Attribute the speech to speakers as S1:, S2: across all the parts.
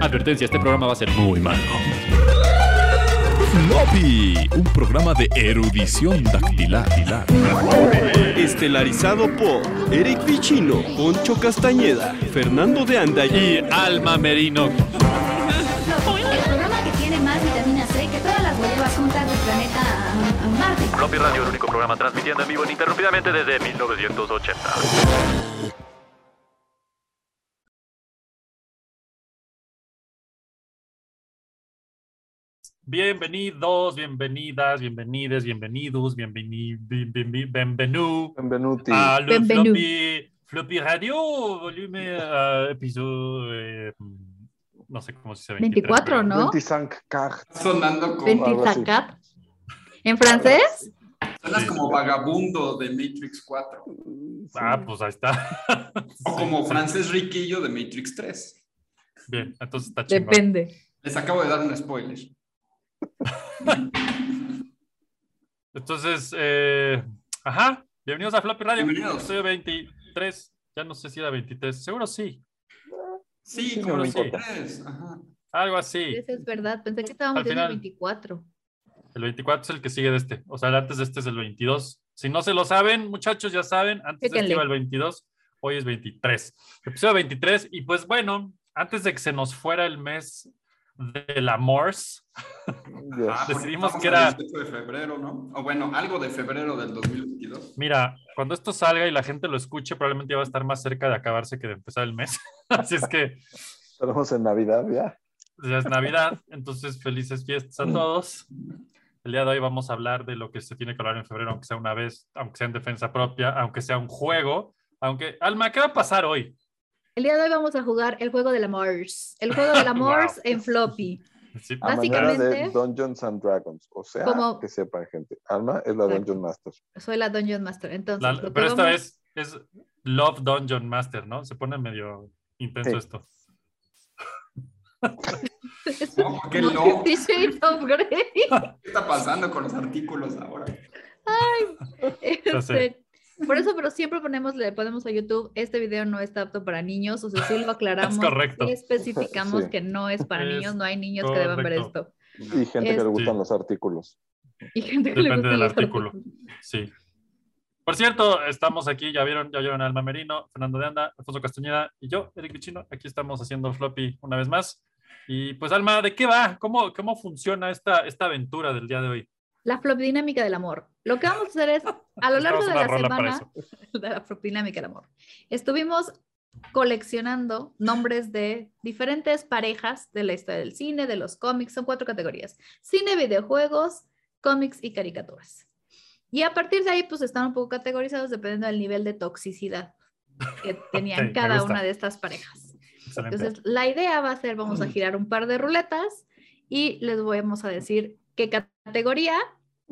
S1: Advertencia, este programa va a ser muy malo.
S2: Floppy, un programa de erudición dactilar.
S3: Estelarizado por Eric Vichino, Poncho Castañeda, Fernando de Anda y
S1: Y Alma Merino.
S4: El programa que tiene más vitamina C que todas las guayabas juntas del planeta a- a Marte.
S5: Floppy Radio, el único programa transmitiendo en vivo ininterrumpidamente desde 1980.
S6: Bienvenidos, bienvenidas, bienvenides, bienvenidos, bienveni, bien- bien- bien- bienvenu
S7: Benvenuti.
S6: a
S8: Ah,
S6: Ah, le
S8: Bienvenu.
S6: Floppy, Floppy Radio, volumen eh, episodio, eh, no sé cómo se dice. Euh,
S8: 24, ¿no?
S7: 25 caj.
S9: sonando como,
S7: algo así.
S8: Pentisacat. ¿En francés?
S9: suenas como vagabundo de Matrix 4
S6: Ah, pues ahí está.
S9: o como francés riquillo de Matrix 3.
S6: Bien, entonces está chingón.
S8: Depende.
S9: Les acabo de dar un spoiler.
S6: Entonces, eh, ajá, bienvenidos a Floppy Radio,
S9: Bienvenidos.
S6: episodio 23. Ya no sé si era 23, seguro sí,
S9: Sí,
S7: Sí,
S9: como
S7: no me
S9: los
S6: importa.
S9: tres. Ajá.
S6: algo así.
S8: Eso es verdad. Pensé que estábamos
S6: Al
S8: viendo
S6: final.
S8: 24.
S6: El 24 es el que sigue de este. O sea, el antes de este es el 22. Si no se lo saben, muchachos, ya saben, antes de este
S8: Chéquenle.
S6: iba el 22, hoy es 23. Episodio 23. Y pues bueno, antes de que se nos fuera el mes del amor,
S9: Ah, porque
S6: Decidimos
S9: estamos
S6: que era-
S9: a 18 de febrero, ¿no? O bueno, algo de febrero del 2022.
S6: mira, cuando esto salga y la gente lo escuche, probablemente ya va a estar más cerca de acabarse que de empezar el mes. Así es que
S7: Estamos en Navidad ya.
S6: pues, ya es Navidad, entonces felices fiestas a todos. El día de hoy vamos a hablar de lo que se tiene que hablar en febrero, aunque sea una vez, aunque sea en defensa propia, aunque sea un juego, aunque... Alma, ¿qué va a pasar hoy?
S8: El día de hoy vamos a jugar el juego del amor. El juego del amor
S6: Wow.
S8: en floppy.
S6: Sí,
S7: A manera
S8: Básicamente-
S7: de Dungeons and Dragons. O sea,
S8: Como-
S7: que sepan, gente. Alma es la
S8: Exacto.
S7: Dungeon Master.
S8: Soy la Dungeon Master. Entonces,
S6: la-
S8: lo que
S6: pero esta
S8: vamos-
S6: vez es Love Dungeon Master, ¿no? Se pone medio intenso
S7: Sí.
S6: esto.
S8: es
S9: No, ¿Por qué
S8: un
S9: no?
S8: 50
S9: ¿Qué
S8: Shades of Grey.
S9: está pasando con los artículos ahora?
S6: Ya sé.
S8: Este, Por eso, pero siempre ponemos, le ponemos a YouTube, este video no está apto para niños, o sea, sí lo aclaramos,
S6: Es correcto.
S8: sí especificamos
S7: Sí.
S8: que no es para
S6: Es
S8: niños, no hay niños que deban ver
S6: correcto.
S8: esto.
S7: Y gente
S8: Este
S7: que le gustan
S6: Sí.
S7: los artículos.
S8: Y gente que le
S6: Depende
S8: gustan
S6: del
S8: los
S6: artículo.
S8: artículos.
S6: Sí. Por cierto, estamos aquí, ya vieron, ya vieron a Alma Merino, Fernando de Anda, Alfonso Castañeda y yo, Eric Vichino. Aquí estamos haciendo floppy una vez más. Y pues, Alma, ¿de qué va? ¿Cómo, cómo funciona esta, esta aventura del día de hoy?
S8: La dinámica del amor. Lo que vamos a hacer es, a lo largo
S6: Necesitamos
S8: de
S6: una
S8: la
S6: rola para
S8: semana, de la dinámica del amor, estuvimos coleccionando nombres de diferentes parejas de la historia del cine, de los cómics, son cuatro categorías. Cine, videojuegos, cómics y caricaturas. Y a partir de ahí, pues están un poco categorizados dependiendo del nivel de toxicidad que tenían
S6: Ok, me
S8: cada
S6: gusta.
S8: una de estas parejas.
S6: Excelente.
S8: Entonces, la idea va a ser, vamos a girar un par de ruletas y les vamos a decir qué categoría,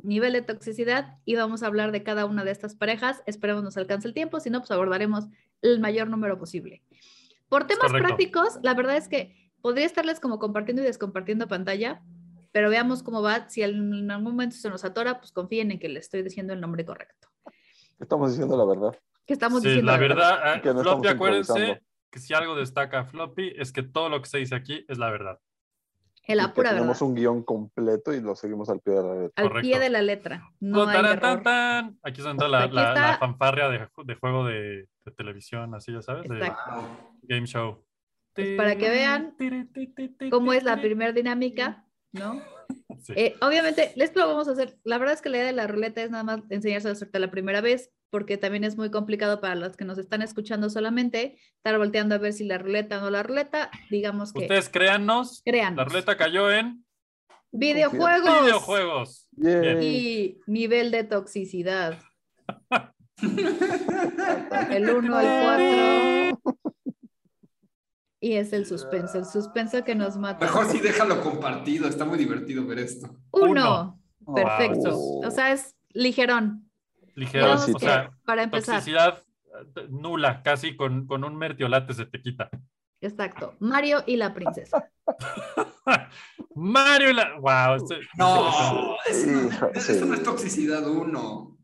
S8: nivel de toxicidad y vamos a hablar de cada una de estas parejas. Esperemos nos alcance el tiempo, si no, pues abordaremos el mayor número posible. Por temas
S6: correcto.
S8: prácticos, la verdad es que podría estarles como compartiendo y descompartiendo pantalla, pero veamos cómo va. Si en algún momento se nos atora, pues confíen en que le estoy diciendo el nombre correcto.
S7: Estamos diciendo la verdad.
S8: Que estamos
S6: Sí,
S8: diciendo
S6: la verdad, eh,
S7: Que no
S6: Floppy,
S7: estamos
S6: acuérdense
S7: improvisando.
S6: que si algo destaca a Floppy es que todo lo que se dice aquí es la verdad.
S8: Es
S7: Y
S8: la
S7: que
S8: pura verdad.
S7: tenemos un guión completo y lo seguimos al pie de la letra.
S8: Al
S6: Correcto.
S8: pie de la letra. No hay
S6: Tan, tan,
S8: error.
S6: tan. Aquí es donde entra la,
S8: Aquí
S6: la- la
S8: está.
S6: fanfarria de, de juego de, de televisión, así ya sabes, de
S8: Exacto.
S6: game show.
S8: Pues para que vean cómo es la primera dinámica, ¿no?
S6: Sí.
S8: Eh, obviamente, esto lo vamos a hacer. La verdad es que la idea de la ruleta es nada más enseñarse la suerte la primera vez, porque también es muy complicado para los que nos están escuchando solamente estar volteando a ver si la ruleta o no la ruleta. Digamos que
S6: Ustedes créannos,
S8: crean
S6: la ruleta cayó en
S8: videojuegos,
S6: videojuegos.
S7: Yay.
S8: y nivel de toxicidad. El 1, el 4. Y es el suspenso, el suspenso que nos mata.
S9: Mejor sí déjalo compartido, está muy divertido ver esto.
S8: Uno.
S7: Wow.
S8: Perfecto.
S7: Oh.
S8: O sea, es ligerón.
S6: Ligero,
S7: Digamos
S6: o sea,
S8: Para empezar.
S6: toxicidad eh, nula, casi con, con un mertiolate se te quita.
S8: Exacto. Mario y la princesa.
S6: Mario, y la... wow, este-
S9: No,
S7: Hijo,
S9: eso no
S7: sí.
S9: es toxicidad uno.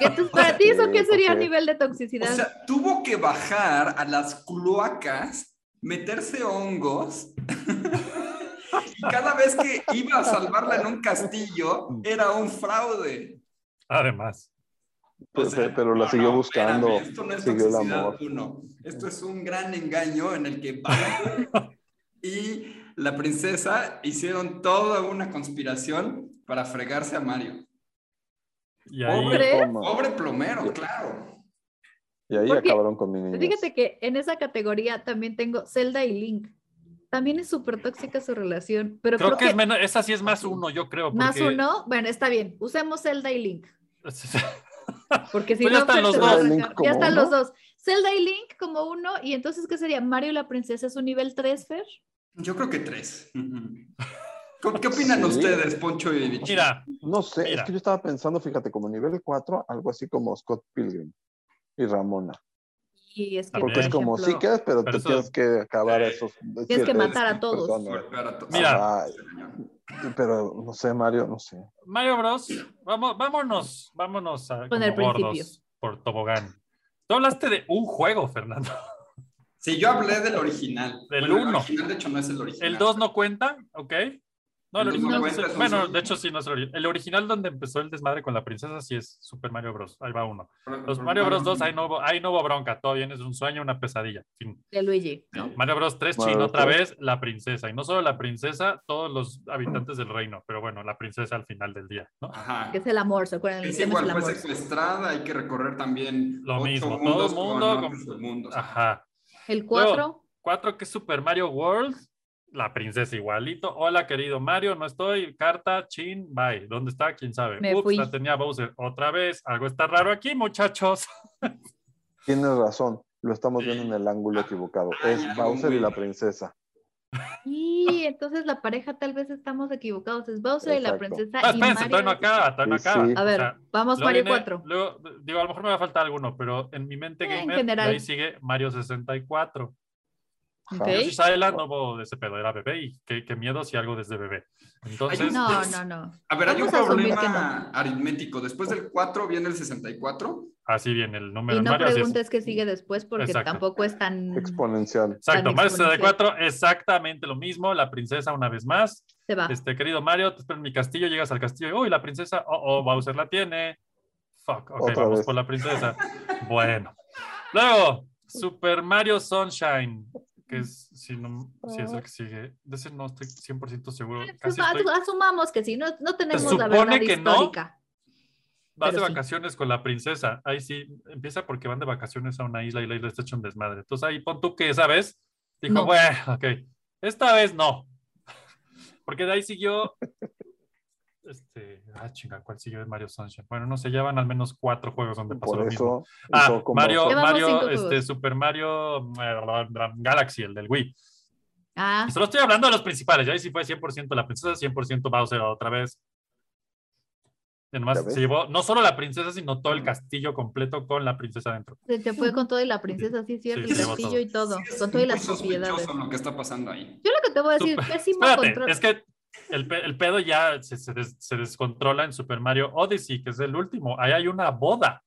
S8: Y Entonces, para ti, ¿eso
S7: Sí,
S8: qué sería
S7: ok.
S8: nivel de
S9: O
S8: toxicidad?
S9: sea, tuvo que bajar a las cloacas, meterse hongos Y cada vez que iba a salvarla en un castillo, era un fraude.
S6: Además.
S9: O
S7: Pe-
S9: sea,
S7: pe- Pues, pero la
S9: no,
S7: siguió
S9: no,
S7: buscando.
S9: espérame, esto no es
S7: siguió el
S9: toxicidad
S7: amor.
S9: uno. Esto es un gran engaño en el que Bambi y la princesa hicieron toda una conspiración para fregarse a Mario.
S6: Y ahí,
S8: Hombre. ¿Crees?
S7: Toma.
S9: Pobre plomero, claro.
S7: Y ahí
S8: Porque-
S7: acabaron con mi niña.
S8: Fíjate que en esa categoría también tengo Zelda y Link. También es súper tóxica su relación, pero
S6: creo que es menos, esa sí es más uno, yo creo.
S8: más
S6: porque-
S8: uno. Bueno, está bien, usemos Zelda y Link. Porque si
S6: Pues
S8: no,
S6: ya están los
S8: se va a
S7: dos.
S8: sacar.
S7: Link como
S8: ya están
S7: uno.
S8: los dos. Zelda y Link como uno, y entonces, ¿qué sería? Mario y la princesa es un nivel 3, Fer.
S9: Yo creo que tres. Ujú. ¿Qué opinan
S7: Sí.
S9: ustedes, Poncho y Vichy?
S6: Mira,
S7: No sé,
S6: Mira.
S7: es que yo estaba pensando, fíjate, como nivel 4, algo así como Scott Pilgrim y Ramona.
S8: Y es que,
S7: Porque
S8: por
S7: es como, sí
S8: ejemplo,
S7: quedas, pero,
S6: Pero
S7: te
S6: eso-
S7: tienes que acabar a esos.
S8: Tienes que
S7: siete-
S8: matar a todos.
S7: personas.
S9: Golpear a todos.
S6: Mira.
S7: Ajá, pero no sé, Mario, no sé.
S6: Mario Bros. Vamos, vámonos, vámonos a
S8: Con el
S6: como gordos
S8: principio.
S6: por tobogán. Tú hablaste de un juego, Fernando.
S9: Sí, yo hablé del original.
S6: Del
S9: Bueno, el
S6: uno.
S9: original, de hecho, no es el original.
S6: El 2 no cuenta, ¿ok? No, el
S9: El dos no
S6: original.
S9: cuenta,
S6: es-
S9: es un
S6: bueno,
S9: solo.
S6: de hecho sí, no es el original. El original donde empezó el desmadre con la princesa sí es Super Mario Bros. Ahí va uno.
S9: Pero-
S6: Los
S9: pero
S6: Mario Bros.
S9: bueno,
S6: 2, ahí no, hubo- ahí no hubo bronca. Todo bien, es un sueño, una pesadilla. Fin.
S8: de Luigi.
S6: Mario Bros. 3,
S7: Mario
S6: chino,
S7: Bros.
S6: otra
S9: pues-
S6: vez la princesa. Y no solo la princesa, todos los habitantes del reino. Pero bueno, la princesa al final del día, ¿no?
S9: Ajá.
S8: Que es el amor, ¿se acuerdan? El
S9: Es
S8: tema es
S9: igual,
S8: el
S9: fue
S8: amor.
S9: secuestrada, hay que recorrer también
S6: Lo
S9: ocho
S6: mismo, todo
S9: mundos
S6: mundo
S9: con
S6: con-
S9: otros del mundo.
S6: Ajá.
S8: El 4,
S6: 4 que es Super Mario World. La princesa igualito. Hola, querido Mario, no estoy. Carta, chin, bye. ¿Dónde está? ¿Quién sabe?
S8: Me
S6: Ups,
S8: fui.
S6: la tenía Bowser otra vez. Algo está raro aquí, muchachos.
S7: Tienes razón, lo estamos
S9: Sí.
S7: viendo en el ángulo equivocado.
S9: Ay,
S7: Es
S9: algo
S7: Bowser y
S9: muy-
S7: la princesa.
S8: y entonces la pareja tal vez estamos equivocados. Es Bowser y la
S7: Exacto.
S6: No,
S8: princesa. Ah, y
S6: Ah, espérense,
S8: Mario
S6: todavía no
S8: es-
S6: acaba, todavía no
S7: Sí,
S6: acaba.
S7: sí.
S8: A
S6: O
S8: ver,
S6: sea,
S8: vamos
S6: luego
S8: Mario
S6: viene-
S8: 4.
S6: Luego, digo, a lo mejor me va a faltar alguno, pero en mi mente
S8: Eh, en
S6: gamer, de
S8: general.
S6: ahí sigue Mario 64.
S8: ¿ok?
S7: ¿Eh?
S6: Yoshi's Island no hubo de ese pedo, era bebé y qué, qué miedo si algo desde bebé. Entonces,
S8: No, no, no.
S9: A ver, hay un
S8: Vamos a asumir
S9: problema aritmético. Después del 4 viene el 64.
S6: así viene el número
S8: Y
S6: en
S8: no
S6: Mario. así es.
S8: preguntes qué sigue después porque
S6: Exacto.
S8: tampoco es tan.
S7: Exponencial.
S6: Exacto,
S8: tan
S6: Mario 64, exactamente lo mismo, la princesa una vez más.
S8: Se va.
S6: Este, querido Mario, te espero en mi castillo, llegas al castillo y, uy, la princesa, oh, oh, Bowser la tiene. Fuck, ok,
S7: Otra
S6: vamos
S7: vez.
S6: por la princesa. bueno. Luego, Super Mario Sunshine, que es, si, no, si es el que sigue. De ese no estoy 100% seguro.
S8: Pues
S6: Casi estoy,
S8: as- Asumamos que sí, no, no tenemos la
S6: supone
S8: verdad
S6: que no,
S8: histórica.
S6: vas de
S8: pero sí.
S6: vacaciones con la princesa. Ahí sí, empieza porque van de vacaciones a una isla y la isla está hecha un desmadre. Entonces ahí pon tú que esa vez dijo,
S8: No.
S6: bueno, ok, esta vez no. Porque de ahí siguió. Este, ah, chinga, ¿cuál siguió de Mario Sunshine? Bueno, no sé, ya van al menos cuatro juegos donde pasó
S7: Por
S6: lo mismo.
S7: eso.
S6: Ah,
S7: hizo como-
S6: Mario,
S8: Llevamos cinco
S6: Mario,
S8: juegos.
S6: este, Super Mario eh, Galaxy, el del Wii.
S8: Ah,
S6: Solo estoy hablando de los principales, ya ahí sí fue 100% la princesa, 100% Bowser otra vez. Y
S7: ¿Ya
S6: además
S7: ves? Mm.
S6: se llevó no solo la princesa, sino todo el castillo completo con la princesa dentro.
S8: se te fue con todo y la princesa, sí, es cierto,
S6: Sí,
S8: el
S6: se llevó
S8: castillo
S6: todo.
S8: y todo,
S9: Sí, es
S8: con todo y
S9: muy
S8: las propiedades.
S9: sospechoso lo que está pasando ahí.
S8: Yo lo que te voy a decir, pésimo
S6: Espérate,
S8: control.
S6: es que el, pe- el pedo ya se, se des- se descontrola en Super Mario Odyssey, que es el último. Ahí hay una boda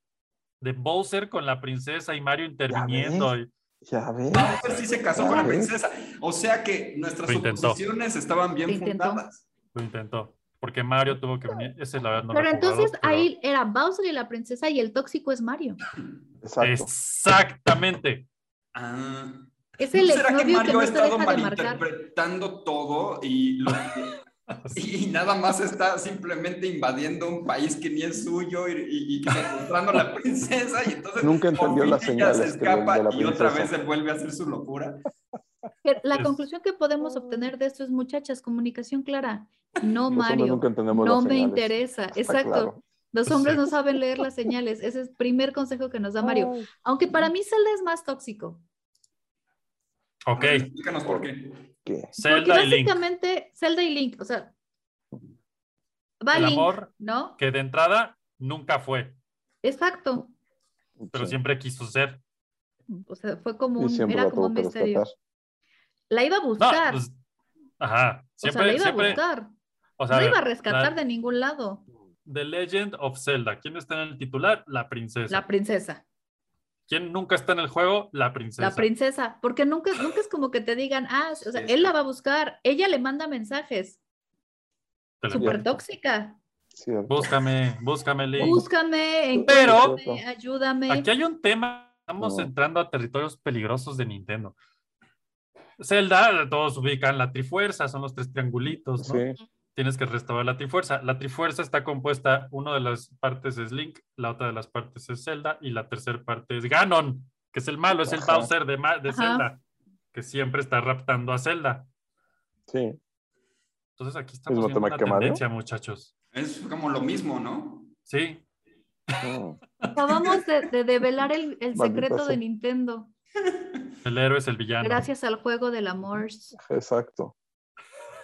S6: de Bowser con la princesa y Mario interviniendo. y-
S7: Ya ves.
S9: Bowser sí se casó con la
S7: Ah, ¿ves?
S9: princesa. O sea que nuestras
S6: Lo intentó.
S9: suposiciones estaban
S8: Lo
S9: bien
S8: intentó.
S9: fundadas.
S6: Lo intentó, porque Mario tuvo que venir. Ese la verdad no lo
S8: pero
S6: he jugado,
S8: entonces
S6: pero-
S8: ahí era Bowser y la princesa y el tóxico es Mario.
S7: Exacto.
S6: Exactamente.
S9: Ah.
S8: Es
S9: ¿No
S8: el
S9: ¿Será que
S8: exnovio que
S9: Mario
S8: no
S9: ha
S8: te
S9: estado
S8: deja de marcar.
S9: malinterpretando todo y, lo- y nada más está simplemente invadiendo un país que ni es suyo y, y- y encontrando a la princesa y entonces
S7: Nunca
S9: por
S7: entendió
S9: fin
S7: las
S9: ella se
S7: señales que le
S9: escapa
S7: envió la
S9: y otra
S7: princesa.
S9: vez se vuelve a hacer su locura.
S8: Que La
S6: Es-
S8: conclusión que podemos obtener de esto es, muchachas, comunicación clara. No,
S7: Los hombres
S8: Mario.
S7: nunca entendemos
S8: No
S7: las
S8: me
S7: señales.
S8: interesa.
S7: Está
S8: Exacto.
S7: claro.
S8: Los
S6: Sí.
S8: hombres no saben leer las señales. Ese es el primer consejo que nos da Mario.
S7: Oh.
S8: Aunque para mí Zelda es más tóxico.
S6: Ok,
S9: Explícanos por qué.
S7: ¿Qué?
S8: Porque
S6: Zelda y Link.
S8: básicamente Zelda y Link, o sea, va
S6: El
S8: Link,
S6: amor.
S8: ¿no?
S6: que de entrada nunca fue,
S8: Exacto.
S6: pero
S7: Sí.
S6: siempre quiso ser.
S8: O sea, fue como
S7: Y
S8: un,
S7: siempre
S8: era
S7: la
S8: como
S7: tuvo
S8: un
S7: que
S8: misterio.
S7: rescatar.
S8: La iba a
S6: No,
S8: buscar.
S6: pues, ajá,
S8: o sea, la
S6: siempre,
S8: iba a
S6: siempre,
S8: buscar.
S6: o sea,
S8: no
S6: a
S8: iba a
S6: ver,
S8: rescatar
S6: la-
S8: de ningún lado
S6: The Legend of Zelda. ¿Quién está en el titular? La princesa.
S8: la princesa.
S6: ¿Quién nunca está en el juego? La princesa.
S8: La princesa, porque nunca, nunca es como que te digan, ah, o sea,
S9: Sí,
S8: él la va a buscar, ella le manda mensajes,
S6: Te la-
S8: súper tóxica.
S7: Cierto.
S6: Búscame, búscame, Lee.
S8: Búscame,
S6: Pero-
S8: encuéntrame, ayúdame.
S6: Aquí hay un tema. Estamos
S7: No.
S6: entrando a territorios peligrosos de Nintendo. Zelda, todos ubican la Trifuerza, son los tres triangulitos, ¿no?
S7: Sí,
S6: Tienes que restaurar la Trifuerza. La Trifuerza está compuesta, una de las partes es Link, la otra de las partes es Zelda y la tercera parte es Ganon, que es el malo, es el
S7: Ajá.
S6: Bowser de, ma- de
S8: Ajá.
S6: Zelda, que siempre está raptando a Zelda.
S7: sí.
S6: Entonces aquí estamos
S7: ¿Mismo
S6: viendo
S7: tema
S6: una
S7: que Mario?
S6: tendencia, muchachos.
S9: Es como lo mismo, ¿no?
S6: Sí,
S7: no.
S8: Acabamos de, de develar el, el
S7: Maldita
S8: secreto de
S7: sea.
S8: Nintendo,
S6: el héroe es el villano.
S8: gracias al juego del amor.
S7: Exacto.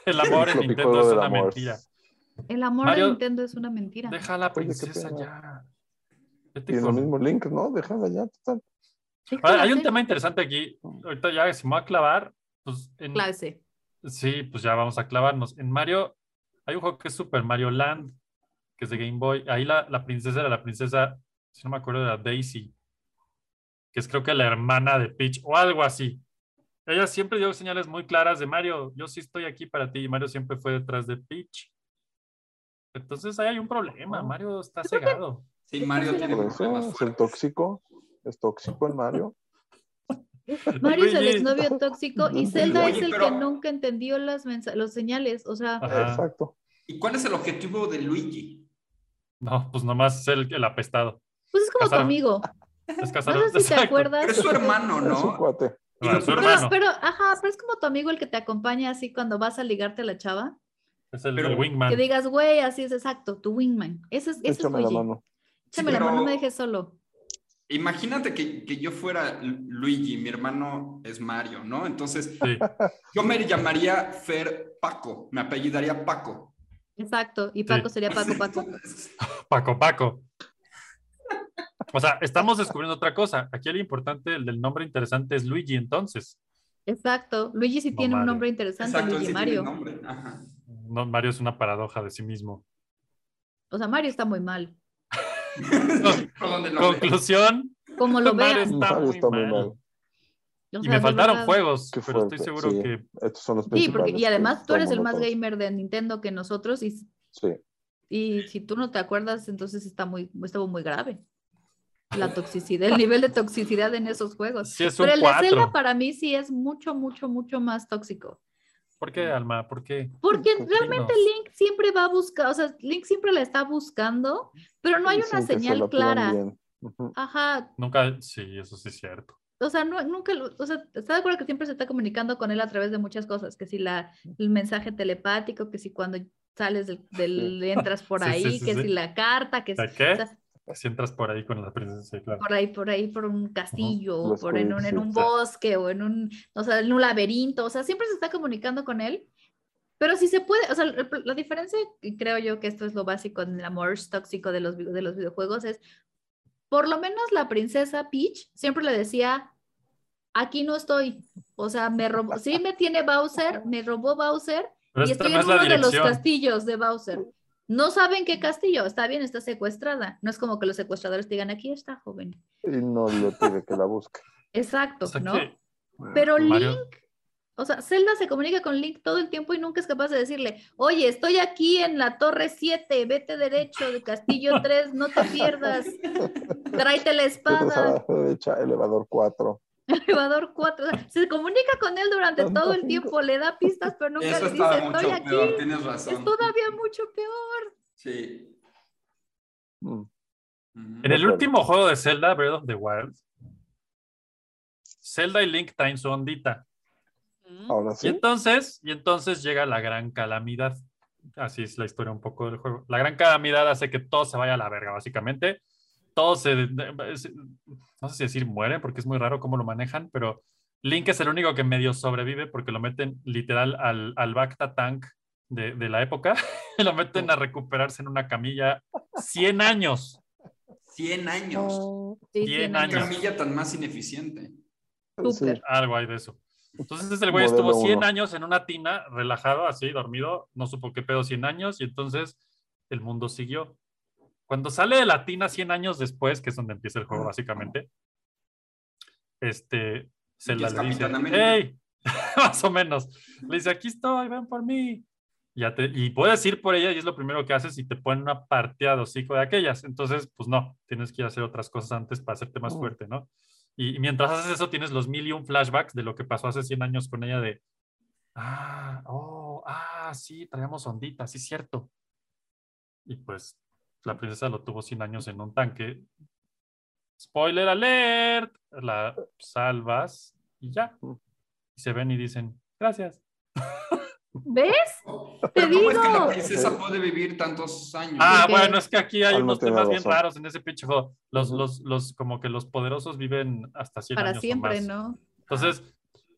S6: El amor en
S7: Floppy
S6: Nintendo
S7: juego
S6: es
S7: del
S6: una
S7: amor.
S6: mentira.
S8: El amor
S6: Mario,
S8: de Nintendo es una mentira.
S6: Deja a la
S7: Oye, qué
S6: princesa
S7: pena.
S6: ya. Vete
S7: Y en el
S6: con-
S7: mismo link, ¿no? Déjala ya. total.
S6: Ahora, hay un
S8: Déjala
S6: tema interesante aquí. Ahorita ya, si me voy a clavar, pues en-
S8: hacer clase.
S6: sí, pues ya vamos a clavarnos. En Mario, hay un juego que es Super Mario Land, que es de Game Boy. Ahí la, la princesa era la princesa, si no me acuerdo, era Daisy, que es creo que la hermana de Peach o algo así. Ella siempre dio señales muy claras de Mario, yo sí estoy aquí para ti. Y Mario siempre fue detrás de Peach. Entonces ahí hay un
S8: Oh.
S6: problema. Mario está cegado.
S9: Sí, Mario tiene
S7: Por eso
S9: problemas
S7: es el
S9: fuertes.
S7: tóxico. Es tóxico el Mario.
S8: Mario es el
S6: Luigi.
S8: exnovio tóxico y
S7: Oye,
S8: Zelda es el
S9: pero-
S8: que nunca entendió las mensa- los señales. O sea,
S6: Ajá.
S7: Exacto.
S9: ¿Y cuál es el objetivo de Luigi?
S6: No, pues nomás es el, el apestado.
S8: pues es como tu
S6: Casado.
S8: amigo.
S6: Es
S8: No
S6: casado.
S8: sé si te
S6: Exacto.
S8: acuerdas.
S9: Pero es su
S8: porque-
S9: hermano,
S7: Es un
S9: ¿no?
S7: cuate.
S9: Y
S6: Ah,
S9: lo
S6: su
S9: peor-
S8: Pero,
S6: hermano.
S8: pero, ajá, pero es como tu amigo el que te acompaña así cuando vas a ligarte a la chava.
S6: Es el,
S9: Pero-
S6: el wingman.
S8: Que digas, güey, así es exacto, tu wingman. Ese es, ese es
S7: Échame la
S8: Luigi.
S7: mano.
S8: Échame la
S9: Pero-
S8: mano, no me dejes solo.
S9: Imagínate que, que yo fuera Lu- Luigi, mi hermano es Mario, ¿no? Entonces,
S6: Sí.
S9: yo me llamaría Fer Paco, me apellidaría Paco.
S8: Exacto. Y Paco sería Paco Paco.
S6: Paco, Paco. O sea, estamos descubriendo otra cosa. Aquí el importante, el del nombre interesante es Luigi, entonces.
S8: Exacto. Luigi sí
S6: No,
S8: tiene un
S6: Mario.
S8: nombre interesante,
S9: Exacto,
S8: Luigi
S9: ese tiene
S8: Mario.
S9: nombre. Ajá.
S6: No, Mario es una paradoja de sí mismo.
S8: O sea, Mario está muy mal.
S9: Por donde lo lea.
S6: Conclusión,
S8: Como lo
S6: Mario
S8: veas.
S6: está,
S7: Mario
S6: muy,
S7: está muy
S6: mal.
S7: mal.
S8: o
S6: Y
S8: sea,
S6: me
S8: de
S6: faltaron
S8: verdad.
S6: juegos,
S7: Qué
S6: pero estoy
S7: fuerte,
S6: seguro
S7: sí.
S6: que
S7: Estos son los
S8: Sí, porque,
S7: principales
S8: y además
S7: que
S8: tú eres
S7: todo
S8: el más
S7: mundo conoce.
S8: gamer de Nintendo que nosotros y,
S7: Sí.
S8: y si tú no te acuerdas, entonces está muy, estuvo muy grave. La toxicidad, el nivel de toxicidad en esos juegos.
S6: sí es un
S8: Pero el de Zelda
S6: 4.
S8: para mí sí es mucho, mucho, mucho más tóxico.
S6: ¿Por qué, Alma? ¿Por qué?
S8: Porque
S7: Ujú.
S8: realmente Link siempre va a buscar, o sea, Link siempre la está buscando, pero no hay
S7: Dicen
S8: una
S7: que se la
S8: señal
S7: pelan
S8: clara.
S7: bien. Ujú.
S8: Ajá,
S6: Nunca, sí, eso sí es cierto.
S8: o sea, no, nunca, lo- o sea, está de acuerdo que siempre se está comunicando con él a través de muchas cosas, que si la, el mensaje telepático, que si cuando sales del, del- entras por
S6: Sí, sí,
S8: ahí,
S6: sí,
S8: que
S6: sí.
S8: si la carta, que si,
S6: ¿De
S8: o
S6: qué?
S8: sea,
S6: Si entras por ahí con la princesa, sí, claro.
S8: por ahí, por ahí, por un castillo, o
S7: Los
S8: por en un, en
S7: juegos,
S6: sí,
S8: un
S6: sí.
S8: bosque, o en un, o sea, en un laberinto, o sea, siempre se está comunicando con él, pero si se puede, o sea, el- la diferencia, y creo yo que esto es lo básico en el amor tóxico de los, vi- de los videojuegos, es, por lo menos la princesa Peach siempre le decía, aquí no estoy, o sea, me robó, sí me tiene Bowser, me robó Bowser,
S6: Pero
S8: y
S6: esta
S8: estoy
S6: no
S8: en
S6: es la
S8: uno de los
S6: dirección.
S8: castillos de Bowser. No saben qué castillo, está bien, está secuestrada. No es como que los secuestradores te digan, aquí está, joven.
S7: Y no le pide que la busque.
S8: Exacto,
S6: O sea
S8: ¿no?
S6: que-
S8: Pero
S6: Mario-
S8: Link, o sea, Zelda se comunica con Link todo el tiempo y nunca es capaz de decirle, oye, estoy aquí en la torre 7, vete derecho de castillo 3, no te pierdas, tráete la espada,
S7: Regresa a la derecha, elevador 4.
S8: elevador 4. se comunica con él durante
S7: Tonto
S8: todo el
S7: Link.
S8: tiempo, le da pistas, pero nunca
S9: Eso
S8: le
S9: está
S8: dice, estoy
S9: mucho
S8: aquí.
S9: peor, tienes razón.
S8: Es todavía mucho peor.
S9: Sí.
S7: Mm.
S9: Ujú.
S6: En el
S7: acuerdo.
S6: último juego de Zelda, Breath of the Wild, Zelda y Link traen su ondita.
S7: Ahora
S6: Y
S7: ¿Ah, sí.
S6: entonces, y entonces llega la gran calamidad. Así es la historia un poco del juego. La gran calamidad hace que todo se vaya a la verga, básicamente. Todos se, no sé si decir muere, porque es muy raro cómo lo manejan, pero Link es el único que medio sobrevive porque lo meten literal al, al Bacta Tank de, de la época. lo meten a recuperarse en una camilla 100 años.
S9: 100 años.
S8: Sí,
S6: 100
S8: cien
S9: Qué
S6: años.
S9: camilla tan más ineficiente.
S8: Súper.
S7: Sí.
S6: Algo hay de eso. Entonces el güey
S7: Modelo
S6: estuvo 100
S7: uno.
S6: años en una tina, relajado, así, dormido, no supo qué pedo 100 años, y entonces el mundo siguió. Cuando sale de la tina 100 años después, que es donde empieza el juego básicamente, este, se
S9: que
S6: la
S9: es
S6: le dice,
S9: Capitán América.
S6: ¡Hey! Más o menos. Le dice, aquí estoy, ven por mí. Y Ya te, y puedes ir por ella y es lo primero que haces y te ponen una partida de hocico de aquellas. Entonces, pues no, tienes que ir a hacer otras cosas antes para hacerte más
S7: Oh.
S6: fuerte, ¿no? Y, y mientras haces eso, tienes los mil y un flashbacks de lo que pasó hace 100 años con ella de, ah, oh, ah, sí, traíamos ondita, sí, cierto. Y pues la princesa lo tuvo 100 años en un tanque. Spoiler alert, la salvas y ya.
S7: Mm.
S6: Y se ven y dicen, gracias.
S8: ¿Ves? Te
S9: Pero ¿cómo es que la
S8: digo.
S9: princesa puede vivir tantos años?
S6: Ah,
S8: Ok.
S6: bueno, es que aquí hay
S7: Alma
S6: unos
S7: tiene
S6: temas bien
S7: razón.
S6: raros en ese pinche juego. Los,
S7: Ujú.
S6: los, los, como que los poderosos viven hasta 100
S8: Para
S6: años o
S8: siempre,
S6: más.
S8: ¿no?
S6: Entonces,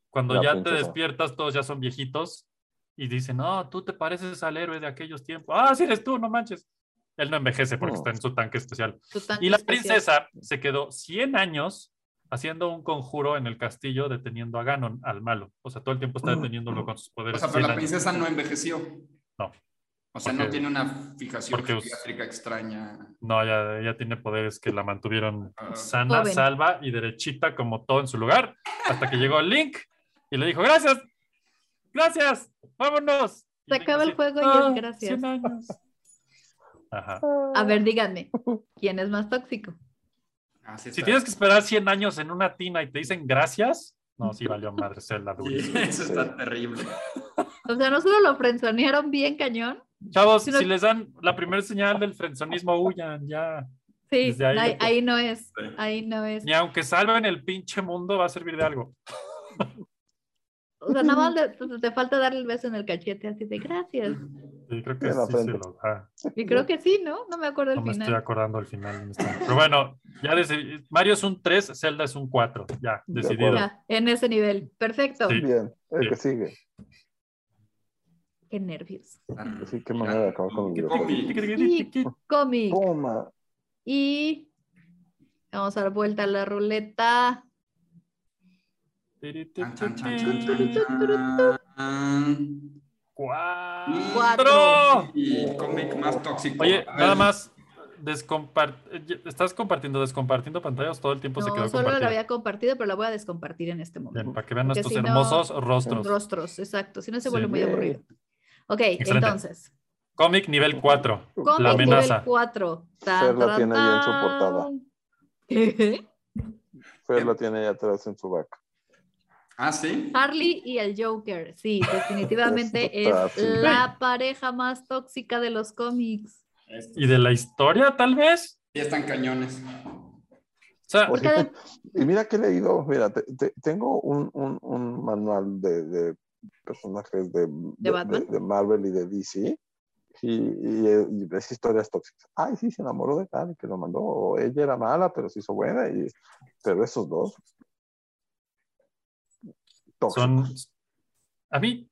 S6: cuando
S7: La
S6: ya te
S7: princesa.
S6: despiertas, todos ya son viejitos y dicen, no, tú te pareces al héroe de aquellos tiempos. Ah, sí eres tú, no manches. Él no envejece porque
S7: No.
S6: está en su tanque especial.
S8: Tu tanque
S6: Y la
S8: especial.
S6: princesa se quedó 100 años haciendo un conjuro en el castillo deteniendo a Ganon, al malo. O sea, todo el tiempo está deteniéndolo con sus
S9: Mm. o
S6: poderes.
S9: sea, pero
S6: 100
S9: la
S6: años.
S9: princesa no envejeció.
S6: No.
S9: O sea, no
S6: Porque-
S9: tiene una fijación
S6: porque-
S9: psiquiátrica extraña.
S6: No, ya, ella tiene poderes que la mantuvieron
S9: Ah.
S6: sana,
S8: Joven.
S6: salva y derechita como todo en su lugar, hasta que llegó Link y le dijo, gracias, gracias, vámonos. Y
S8: Se
S6: Link
S8: acaba el
S6: así,
S8: juego y él,
S6: "Ah,
S8: gracias".
S6: 100 años". Ajá.
S7: Ah,
S8: A ver, díganme, ¿quién es más tóxico?
S9: Ah, sí
S6: Si
S9: está.
S6: tienes que esperar 100 años en una tina y te dicen gracias, no, sí valió madre ser la
S9: Sí,
S6: durísima.
S9: eso está terrible.
S8: O sea, no solo lo frenzonearon bien cañón.
S6: Chavos,
S8: Sí, no-
S6: si les dan la primera señal del frenzonismo, huyan ya.
S8: Sí,
S6: Desde ahí
S8: ahí,
S6: lo que-
S8: ahí no es.
S9: Sí.
S8: Ahí no es.
S6: Ni aunque salven el pinche mundo, va a servir de algo.
S8: O sea, nada más le- te falta darle el beso en el cachete así de gracias.
S6: Sí, creo que
S7: En la
S6: sí se
S7: frente.
S6: lo da.
S8: Y creo que sí, ¿no? No me acuerdo el
S6: No me estoy
S8: final.
S6: acordando al final. en este momento. Pero bueno, ya decidí. Mario es un 3, Zelda es un 4. Ya,
S7: De
S6: decidido.
S7: acuerdo.
S8: Ya, en ese nivel. Perfecto.
S6: Sí.
S7: Bien, el
S6: Sí.
S7: que sigue.
S8: Qué nervios.
S7: Sí, qué manera de acabar con los
S9: Qué
S7: videojuegos.
S9: cómic.
S8: Y cómic.
S7: Toma.
S8: Y vamos a dar vuelta a la ruleta.
S9: Chan, chan, chan, chan, chan, chan.
S6: ¡Cuatro!
S9: Y cómic más tóxico.
S6: Oye,
S9: A ver,
S6: nada más. descompar- ¿Estás compartiendo, descompartiendo pantallas? Todo el tiempo Pues se
S8: No,
S6: quedó
S8: solo la
S6: compartida.
S8: había compartido, pero la voy a descompartir en este
S6: Bien,
S8: momento.
S6: para que vean
S8: Porque
S6: nuestros
S8: si no-
S6: hermosos rostros.
S8: Rostros, exacto. Si no
S6: Sí.
S8: se vuelve muy aburrido. Ok,
S6: Excelente.
S8: entonces.
S6: Cómic nivel 4.
S8: Cómic
S6: La
S8: nivel
S6: amenaza.
S8: 4.
S7: Fer la tiene ya en su portada.
S8: ¿Qué?
S7: Fer lo tiene ahí atrás en su vaca.
S9: Ah, sí.
S8: Harley y el Joker. Sí, definitivamente
S7: Está
S8: es
S7: así.
S8: la pareja más tóxica de los cómics.
S6: ¿Y de la historia, tal vez?
S9: Ya están cañones.
S6: O sea,
S7: Oye,
S8: cada-
S7: y mira que he leído, mira, te- te- tengo un, un- un manual de, de personajes de,
S8: Batman?
S7: de Marvel y de DC. Y, y, eh, y ves historias tóxicas. Ay, sí, se enamoró de tal que lo mandó. O ella era mala, pero se hizo buena. Y, pero esos dos. Tóxicos.
S6: son a mí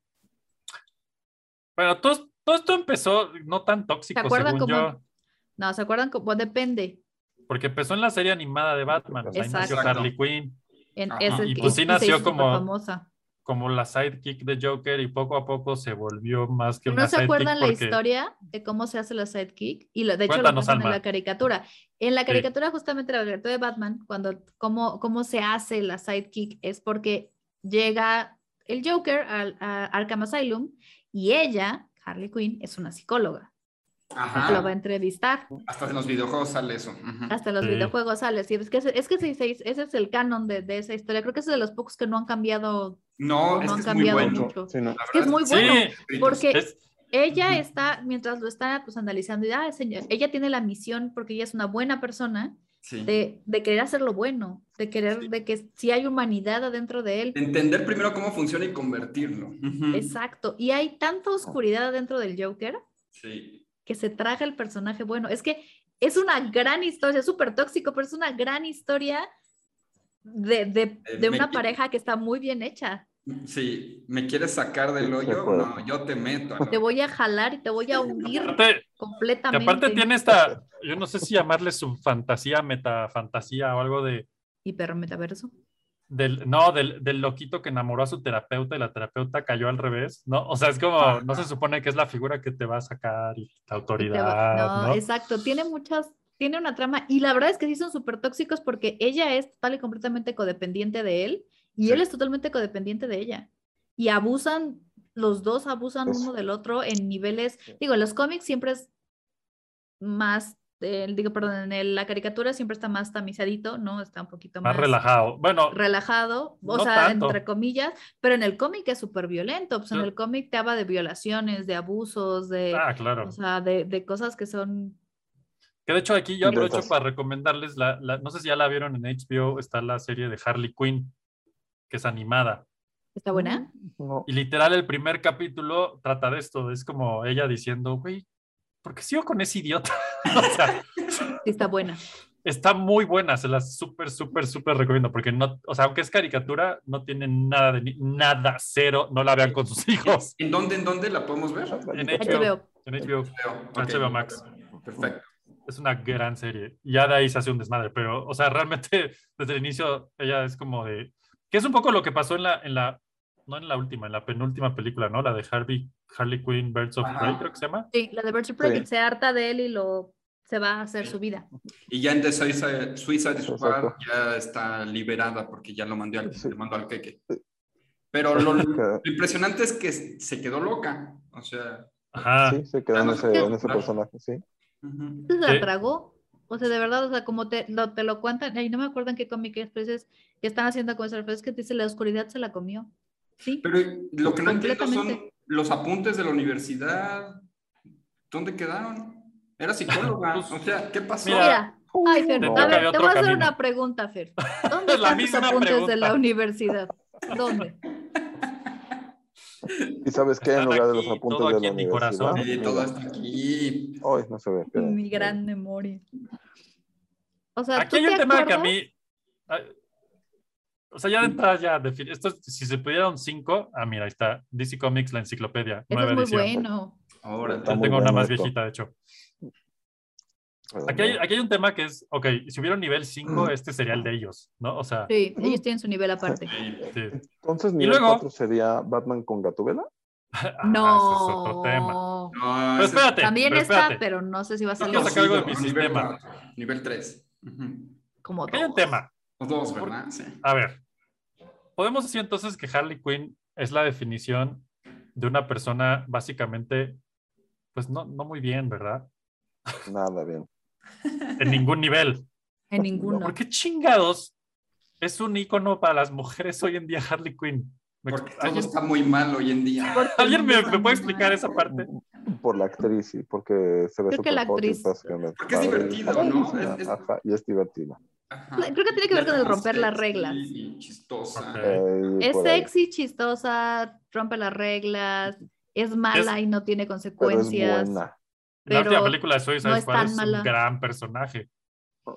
S6: bueno todo, todo esto empezó no tan tóxico
S8: ¿Se acuerdan
S6: según yo
S8: cómo- No, ¿se acuerdan? cómo? depende.
S6: porque empezó en la serie animada de Batman o sea, ahí nació
S9: Exacto.
S6: Harley Quinn
S8: En
S9: Ajá.
S8: ese
S6: Y
S8: que-
S6: pues sí
S8: se
S6: nació
S8: hizo
S6: como-
S8: superfamosa.
S6: como la sidekick de Joker y poco a poco se volvió más que una
S8: ¿No se
S6: sidekick
S8: acuerdan la
S6: porque-
S8: historia de cómo se hace la sidekick? Y lo- de hecho
S6: Cuéntanos,
S8: lo pasan en
S6: Alma.
S8: la caricatura. En la caricatura, justamente la caricatura de Batman, cuando cómo, cómo se hace la sidekick es porque llega el Joker al- a Arkham Asylum y ella, Harley Quinn, es una psicóloga. Lo Ah, va a
S9: Ajá.
S8: entrevistar.
S9: Hasta en los videojuegos sale eso. Ujú.
S8: Hasta los
S6: Sí.
S8: videojuegos sale. Sí, es que, ese- es que ese, ese- ese es el canon de, de esa historia. Creo que es de los pocos que no han cambiado.
S9: No,
S8: No han
S9: es que es muy
S8: cambiado
S9: bueno.
S8: mucho.
S7: Sí, no.
S9: La
S8: Es que es
S9: verdad
S8: muy
S9: que
S6: sí
S8: bueno.
S9: sí.
S8: porque-
S6: es-
S8: Ella
S9: Ujú.
S8: está, mientras lo está pues, analizando, y, "Ah, señor", ella tiene la misión, porque ella es una buena persona,
S9: Sí.
S8: de, de querer hacer lo bueno, de querer, de que si hay humanidad adentro de él.
S9: Entender primero cómo funciona y convertirlo. Ujú.
S8: Exacto. Y hay tanta oscuridad adentro del Joker
S9: Sí.
S8: que se traga el personaje bueno. Es que es una gran historia, es súper tóxico, pero es una gran historia de, de-
S9: Eh,
S8: de
S9: me-
S8: una pareja que está muy bien hecha.
S9: Sí. ¿Me quieres sacar del hoyo?
S7: acuerdo.
S9: No, yo te meto.
S8: Te voy a jalar y te voy a hundir
S6: aparte, que
S8: completamente.
S6: aparte tiene esta yo no sé si llamarle subfantasía metafantasía o algo de
S8: Hipermetaverso.
S6: Del, no, del, del loquito que enamoró a su terapeuta y la terapeuta cayó al revés, ¿no? O sea, es como, no se supone que es la figura que te va a sacar y la
S8: Y te
S6: autoridad,
S8: va- no,
S6: ¿no?
S8: exacto. Tiene muchas tiene una trama y la verdad es que sí son súper tóxicos porque ella es total y completamente codependiente de él y él es totalmente codependiente de ella. Y abusan, los dos abusan
S6: Pues
S7: Eso.
S8: uno del otro en niveles, digo, en los cómics siempre es más, eh, digo, perdón, en el- la caricatura siempre está más tamizadito, ¿no? Está un poquito
S6: Más
S8: más,
S6: relajado. Bueno,
S8: relajado, o
S6: No
S8: sea,
S6: tanto.
S8: entre comillas, pero en el cómic es súper violento, pues en
S6: Yo-
S8: el cómic te habla de violaciones, de abusos, de,
S6: ah, claro.
S8: o sea, de, de cosas que son
S6: Que de hecho aquí yo aprovecho
S7: Intensas.
S6: para recomendarles la, la- no sé si ya la vieron en HBO, está la serie de Harley Quinn, que es animada.
S8: ¿Está buena?
S7: No.
S6: Y literal el primer capítulo trata de esto, es como ella diciendo, güey, ¿por qué sigo con ese idiota? o sea,
S8: Sí, está buena.
S6: está muy buena, se las súper, súper, súper recomiendo, porque no, o sea, aunque es caricatura, no tiene nada de, ni- nada, cero, no la vean con sus hijos.
S9: ¿En dónde, en dónde la podemos ver?
S6: En
S8: Ahí te
S6: HBO.
S8: veo.
S6: En HBO,
S9: Ok.
S6: HBO Max.
S9: Perfecto.
S6: es una gran serie. Y ya de ahí se hace un desmadre, pero, o sea, realmente desde el inicio ella es como de... Que es un poco lo que pasó en la, en la no en la última, en la penúltima película, ¿no? La de Harvey, Harley Quinn, Birds of
S9: Ajá.
S6: Prey, creo que se llama.
S8: Sí, la de Virtue
S7: Sí.
S8: se harta de él y lo se va a hacer su vida.
S9: Y ya en The Suicide, Suicide Squad
S7: Exacto.
S9: ya está liberada porque ya lo mandé al,
S7: Sí.
S9: le mandó al queque. Pero lo, lo impresionante es que se quedó loca. O sea,
S6: Ajá.
S7: Sí, se quedó en ese, en
S6: Ah.
S7: ese personaje, sí.
S9: ujú.
S8: Entonces se
S6: Sí.
S8: la tragó. O sea, de verdad, o sea, como te lo, te lo cuentan, ay, no me acuerdo en qué cómic es, pero dices, que están haciendo con eso, pero es que dice, la oscuridad se la comió. Sí,
S9: Pero lo que no entiendo son
S8: Completamente.
S9: los apuntes de la universidad. ¿Dónde quedaron? Era psicóloga.
S6: Pues,
S9: o sea, ¿qué pasó?
S8: mira. Ay, Fer,
S6: No.
S8: a
S6: Había
S8: ver, te
S6: otro
S8: voy a hacer
S6: camino.
S8: una pregunta, Fer. ¿Dónde
S6: La
S8: están tus
S6: misma
S8: apuntes de
S6: pregunta.
S8: la universidad? ¿Dónde?
S7: ¿Y sabes qué? En
S6: Están
S7: lugar de
S6: aquí,
S7: los apuntes
S6: todo
S7: de
S6: aquí
S7: la
S6: en mi
S7: universidad.
S6: corazón.
S9: Sí, todo hasta aquí.
S7: Hoy no se ve. pero-
S8: Mi gran memoria. O sea,
S6: Aquí
S8: ¿tú
S6: hay un
S8: te
S6: tema que a
S8: acuerdas?
S6: mí... ay, o sea, ya de entrada ya... defin- Esto, es- si se pudieron cinco... Ah, mira, ahí está. DC Comics, la enciclopedia.
S8: Eso
S6: nueva
S8: es muy
S6: edición.
S8: bueno.
S9: Ahora,
S7: Está
S6: Yo
S7: muy
S6: tengo una
S7: bueno
S6: más
S7: esto.
S6: viejita, de hecho.
S7: Perdón,
S6: Aquí hay,
S7: no.
S6: aquí hay un tema que es, ok, si hubiera un nivel
S7: Mm.
S6: 5, este sería el de ellos, ¿no? O sea, este,
S8: Sí, ellos tienen su nivel aparte.
S6: sí.
S7: Entonces, nivel
S6: luego-
S7: 4 sería Batman con Gatubela.
S6: Ah, ese es otro tema.
S8: No.
S9: no,
S6: Pero
S9: ese-
S6: espérate.
S8: También
S6: pero
S8: está,
S6: espérate.
S8: pero no sé si va a salir
S6: Yo sacar algo de mi
S9: Nivel
S6: sistema.
S9: cuatro, Nivel 3.
S8: como
S6: Aquí hay un
S8: todos.
S6: tema.
S9: O dos, ¿verdad? Sí.
S6: A ver, podemos decir entonces que Harley Quinn es la definición de una persona básicamente, pues no, no muy bien, ¿verdad?
S7: Nada bien.
S6: En ningún nivel.
S8: En ninguno.
S6: ¿Por qué chingados es un icono para las mujeres hoy en día Harley Quinn? ¿Me-
S9: Porque todo
S6: ¿Alguien,
S9: está muy mal hoy en día.
S6: alguien me, me puede explicar esa parte?
S7: Por la actriz, sí, porque se ve
S8: Creo que la
S7: superfoto y
S8: actriz.
S7: estás que me-
S9: Porque es divertido, ¿no?
S7: Ajá,
S9: Es- es-
S7: ajá, y es divertido.
S9: Ajá.
S8: Creo que tiene que ver con el
S9: Además,
S8: romper las
S9: sexy
S8: reglas.
S9: y chistosa.
S6: Ok.
S7: Eh, y
S8: Es
S7: por ahí.
S8: sexy, chistosa, rompe las reglas, es mala y no tiene
S7: Pero es
S8: consecuencias.
S7: buena.
S6: La última
S8: Pero
S6: película de Suicide
S8: no es
S6: Squad
S8: tan
S6: es, un
S8: mala.
S6: gran personaje.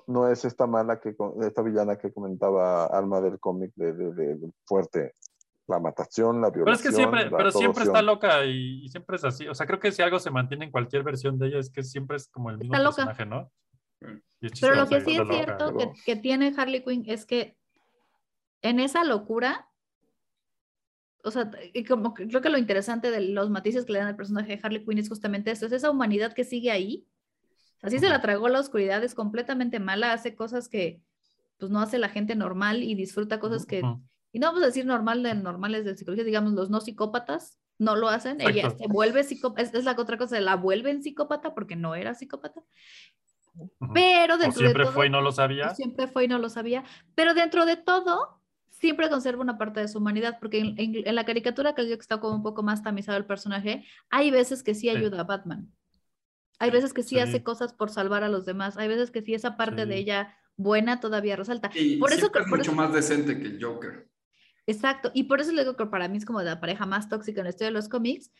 S7: No es esta mala que con- esta villana que comentaba Alma del cómic de, de- de- de fuerte. La matación, la
S6: Pero
S7: violación.
S6: es que siempre,
S7: la
S6: pero siempre está
S7: corrupción.
S6: loca y, y siempre es así. O sea, creo que si algo se mantiene en cualquier versión de ella es que siempre es como el mismo
S8: Está loca.
S6: personaje, ¿no? Y es
S8: Pero lo
S6: chistosa
S8: que
S6: y
S8: sí es
S6: está loca.
S8: cierto que, que tiene Harley Quinn es que en esa locura, o sea, y como que- creo que lo interesante de los matices que le dan al personaje de Harley Quinn es justamente eso, es esa humanidad que sigue ahí. Así se la tragó la oscuridad, es completamente mala, hace cosas que pues no hace la gente normal y disfruta cosas pues, que,
S6: Ujú.
S8: y no vamos a decir normal de normales de psicología, digamos los no psicópatas no lo hacen, ella
S6: Exacto.
S8: se vuelve psicópata, es, es la otra cosa, la vuelven psicópata porque no era psicópata,
S6: Ujú.
S8: pero
S6: O
S8: dentro
S6: siempre
S8: de todo,
S6: fue y no lo
S8: o
S6: sabía.
S8: siempre fue y no lo sabía, pero dentro de todo siempre conserva una parte de su humanidad, porque en, en- en la caricatura que yo que está como un poco más tamizado el personaje, hay veces que sí ayuda a Batman, hay
S6: Sí,
S8: veces que sí,
S6: sí.
S8: hace cosas por salvar a los demás, hay veces que sí esa parte de
S6: Sí.
S8: ella buena todavía resalta.
S9: Y
S8: Por eso,
S9: siempre
S8: creo-
S9: es
S8: por
S9: mucho
S8: eso-
S9: más decente que el Joker.
S8: Exacto, y por eso le digo que para mí es como la pareja más tóxica en la historia de los cómics,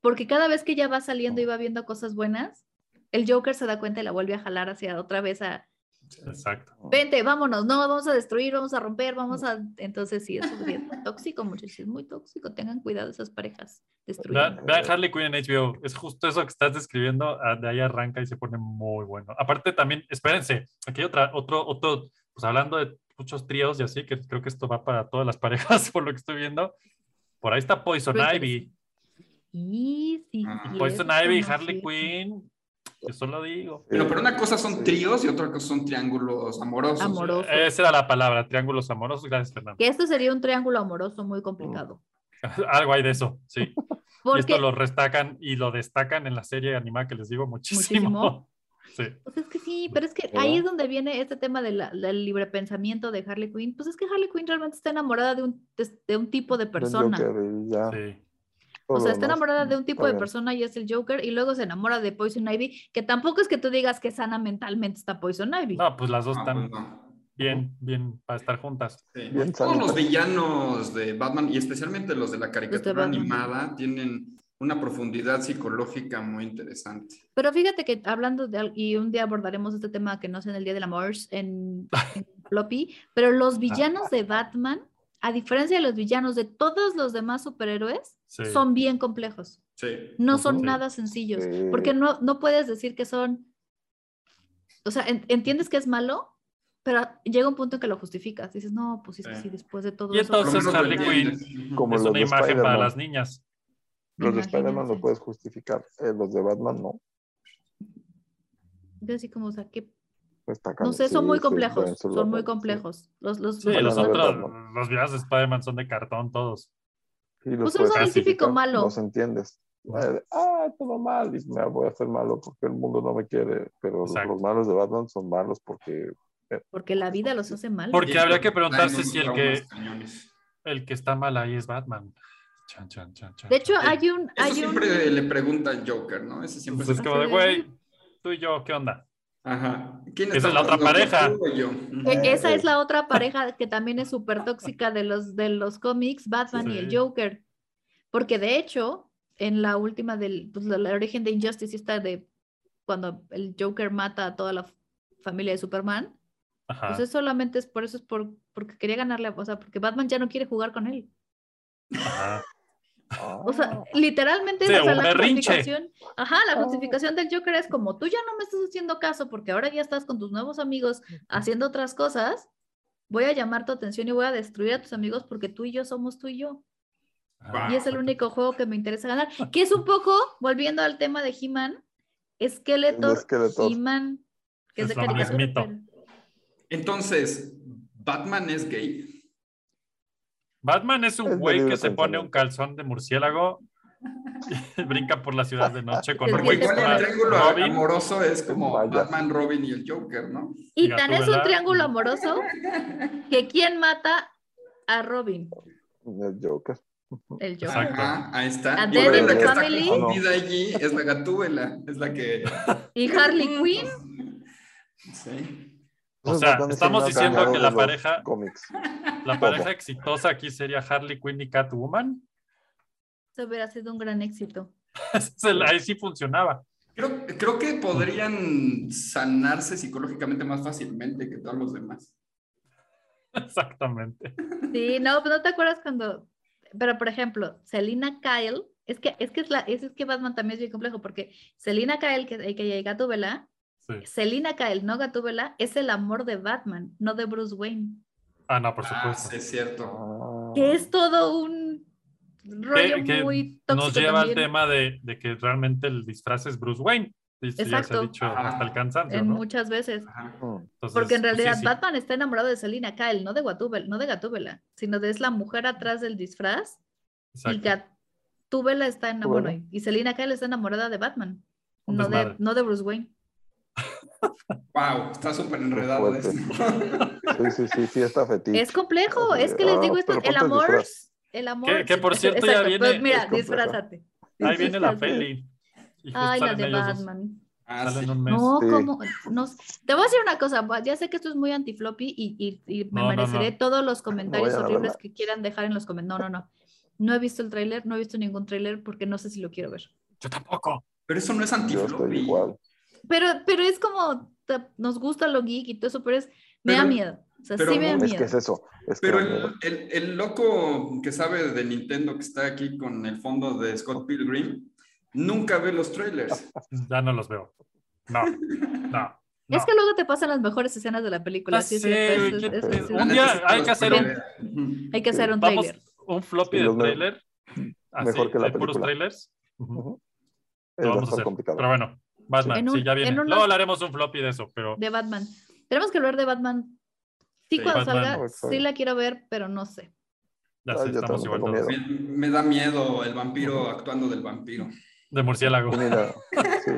S8: porque cada vez que ella va saliendo y va viendo cosas buenas, el Joker se da cuenta y la vuelve a jalar hacia otra vez a,
S6: Exacto.
S8: vente, vámonos, no, vamos a destruir, vamos a romper, vamos a... Entonces sí, es un bien tóxico, muchachos, es muy tóxico, tengan cuidado esas parejas
S6: Vean,
S8: destruyendo.
S6: vean Harley Quinn en HBO. Es justo eso que estás describiendo. ah, De ahí arranca y se pone muy bueno. Aparte también, espérense, aquí hay otra, otro, otro, pues hablando de muchos tríos y así, que creo que esto va para todas las parejas por lo que estoy viendo. Por ahí está Poison
S8: Muy
S6: Ivy.
S8: Y sí,
S9: Ah.
S8: Pues, sí,
S6: Poison
S8: eso
S6: Ivy,
S8: no es
S6: Harley
S8: cierto.
S6: Quinn. Yo solo digo.
S9: Bueno, pero una cosa son tríos y otra cosa son triángulos amorosos. Ah,
S8: Amoroso.
S6: Esa era la palabra, triángulos amorosos. Gracias, Fernando.
S8: Que esto sería un triángulo amoroso muy complicado.
S6: Algo hay de eso, sí. Y
S8: Porque
S6: esto lo restacan y lo destacan en la serie animada que les digo muchísimo.
S8: Muchísimo.
S6: Sí.
S8: Pues es que sí, pero es que ahí es donde viene este tema de la- del libre pensamiento de Harley Quinn. Pues es que Harley Quinn realmente está enamorada de un, de, de un tipo de persona.
S6: Sí.
S8: O sea, está enamorada de un tipo de persona y es el Joker, y luego se enamora de Poison Ivy, que tampoco es que tú digas que sana mentalmente está Poison Ivy.
S6: No, pues las dos
S9: No,
S6: están
S9: pues no.
S6: bien, bien para estar juntas.
S9: Sí.
S7: Bien
S9: Todos
S7: sanito.
S9: los villanos de Batman y especialmente los de la caricatura
S8: Batman.
S9: animada tienen una profundidad psicológica muy interesante.
S8: Pero fíjate que hablando de, al- y un día abordaremos este tema que no sé en el Día de la Amor en, en Floppy, pero los villanos de Batman, a diferencia de los villanos de todos los demás superhéroes,
S6: Sí.
S8: son bien complejos.
S9: Sí.
S8: No son
S6: Sí.
S8: nada sencillos, porque no, no puedes decir que son, o sea, en- entiendes que es malo, pero llega un punto en que lo justificas. Dices, no, pues es que
S9: Sí.
S8: sí, después de todo
S6: Y
S8: eso,
S9: Por lo
S6: entonces
S9: menos lo
S6: Harley Quinn
S9: entiendes.
S7: Como
S6: es
S7: los
S6: una
S7: de
S6: imagen para
S7: Spider-Man.
S6: las niñas.
S7: Los de Spider-Man
S8: Imagínense.
S7: lo puedes justificar, eh, los de Batman no.
S8: yo así como, o sea, que,
S7: Está
S8: no
S7: cabrón.
S8: sé, son
S7: Sí,
S8: muy
S7: sí,
S8: complejos,
S7: pueden ser
S8: son muy
S7: Batman, sí.
S8: complejos. Los, los,
S6: Sí,
S7: Bueno,
S6: los
S7: la
S6: otros,
S7: verdad, no.
S6: los villanos de Spider-Man son de cartón todos.
S7: Y los
S8: Pues
S7: puedes
S8: uno es el típico
S7: justificar,
S8: malo.
S7: Los entiendes. Eh, Ah, todo mal, y me voy a hacer malo porque el mundo no me quiere. Pero los,
S6: Exacto.
S7: los malos de Batman son malos porque
S8: Porque la vida los hace mal.
S6: Porque
S9: Sí,
S6: habría que
S9: traen
S6: preguntarse
S9: unos
S6: si el
S9: traumas
S6: que-
S9: cañones.
S6: El que está mal ahí es Batman. Chan, chan, chan, chan,
S8: De hecho,
S6: chan.
S8: hay un...
S9: Eso
S8: Hay un...
S9: siempre le pregunta al Joker, ¿no? Ese siempre
S6: Pues es
S9: se-
S6: como de, güey, tú y yo, ¿qué onda?
S9: Ajá. ¿Quién
S6: Esa
S9: está
S6: es la otra
S9: hablando,
S6: pareja.
S9: tú o yo?
S8: e-
S9: Ujú.
S8: Esa es la otra pareja que también es súper tóxica de los, de los cómics, Batman
S6: Sí.
S8: y el Joker. Porque de hecho, en la última del pues, la, la origen de Injustice, esta de cuando el Joker mata a toda la f- familia de Superman,
S6: Ajá.
S8: pues es solamente es por eso, es por, porque quería ganarle, o sea, porque Batman ya no quiere jugar con él.
S6: ajá.
S8: O sea,
S7: ah,
S8: literalmente
S6: Sí,
S8: esa es
S6: un
S8: la
S6: berrinche.
S8: justificación. Ajá, la justificación del Joker es como tú ya no me estás haciendo caso porque ahora ya estás con tus nuevos amigos haciendo otras cosas. Voy a llamar tu atención y voy a destruir a tus amigos porque tú y yo somos tú y yo.
S6: Ajá.
S8: Y es el único juego que me interesa ganar. Que es un poco, volviendo al tema de He-Man,
S7: el
S8: Skeletor,
S7: esqueleto.
S8: He-Man, que es de
S6: Es lo
S8: caricatura,
S6: mismito.
S8: pero-
S9: Entonces, ¿Batman es gay?
S6: Batman es un
S7: Es
S6: güey
S7: libre
S6: que se pone
S7: pensamiento.
S6: un calzón de murciélago y brinca por la ciudad de noche con
S8: Pero
S9: Porque
S8: Porque
S9: igual el
S8: está
S9: triángulo
S6: Robin.
S9: amoroso es como
S7: Vaya.
S9: Batman, Robin y el Joker, ¿no?
S8: Y tan es
S6: Gatúbela.
S8: un triángulo amoroso que quién mata a Robin,
S7: El Joker.
S8: el Joker.
S6: Exacto.
S9: Ajá, ahí
S8: A
S9: está. Y
S8: Dead
S9: ahora
S7: in
S9: la
S7: the
S9: que está
S8: Family.
S9: confundida allí es la gatúbela, es la que...
S8: Y Harley Quinn
S9: Sí.
S6: O
S7: Esos
S6: sea,
S7: Batman
S6: estamos
S7: son más
S6: diciendo que
S7: dañados
S6: la
S7: de los
S6: pareja-
S7: Cómics.
S6: La pareja exitosa aquí sería Harley Quinn y Catwoman.
S8: se hubiera sido un gran éxito.
S6: Ese es el- Ahí sí funcionaba.
S9: Creo, creo que podrían sanarse psicológicamente más fácilmente que todos los demás.
S6: Exactamente.
S8: Sí, no, pero no te acuerdas cuando, pero por ejemplo, Selina Kyle, es que es que es la, es, es que Batman también es bien complejo porque Selina Kyle que que Gatúbela,
S6: Sí.
S8: Selina Kyle no Gatúbela es el amor de Batman, no de Bruce Wayne,
S6: Ah, no, por
S9: Ah,
S6: supuesto.
S9: sí, es cierto.
S7: Ah,
S8: que es todo un rollo
S6: Que- que
S8: muy tóxico
S6: nos lleva al
S8: también,
S6: tema de, de que realmente el disfraz es Bruce Wayne. Y esto ya se ha
S8: Exacto.
S6: dicho
S9: Ajá.
S6: hasta el cansancio,
S8: en
S6: ¿no?
S8: muchas veces.
S9: Ajá.
S7: mm.
S6: Entonces,
S8: Porque en
S6: pues, sí,
S8: realidad
S6: sí.
S8: Batman está enamorado de Selina Kyle, no de Gatúbela, no de Gatúbela, sino de es la mujer atrás del disfraz Y
S6: Exacto.
S8: Gatúbela está enamorada.
S7: Bueno.
S8: y Selina Kyle está enamorada de Batman.
S6: Un
S8: No de,
S6: desmadre.
S8: no de Bruce Wayne.
S9: Wow, está súper enredado
S7: Fuerte.
S9: eso.
S7: Sí, sí, sí, sí, está fetiche.
S8: Es complejo.
S7: Así de,
S8: es que les
S7: ah,
S8: digo esto. El
S7: pero ponte el
S8: amor.
S7: disfraz.
S8: El amor.
S6: Que- que por
S8: es-
S6: cierto ya
S8: exacto,
S6: viene-
S8: pues mira,
S7: Es complejo.
S8: disfrázate.
S6: Ahí viene la
S8: Disfrázate.
S6: peli. Y justo
S8: Ay, la
S6: salen
S8: de
S6: ellos dos.
S8: Batman.
S9: Ah, sí.
S6: Salen un mes.
S8: No,
S7: Sí.
S8: como. No, sé. te voy a decir una cosa. va, Ya sé que esto es muy antifloppy y, y, y me
S6: No, no,
S8: mereceré
S6: no.
S8: todos los comentarios
S7: vayan a
S8: horribles
S7: verla.
S8: que quieran dejar en los comentarios. No, no, no. No he visto el tráiler, no he visto ningún tráiler porque no sé si lo quiero ver.
S6: Yo tampoco.
S9: Pero eso no es
S7: Yo estoy
S9: antifloppy.
S7: igual.
S8: Pero, pero es como te- nos gusta lo geek y todo eso, pero es, me da
S9: Pero-
S8: miedo. O sea,
S9: pero
S8: sí me da
S9: no,
S8: miedo.
S7: Es que es eso. Es que
S9: Pero
S7: la mierda.
S9: el, el- el loco que sabe de Nintendo que está aquí con el fondo de Scott Pilgrim nunca ve los trailers.
S6: Ya no los veo. No. No.
S8: Es
S6: no.
S8: que luego te pasan las mejores escenas de la película.
S6: Ya
S8: sí, es
S6: sé,
S8: cierto,
S6: Ah, ¿qué
S8: es- es-
S7: te-
S8: es-
S9: La
S6: Un
S9: neta
S6: día
S9: sí se
S6: hay
S9: los
S6: que hacer
S9: pelea. Ujú.
S8: hay que hacer un
S6: Vamos,
S8: trailer.
S6: un floppy
S7: Sí,
S6: de
S7: los veo.
S6: trailer. Así,
S7: Mejor que la
S6: de puros
S7: película.
S6: trailers. Ujú,
S7: Ujú.
S6: lo
S7: Va a
S6: vamos a
S7: estar
S6: hacer.
S7: complicado.
S6: Pero bueno, Batman,
S8: En un-
S6: sí, ya viene.
S8: en un-
S6: Luego le haremos un floppy de eso, pero
S8: de Batman. Tenemos que hablar de Batman. Sí,
S6: Sí,
S8: cuando
S6: Batman.
S8: salga,
S7: Exacto.
S8: sí la quiero ver, pero no sé.
S6: ya
S7: Ah,
S6: sé,
S7: yo
S6: estamos igual
S7: también tengo
S6: todos.
S7: miedo.
S9: Me, me da miedo el vampiro actuando del vampiro.
S6: De murciélago.
S7: Y mira, sí.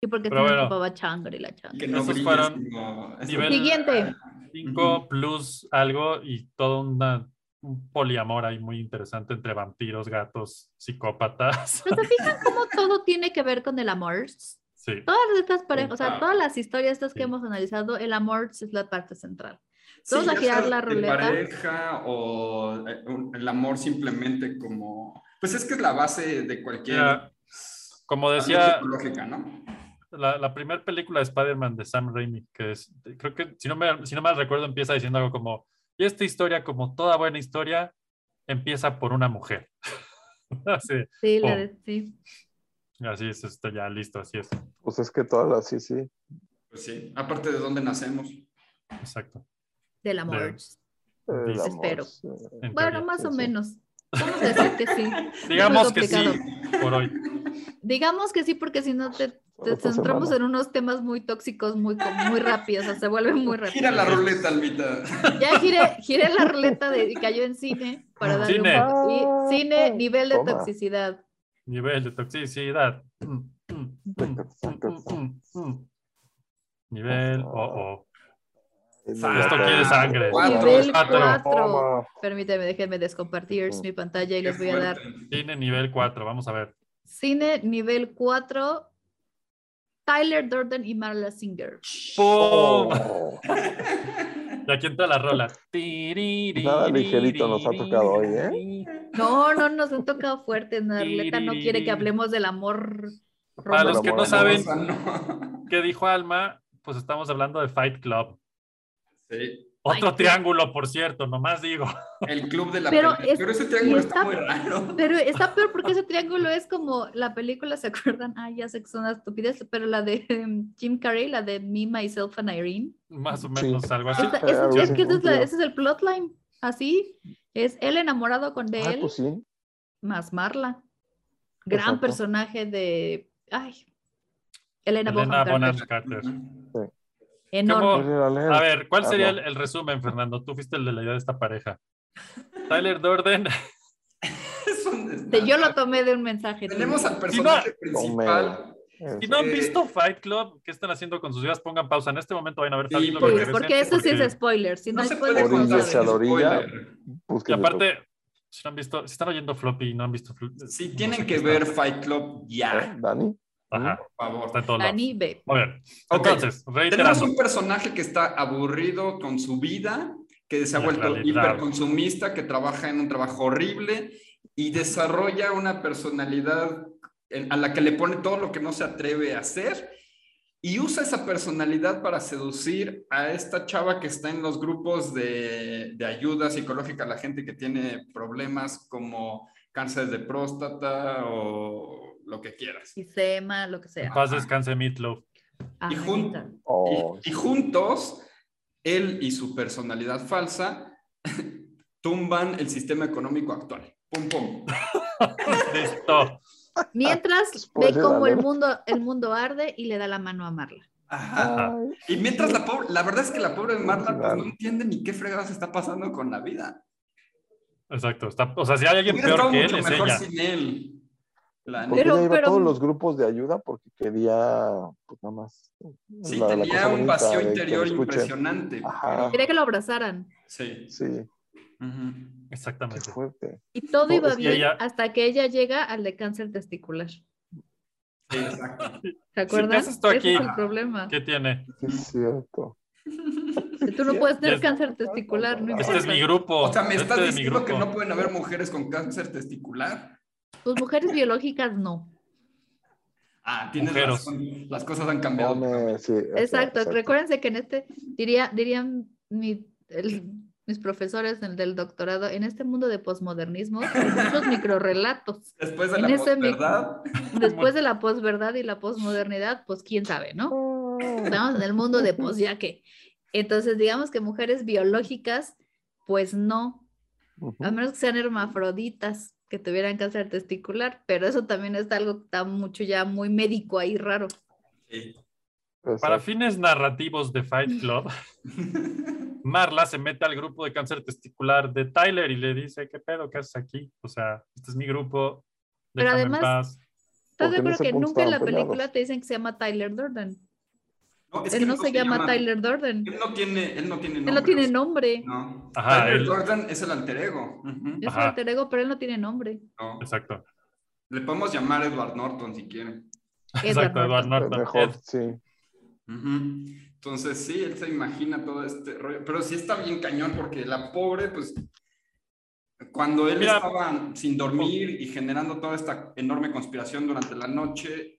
S8: Y porque
S6: Pero
S8: tiene
S6: bueno.
S8: que papá Changri la Changri.
S9: Que no
S6: Esos
S9: brille,
S6: fueron
S9: sino-
S6: nivel-
S8: Siguiente.
S6: 5 plus algo y todo una- un poliamor ahí muy interesante entre vampiros, gatos, psicópatas.
S8: ¿No Pues, se fijan cómo todo tiene que ver con el amor?
S6: Sí,
S8: Todas estas parejas, o sea,
S9: Total.
S8: todas las historias estas que
S6: Sí.
S8: hemos analizado, el amor es la parte central.
S9: Sí,
S8: Vamos a
S9: ya
S8: girar
S9: sea
S8: la
S9: de
S8: ruleta.
S9: pareja o eh, un- el amor simplemente como... Pues es que es la base de cualquier...
S6: Mira, como
S9: también
S6: decía
S9: psicológica, ¿no?
S6: la, la primera película de Spider-Man de Sam Raimi, que es, creo que, si no, me, si no mal recuerdo, empieza diciendo algo como, y esta historia, como toda buena historia, empieza por una mujer. así,
S8: Sí, la
S6: Oh.
S8: de- sí.
S6: así es, está ya listo, así es,
S7: Pues es que todas las, sí, sí.
S9: Pues sí, aparte de dónde nacemos.
S6: exacto.
S8: del amor.
S7: El
S6: Dice-
S7: amor,
S8: Espero.
S7: sí.
S6: en
S8: Bueno,
S6: teoría.
S8: más
S7: sí,
S8: o
S7: sí.
S8: menos. Vamos a decir que sí.
S6: digamos
S8: muy
S6: que sí, por hoy.
S8: Digamos que sí, porque si no te, te
S7: Otra
S8: centramos
S7: semana.
S8: en unos temas muy tóxicos, muy, co- muy rápidos, o sea, se vuelve muy rápido.
S9: Gira la ruleta, Almita.
S8: Ya giré, giré la ruleta de y cayó en cine para darle
S6: Cine.
S8: un poco. Sí, cine, nivel de
S7: Ah, Toma.
S8: toxicidad.
S6: Nivel de toxicidad. Mm, mm, mm, mm, mm, mm. Nivel oh, oh. Ah, Esto quiere sangre.
S9: Cuatro,
S8: nivel
S6: cuatro.
S8: 4.
S7: Toma.
S8: Permíteme, déjenme descompartir
S7: Ujú.
S8: mi pantalla y
S9: Qué
S8: les voy a dar.
S9: fuerte.
S6: Tiene nivel 4, vamos a ver.
S8: Cine, nivel 4. Tyler Durden y Marla Singer.
S6: ¡Pum!
S7: Oh,
S6: Y aquí entra la rola.
S7: Nada ligerito nos ha tocado hoy,
S6: ¿eh?
S8: No, no nos han tocado fuerte. Narleta no quiere que hablemos del amor.
S6: Para los que no
S7: Romántico.
S6: saben
S9: Rosa, no.
S6: qué dijo Alma, pues estamos hablando de Fight Club.
S9: Sí.
S6: Otro triángulo, por cierto, nomás digo.
S9: El club de la
S8: Pero
S9: pelea.
S8: es-
S9: Pero ese triángulo
S8: y
S9: está
S8: está-
S9: muy raro.
S8: Pero está peor porque ese triángulo es como la película, ¿se acuerdan? Ah, ya sé que son estupidez, pero la de em, Jim Carrey, la de Me, Myself and Irene.
S6: Más o menos algo así.
S8: Esa-
S7: Ah,
S8: esa-
S7: algo
S8: es
S7: así,
S8: que ese es, la-
S7: entiendo.
S8: ese es el plotline. Así es él enamorado con de
S7: Ah,
S8: él
S7: pues sí.
S8: más Marla. Gran
S7: Exacto.
S8: personaje de. Ay.
S6: Elena
S8: Elena, Bonham Carter.
S6: Bonham Carter. ¿Cómo?
S8: Enorme.
S7: Voy a ir a leer.
S6: A ver, ¿cuál sería el,
S7: Habla.
S6: el resumen, Fernando? Tú fuiste el de la idea de esta pareja. Tyler Durden,
S9: Es un desmadre.
S8: Te- Yo lo tomé de un mensaje.
S9: Tenemos
S8: tuyo.
S9: al personaje
S7: Homero.
S9: principal.
S7: Eso.
S6: si no han
S9: Eh,
S6: visto Fight Club, ¿qué están haciendo con sus vidas? Pongan pausa. En este momento vayan a ver
S9: Sí,
S6: Fight Club. y
S8: Sí,
S9: porque-
S6: regresen,
S8: porque eso sí
S6: porque-
S8: es spoiler. Si no,
S9: No
S8: hay
S9: se
S8: spoiler,
S9: puede
S8: no
S9: contar
S7: Oríguense a
S9: sin
S7: la orilla.
S9: spoiler.
S6: Y
S7: Busquen
S6: aparte, si no han visto, si están oyendo floppy y no han visto floppy.
S9: Si tienen que ver Fight Club,
S7: YouTube.
S9: ya,
S7: ¿Eh, Dani.
S6: Ajá,
S9: por favor.
S6: está en todos lados.
S8: Dani ve.
S6: A ver,
S9: Ok.
S6: entonces,
S9: Tenemos
S6: reiterando.
S9: un personaje que está aburrido con su vida, que se ha
S6: La
S9: vuelto
S6: realidad.
S9: hiperconsumista, que trabaja en un trabajo horrible y desarrolla una personalidad en- a la que le pone todo lo que no se atreve a hacer y usa esa personalidad para seducir a esta chava que está en los grupos de, de ayuda psicológica a la gente que tiene problemas como cáncer de próstata o lo que quieras.
S8: Y Sema, lo que sea.
S6: Paz descanse Meatloaf.
S8: Ah,
S9: Y jun-
S8: neta.
S7: Oh,
S9: Y, y juntos, él y su personalidad falsa tumban el sistema económico actual. Pum, pum.
S6: Listo.
S8: Mientras ve
S7: Spoiler
S8: cómo el
S7: alert.
S8: mundo, el mundo arde y le da la mano a Marla.
S9: Ajá.
S6: ah,
S7: ay,
S9: Y mientras la pobre, la verdad es que la pobre Marla pues, no entiende ni qué fregados está pasando con la vida.
S6: Exacto. está- o sea, si hay alguien
S9: Hubiera estado
S6: peor que él,
S9: mucho
S6: es
S9: mejor
S6: ella.
S9: sin él. La
S7: Porque
S8: Pero-
S7: ella iba
S8: pero-
S7: a todos los grupos de ayuda porque quería, pues nada más.
S9: sí,
S7: la- la
S9: tenía
S7: cosa
S9: un
S7: bonita
S9: vacío
S7: de que lo
S9: interior
S7: escuchen. Ah.
S9: impresionante.
S7: Ajá.
S8: Quería que lo abrazaran.
S9: Sí.
S7: Sí,
S9: Ujú.
S7: qué
S6: Exactamente.
S7: fuerte.
S8: Y todo
S7: No,
S8: iba
S7: es que
S8: bien
S6: ella-
S8: hasta que ella llega al de cáncer testicular.
S9: Sí, exacto.
S8: ¿Se acuerdan?
S6: haces esto
S8: Ese
S6: aquí,
S8: es el problema.
S6: ¿Qué tiene?
S7: Sí, es cierto.
S8: Que tú no puedes tener
S6: Ya-
S8: cáncer testicular. No
S6: Este es mi
S8: importa.
S6: grupo.
S9: O sea, Pues me estás
S6: este es mi
S9: diciendo que
S6: grupo.
S9: no pueden haber mujeres con cáncer testicular.
S8: Tus mujeres biológicas no.
S9: Ah, tienes
S6: Mujeros.
S9: razón. Las cosas han cambiado.
S7: Pone- sí, o sea,
S8: Exacto, recuérdense que en este, diría, dirían mi- el- mis profesores del, del doctorado, en este mundo de posmodernismo, los microrrelatos.
S9: Después de
S8: En
S9: la
S8: ese mi-
S9: verdad.
S8: Después de la posverdad y la posmodernidad, pues quién sabe, ¿no?
S7: Ah,
S8: Estamos en el mundo de pos, ya que. Entonces, digamos que mujeres biológicas, pues no,
S7: ujú.
S8: a menos que sean hermafroditas, que tuvieran cáncer testicular, pero eso también está algo que está mucho ya muy médico ahí raro.
S9: Sí.
S6: Para fines narrativos de Fight Club, Marla se mete al grupo de cáncer testicular de Tyler y le dice, ¿qué pedo? ¿Qué haces aquí? O sea, este es mi grupo.
S8: Pero
S6: déjame
S8: además-
S6: en paz.
S8: ¿Estás
S7: Porque
S8: de
S7: en
S8: acuerdo
S7: ese
S8: que
S7: punto
S8: nunca en la
S7: estaban peleados.
S8: película te dicen que se llama Tyler Durden?
S9: No, es que
S8: Él no se llama Tyler Durden.
S9: Él no tiene, él no tiene nombre.
S8: Él no tiene nombre.
S9: No.
S6: Ajá,
S9: Tyler
S6: él-
S9: Jordan es el alter ego. Ujú,
S8: Es un
S6: Ajá.
S8: alter ego, pero él no tiene nombre.
S9: no.
S6: Exacto.
S9: Le podemos llamar Edward Norton si quiere.
S8: Edward
S6: Exacto, Edward
S8: Norton.
S6: Norton.
S7: Mejor,
S6: Ed-
S7: sí.
S9: Ujú. Entonces, sí, él se imagina todo este rollo. Pero sí está bien cañón porque la pobre, pues, cuando él
S6: Mira.
S9: estaba sin dormir y generando toda esta enorme conspiración durante la noche,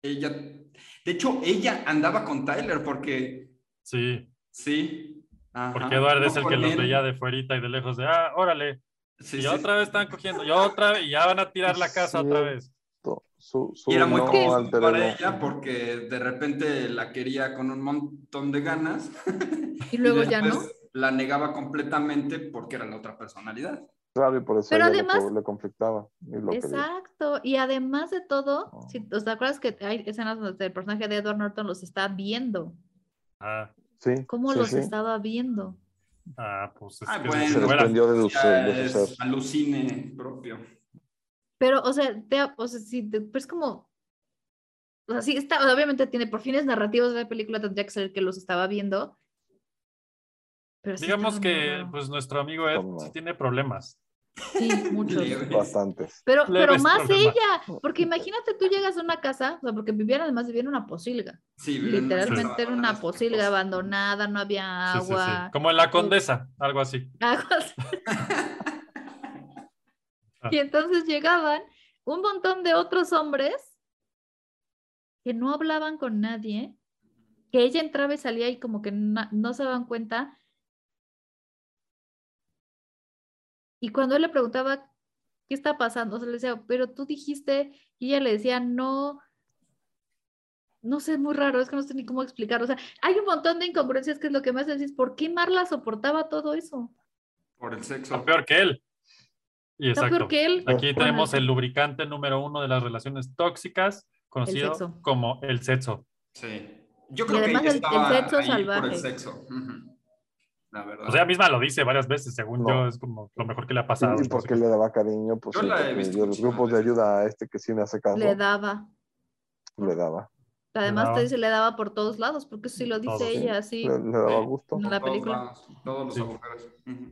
S9: ella, de hecho, ella andaba con Tyler porque,
S6: Sí,
S9: sí. ajá,
S6: porque Edward
S9: no
S6: es el
S9: con
S6: que los
S9: él.
S6: veía de fuerita y de lejos de, ah, órale.
S9: Sí,
S6: y
S9: sí,
S6: otra vez están cogiendo, y otra vez, y ya van a tirar la casa otra vez.
S7: To- Su, su
S9: Y era muy
S7: no
S9: triste
S7: alter
S9: para
S7: ego.
S9: ella porque de repente la quería con un montón de ganas.
S8: Y luego
S9: y
S8: ya no.
S9: después La negaba completamente porque era la otra personalidad.
S7: Claro, y por eso
S8: Pero
S7: a ella
S8: además-
S7: le, le conflictaba. y lo quería.
S8: Exacto. Y además de todo,
S7: Ah.
S8: si te acuerdas que hay escenas donde el personaje de Edward Norton los está viendo.
S6: Ah,
S7: Sí,
S8: ¿Cómo
S7: sí,
S8: los
S7: sí.
S8: estaba viendo?
S6: ah, pues es
S9: Ah,
S6: que
S9: bueno.
S6: si
S7: Se
S6: se fuera.
S7: desprendió de su,
S9: Ya
S7: de su
S9: es
S7: ser.
S9: alucine propio.
S8: Pero, o sea, te, o sea, sí, te- pero es como. O sea, sí, está, o sea, obviamente tiene por fines narrativos de la película, tendría que ser el que los estaba viendo. Pero sí
S6: Digamos
S8: estaba muy
S6: que
S8: raro.
S6: pues nuestro amigo Ed
S7: Toma.
S6: sí tiene problemas.
S8: Sí, muchos.
S9: Leve.
S7: Bastantes.
S8: Pero,
S6: Leves
S8: pero más
S6: problemas.
S8: ella, porque imagínate tú llegas a una casa, o sea, porque vivían además vivían en una posilga.
S7: Mm,
S9: Sí, viven en una casa
S8: Literalmente era
S9: abandonada,
S8: una posilga
S9: espantosa.
S8: abandonada, no había
S6: Sí, sí, sí.
S8: agua.
S6: Como en la condesa, algo así.
S8: agua así.
S6: Ah.
S8: y entonces llegaban un montón de otros hombres que no hablaban con nadie, que ella entraba y salía y como que na- no se daban cuenta. Y cuando él le preguntaba, ¿qué está pasando? O sea, le decía, pero tú dijiste, y ella le decía, no, no sé, es muy raro, es que no sé ni cómo explicarlo. O sea, hay un montón de incongruencias que es lo que más decís, ¿por qué Marla soportaba todo eso?
S9: Por el
S6: Está
S9: sexo.
S6: peor que él. Y
S8: Está
S6: exacto.
S8: peor que él.
S6: Aquí
S8: Bueno,
S6: tenemos
S8: sí.
S6: el lubricante número uno de las relaciones tóxicas, conocido
S8: sexo.
S6: como el sexo.
S9: Sí. Yo
S8: Y
S9: creo que
S8: además
S9: ella
S8: el- el
S9: estaba
S8: sexo
S9: ahí por
S8: salvaje.
S9: el sexo. Ujú. La verdad.
S6: O sea, ella misma lo dice varias veces, según
S7: Ah. No.
S6: yo, es como lo mejor que le ha
S7: Sí,
S6: pasado.
S7: y porque le daba cariño, pues
S9: Yo
S7: sí,
S9: la he
S7: porque
S9: visto
S7: yo los
S9: muchísimas
S7: grupos de
S9: veces.
S7: ayuda a este que sí me hace caso,
S8: Le daba.
S7: le daba.
S8: Además
S6: daba.
S8: te dice le daba por todos lados, porque eso sí lo dice
S6: Todos.
S8: ella, así.
S7: Le, le daba
S9: Sí.
S7: gusto.
S8: No. en la
S9: Todos
S8: película.
S9: lados, todos los
S6: Sí.
S9: agujeros. Ujú.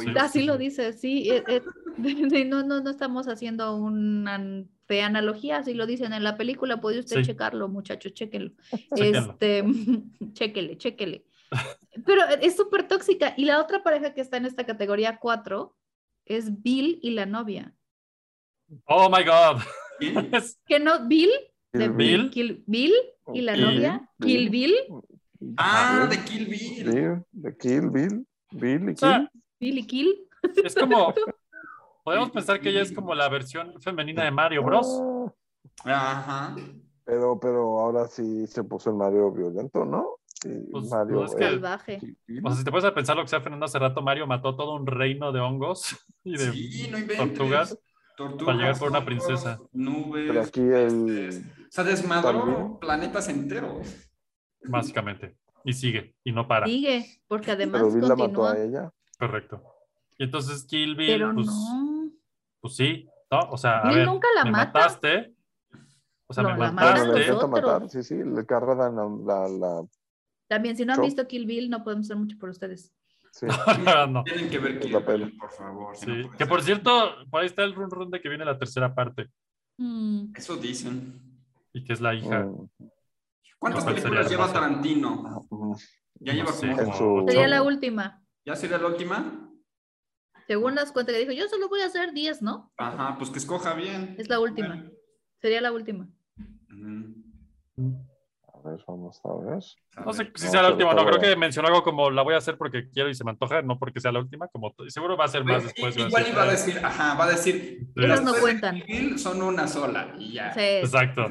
S6: Sí.
S9: Oídos.
S8: Así lo dice, sí. eh, eh, de- no, no, no estamos haciendo una an- de analogía, así lo dicen en la película, puede usted
S6: Sí.
S8: checarlo, muchachos, chéquenlo.
S6: Chéquenlo.
S8: Este, chéquele, chéquele. Pero es súper tóxica. Y la otra pareja que está en esta categoría 4 es Bill y la novia.
S6: Oh my God.
S9: ¿Quién?
S6: Es-
S8: Que no, Bill, de
S7: Kill
S6: Bill.
S8: Kill Bill y la
S7: Kill
S8: novia,
S7: Bill.
S8: Kill Bill,
S7: Bill.
S9: Ah, de Kill Bill.
S7: Bill, de Kill, Bill, Bill y
S6: o sea,
S7: Kill.
S8: Bill y Kill.
S6: es como. Podemos pensar que ella es como la versión femenina de Mario Bros.
S7: Ah,
S9: Ajá.
S7: Pero, pero ahora sí se puso el Mario violento, ¿no? Y
S6: Pues,
S7: Mario
S6: pues, es que-
S7: eh,
S8: Salvaje.
S7: Kill Bill.
S6: O sea, si te puedes a pensar lo que sea Fernando hace rato, Mario mató todo un reino de hongos y de
S9: Sí, no inventes.
S6: tortugas.
S9: Tortugas,
S6: para llegar por una
S9: hongos,
S6: princesa.
S9: Nubes.
S7: Pero aquí el.
S9: pestes. O sea, desmadró
S7: También.
S9: planetas enteros.
S6: básicamente. Y sigue, y no para.
S8: Sigue, porque además
S7: Pero Bill la mató
S8: continúa.
S7: a ella.
S6: Correcto. Y entonces Kill Bill,
S8: Pero
S6: pues,
S8: no.
S6: pues sí, ¿no? O sea, a
S8: Bill
S6: ver,
S8: nunca la
S6: me
S8: mata.
S6: mataste. O sea,
S8: No,
S6: me
S8: la
S7: Bueno,
S8: matan
S7: la
S8: los
S6: mataste.
S7: intenta
S8: otros.
S7: matar, sí, sí. Le cargan la. la, la
S8: También, si no han
S7: Chop.
S8: visto Kill Bill, no podemos hacer mucho por ustedes.
S7: sí.
S6: no.
S9: Tienen que ver
S7: Es
S9: Kill
S7: la peli.
S9: Bill, por favor. si
S6: Sí,
S9: no puede
S6: Que por
S9: ser.
S6: cierto, por ahí está el run run de que viene la tercera parte
S8: Mm,
S9: Eso dicen.
S6: y que es la hija.
S7: Mm,
S9: ¿Cuántas
S6: No, pero
S9: películas
S6: sería
S9: lleva
S6: hermoso.
S9: Tarantino?
S7: mm,
S9: Ya
S6: No
S9: lleva
S6: sé,
S9: como-
S7: en su-
S8: Sería la última.
S9: ¿Ya sería la última?
S8: Según las cuentas que dijo, yo solo voy a hacer 10, ¿no?
S9: Ajá, pues que escoja bien.
S8: Es la última. Sería la última.
S9: Ujú.
S7: A ver, vamos a ver.
S9: A
S6: Mm. No
S9: ver.
S6: sé si
S7: No,
S6: sea la
S7: pero
S6: última, no
S7: está
S6: creo que
S7: buena.
S6: mencionó algo como la voy a hacer porque quiero y se me antoja, no porque sea la última, como t- seguro va a ser más después. va a
S9: Igual
S6: ser-
S9: iba a decir, ajá, va a decir,
S6: Esas
S9: las
S8: no
S9: tres de
S8: cuentan.
S9: Kill Bill son una sola y ya.
S8: O sea, eso
S6: Exacto,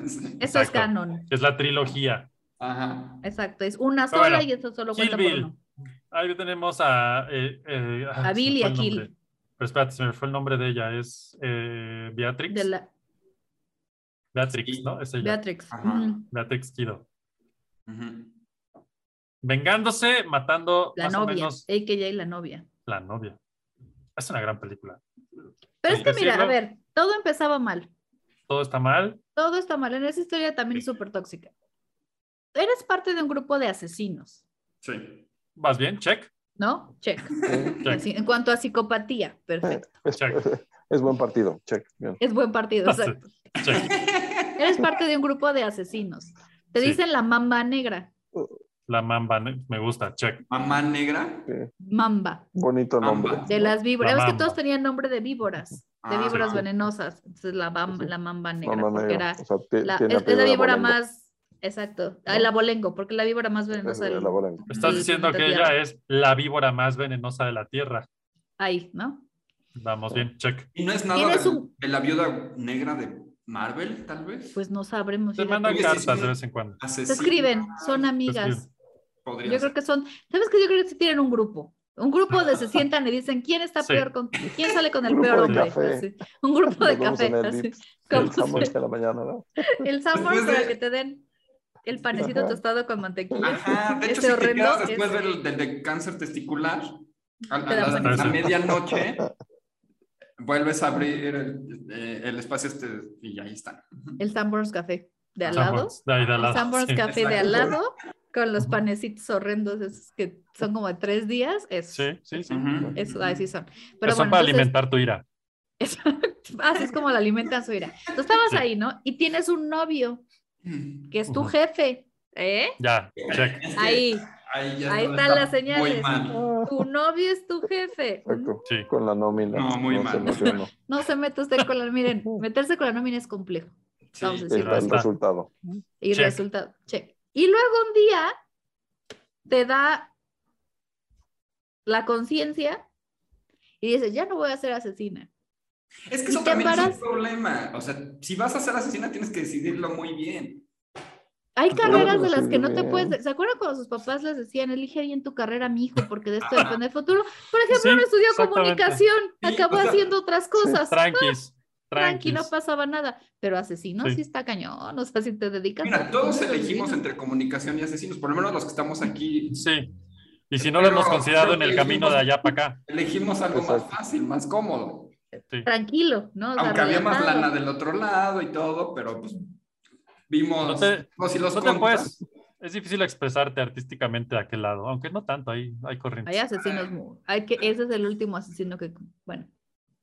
S8: es
S6: exacto.
S8: canon.
S6: es la trilogía.
S9: Ajá.
S8: Exacto, es una
S6: Pero
S8: sola
S6: bueno,
S8: y eso solo
S6: Kill
S8: cuenta por
S6: Bill.
S8: uno.
S6: Ahí tenemos a... eh, eh, ah,
S8: A
S6: se me
S8: Bill y
S6: fue
S8: a
S6: el nombre.
S8: Kill.
S6: Pero espérate, se me fue el nombre de ella. Es eh, Beatrix.
S8: De la
S6: Beatrix,
S9: Sí.
S6: ¿no? Es ella.
S8: Beatrix.
S9: Ajá.
S8: Ujú.
S6: Beatrix Kido.
S9: Ujú.
S6: Vengándose, matando
S8: La
S6: más o
S8: novia.
S6: menos
S8: AKA la novia.
S6: la novia. Es una gran película.
S8: Pero
S6: Hay
S8: es
S6: que
S8: que mira, a
S6: decirlo.
S8: ver, todo empezaba mal.
S6: Todo está mal.
S8: Todo está mal. En esa historia también es súper tóxica. Eres parte de un grupo de asesinos,
S9: Sí.
S6: Vas bien, check.
S8: ¿no? Check.
S6: Check.
S8: Así- en cuanto a psicopatía, perfecto.
S7: Es,
S6: Check.
S7: es buen partido, check. bien.
S8: Es buen partido,
S6: Sí.
S8: exacto.
S6: Check.
S8: Eres parte de un grupo de asesinos. Te
S6: Sí.
S8: dicen la mamba negra.
S6: La mamba, ne- me gusta, check.
S9: Mamá negra.
S8: Mamba.
S7: Bonito nombre.
S9: Ambas.
S8: De las víboras.
S6: La
S8: Es que
S6: mamba.
S8: todos tenían nombre de víboras. De
S9: Ah,
S8: víboras
S9: sí.
S8: venenosas. Entonces la, bam-
S7: Sí.
S8: la mamba negra.
S7: Mamá
S8: porque
S7: negra.
S8: era
S7: O sea, ti-
S8: la,
S7: tiene
S8: es, es la
S7: apellido
S8: víbora
S7: abolengo.
S8: más. Exacto. Ah, El abolengo, porque es la víbora más
S7: Es
S8: venenosa del-
S7: el abolengo.
S6: Estás
S8: Sí,
S6: diciendo que
S8: planeta
S6: ella
S8: Tierra.
S6: es la víbora más venenosa de la Tierra.
S8: ahí, ¿no?
S6: Vamos bien, check.
S9: Y no es nada
S8: Tienes
S9: de,
S8: un-
S9: de la viuda negra de Marvel, tal vez.
S8: Pues no sabremos.
S6: Se
S8: fíjate.
S6: mandan
S9: Oye, sí,
S6: cartas
S9: sí.
S6: de vez en cuando.
S8: Se escriben, son amigas.
S9: Podría
S8: Yo creo que son, ¿sabes qué? Yo creo que sí tienen un grupo. Un grupo de se sientan y dicen, ¿quién está
S6: Sí.
S8: peor con quién sale con el
S7: Un grupo
S8: peor
S7: de
S8: hombre?
S7: café.
S8: Así, Un grupo de
S7: Nos vemos
S8: café.
S7: en el
S8: así.
S7: Vips.
S8: Como
S7: El sándwich
S8: se-
S7: de la mañana, ¿no?
S8: el Samur
S9: Después de-
S8: para que te den el panecito
S7: Ajá.
S8: tostado con mantequilla.
S9: Ajá, de hecho,
S8: Ese
S9: si te quedas
S8: horrendo es-
S9: después del, del de cáncer testicular, a, a
S8: Te da
S9: la,
S8: un
S6: ataque.
S9: a medianoche, vuelves a abrir el, eh, el espacio este y ahí están.
S8: El Sanborns Café de al lado. Ah,
S6: Sanborns, de ahí de al
S8: El
S6: lado.
S8: Sanborns
S6: sí.
S8: Café de al
S9: exacto.
S8: lado con los panecitos horrendos esos que son como de tres días. Eso,
S6: Sí, sí, sí.
S9: Ujú.
S8: eso ahí sí son. Pero
S6: son
S8: bueno,
S6: para
S8: entonces-
S6: alimentar tu ira.
S8: Así es como la alimenta su ira. Tú estabas
S6: Sí.
S8: ahí, ¿no? Y tienes un novio
S9: Mm.
S8: que es tu
S6: Ujú.
S8: jefe, ¿eh?
S6: Ya, check.
S9: Es que
S8: Ahí,
S9: ahí ya
S8: ahí
S9: todo
S8: están
S9: está
S8: las señales.
S9: Muy mal.
S8: tu novio es tu jefe.
S7: Ah, Exacto.
S6: Sí.
S7: Con la nómina.
S9: No, muy
S7: se
S9: mal.
S7: emocionó.
S8: No se meta usted con la, miren, meterse con la nómina es complejo.
S9: Sí.
S8: Vamos a decir.
S7: Está el
S6: está.
S7: resultado.
S8: Y
S6: Check.
S8: resultado, check. Y luego un día te da la conciencia y dices, ya no voy a ser asesina.
S9: Es que
S8: ¿Y
S9: eso
S8: te
S9: también es
S8: paras?
S9: un problema. O sea, si vas a ser asesina, tienes que decidirlo muy bien.
S8: Hay
S7: Ah, Claro,
S8: carreras de
S7: pero
S8: las
S7: sí,
S8: que no te
S7: bien.
S8: puedes. ¿Se acuerdan cuando sus papás les decían, elige bien tu carrera, mi hijo, porque de esto depende el futuro? Por ejemplo,
S6: Sí,
S8: no estudió
S6: exactamente.
S8: comunicación,
S9: Sí,
S8: acabó
S9: o sea,
S8: haciendo otras cosas.
S6: Tranquis.
S8: Tranqui, no
S6: Tranquis.
S8: pasaba nada. Pero asesino
S6: Sí.
S8: sí, está cañón. O sea, si te dedicas.
S9: Mira,
S8: a-
S9: todos
S8: asesino.
S9: elegimos entre comunicación y asesinos, por lo menos los que estamos aquí.
S6: Sí. Y si no lo hemos
S9: Pero-
S6: considerado en
S9: pero
S6: el camino de allá para acá.
S9: Elegimos algo más
S7: Exacto.
S9: fácil, más cómodo.
S6: Sí.
S8: Tranquilo, ¿no? O sea,
S9: Aunque había más
S8: relajado.
S9: lana del otro lado y todo, pero pues vimos.
S6: No te-
S9: vimos si los
S6: No te
S9: contas.
S6: puedes- es difícil expresarte artísticamente de aquel lado, aunque no tanto, hay, hay
S8: Hay
S6: corrientes.
S8: asesinos. mu- Hay que, ese es el último asesino que. Bueno,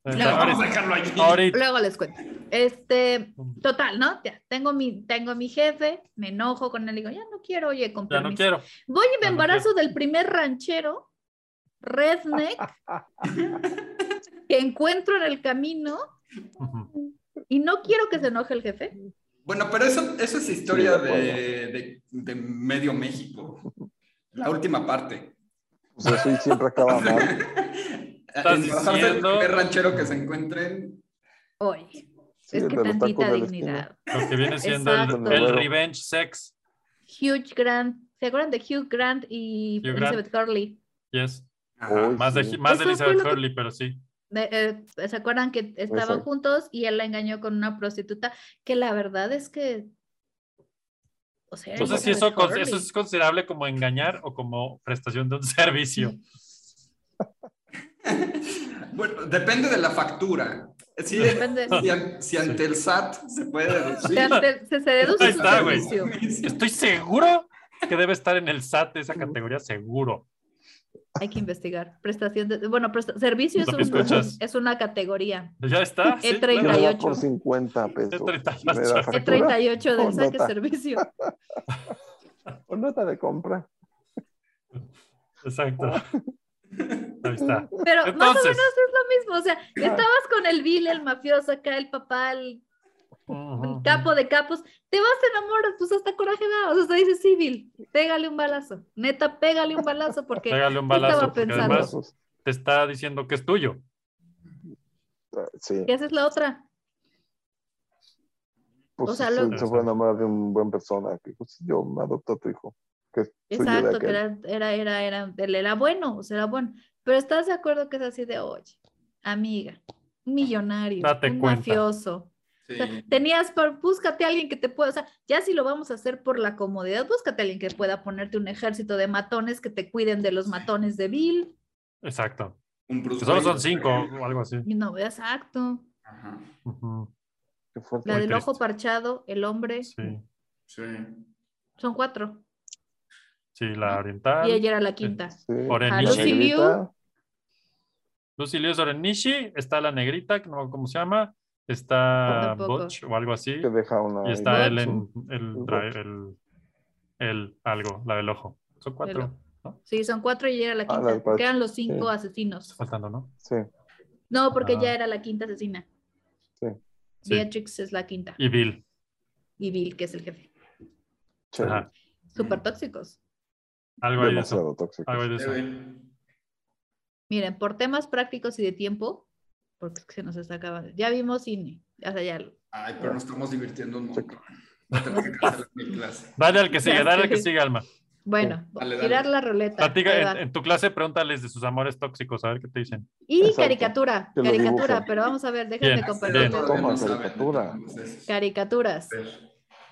S6: Eh,
S8: Claro.
S9: Vamos a
S6: ahorita,
S9: dejarlo allí.
S6: ahorita,
S8: luego les cuento. Este, total, ¿no? Ya, tengo mi, tengo mi jefe, me enojo con él, digo, ya no quiero, oye, con
S6: ya no
S8: permiso".
S6: quiero.
S8: Voy y me
S6: Ya no
S8: embarazo del primer ranchero, redneck, que encuentro en el camino
S6: Ujú.
S8: y no quiero que se enoje el jefe.
S9: Bueno, pero eso, eso es historia
S7: Sí, de
S9: de, de- de medio México. La última parte.
S7: Pues eso y siempre acaba mal.
S9: Estás el
S6: diciendo-
S9: primer ranchero que se encuentren.
S8: Oye,
S7: Sí,
S8: es
S7: el
S8: que
S7: de los
S8: tantita
S7: tacos de la esquina.
S8: dignidad.
S6: Lo que viene siendo el-
S8: Exacto.
S6: el, revenge sex.
S8: Hugh Grant, ¿se acuerdan de Hugh Grant y
S6: Hugh Grant.
S8: Elizabeth Hurley?
S6: Yes.
S9: Ajá.
S7: Uy.
S6: Más, de,
S7: Sí.
S6: más de
S8: Eso fue
S6: Elizabeth
S8: lo que-
S6: Hurley, pero sí.
S8: De- eh, ¿Se acuerdan que estaban
S7: Exacto.
S8: juntos y él la engañó con una prostituta? Que la verdad es que. O sea,
S6: Entonces, si eso,
S8: Elizabeth
S6: con-
S8: Hurley.
S6: eso es considerable como engañar o como prestación de un servicio.
S9: Bueno, depende de la factura. Si,
S8: Depende.
S9: si an- si ante el SAT se puede
S8: O
S9: deducir.
S8: sea, te- se, se deduce
S6: Ahí
S8: su
S6: está, güey.
S8: servicio.
S6: Estoy seguro que debe estar en el SAT de esa categoría, seguro.
S8: Hay que investigar. Prestación de. Bueno, presta- servicio es,
S6: Lo que
S8: un-
S6: escuchas.
S8: es una categoría.
S6: Ya está. sí,
S8: E30.
S7: ¿Quién me
S6: claro.
S7: da
S8: 38.
S7: por 50 pesos?
S6: Es 38.
S7: ¿Me da
S6: Es
S8: El
S7: factura
S8: 38 del
S7: Con
S8: saque
S7: Oh, nota.
S8: servicio.
S7: o nota de compra?
S6: Exacto. Ahí está.
S8: Pero más o
S6: Entonces.
S8: menos es lo mismo. O sea, estabas con el Bill, el mafioso acá, el papá, el
S6: Ujú.
S8: capo de capos. Te vas, te enamoras, pues hasta coraje da. O sea, hasta dices, sí, Bill, pégale un balazo. Neta, pégale un balazo porque.
S6: Pégale un
S8: ¿Qué estaba
S6: balazo, porque
S8: pensando?
S6: además
S7: Esos.
S6: te está diciendo que es tuyo.
S7: Ah, Sí,
S8: Y esa es la otra.
S7: pues
S8: o sea,
S7: sí,
S8: lo-
S7: se fue a enamorar de un buen persona. Que, pues, yo me adopto a tu hijo. Que soy yo de
S8: Exacto, que
S7: aquel.
S8: era, era, era, era, él era bueno, o sea, era bueno. Pero estás de acuerdo que es así de, oye, amiga, un millonario,
S6: Date
S8: un
S6: cuenta.
S8: mafioso. O sea,
S9: Sí.
S8: Tenías por, búscate a alguien que te pueda, o sea, ya si lo vamos a hacer por la comodidad, búscate a alguien que pueda ponerte un ejército de matones que te cuiden de los matones de Bill.
S6: Exacto.
S9: Un Bruce
S6: Que Pues solo son
S9: Wayne.
S6: cinco o algo así.
S8: Y no, exacto.
S9: Ajá,
S6: Ujú,
S7: Qué fuerte.
S8: La
S6: Muy
S8: del ojo
S6: triste.
S8: parchado, el hombre,
S6: Sí,
S9: sí.
S8: son cuatro.
S6: sí, la oriental.
S8: Y ella era la quinta.
S7: Sí.
S6: Oren-
S7: La
S8: A Lucy Liu,
S7: negrita,
S6: Lucy Liu Sorenishi, está la negrita, que no me acuerdo cómo se llama, está
S8: Tampoco.
S6: Butch o algo así,
S7: que deja una.
S6: y está
S8: Butch.
S6: Ellen, el,
S7: Butch.
S6: dra- el, el algo, la del ojo. Son
S8: Del
S6: cuatro.
S8: ojo. Sí, son cuatro y ella era la
S7: Ah, la
S8: quinta.
S7: del parche,
S8: porque eran los cinco
S7: sí.
S8: asesinos.
S6: Faltando, ¿no?
S7: Sí.
S8: No, porque
S6: Ah.
S8: ella era la quinta asesina.
S6: Sí.
S8: Beatrix es la quinta.
S6: Y Bill.
S8: Y Bill, que es el jefe.
S7: che,
S6: Ajá.
S8: Súper tóxicos.
S6: Algo hay de eso.
S7: demasiado tóxico.
S6: Algo hay de
S9: Sí,
S6: eso.
S9: güey.
S8: Miren, por temas prácticos y de tiempo, porque es que se nos está acabando. Ya vimos cine. O sea, ya.
S9: Ay, pero nos estamos divirtiendo un montón. Voy a tener que cancelar mi clase.
S6: Dale al que sigue,
S8: Ya
S6: dale al que
S8: sé.
S6: sigue, Alma.
S8: Bueno,
S9: Dale, dale.
S8: girar la ruleta.
S6: Platica,
S8: Ahí
S6: en,
S8: va.
S6: en tu clase pregúntales de sus amores tóxicos, a ver qué te dicen.
S8: Y
S7: Exacto.
S8: caricatura,
S7: Que lo
S8: caricatura,
S7: dibujen.
S8: pero vamos a ver, déjenme
S6: Bien,
S8: compartir.
S6: bien.
S9: Todavía
S7: Toma,
S9: no saben,
S7: caricatura.
S9: entonces,
S8: Caricaturas,
S9: a ver.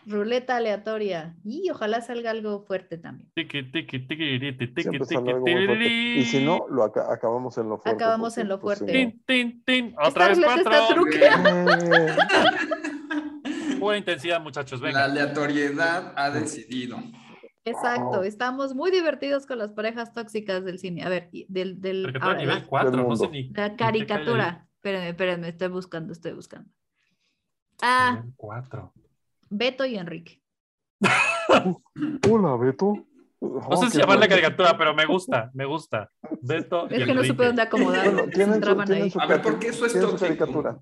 S8: ruleta aleatoria. Y ojalá salga algo fuerte también.
S6: Tiki, tiki, tiki, tiki, tiki,
S7: Siempre
S6: tiki,
S7: sale algo muy fuerte.
S6: tiri,
S7: Y si no, lo aca- acabamos en lo fuerte.
S8: Acabamos
S7: porque,
S8: en lo
S7: pues, si
S8: fuerte.
S6: Tin, tin, tin. Otra
S8: Esta
S6: vez
S8: ruleta está
S6: cuatro.
S8: truque.
S7: no.
S6: Pura intensidad, muchachos.
S9: La
S6: Venga.
S9: aleatoriedad ha decidido.
S8: Exacto,
S7: Wow.
S8: estamos muy divertidos con las parejas tóxicas del cine. A ver, y del, del
S6: Caricatura
S8: ahora,
S6: nivel
S8: la,
S6: 4, no sé
S7: mundo.
S6: ni. ni
S8: la
S6: qué cae ahí.
S8: caricatura. Espérenme, espérenme, estoy buscando, estoy buscando. Ah,
S6: Nivel 4.
S8: Beto y Enrique.
S7: Hola, Beto. Oh,
S9: Oh,
S6: No sé si llamarle caricatura, pero me gusta, me gusta. Beto y
S8: Es que no
S6: Enrique.
S8: supe dónde acomodarlo.
S7: Bueno,
S8: se
S7: tienen su,
S8: entraban ahí.
S7: tienen su,
S9: A ver,
S7: cari-
S9: ¿por qué eso es
S7: tienen su
S9: tóxico?
S7: caricatura.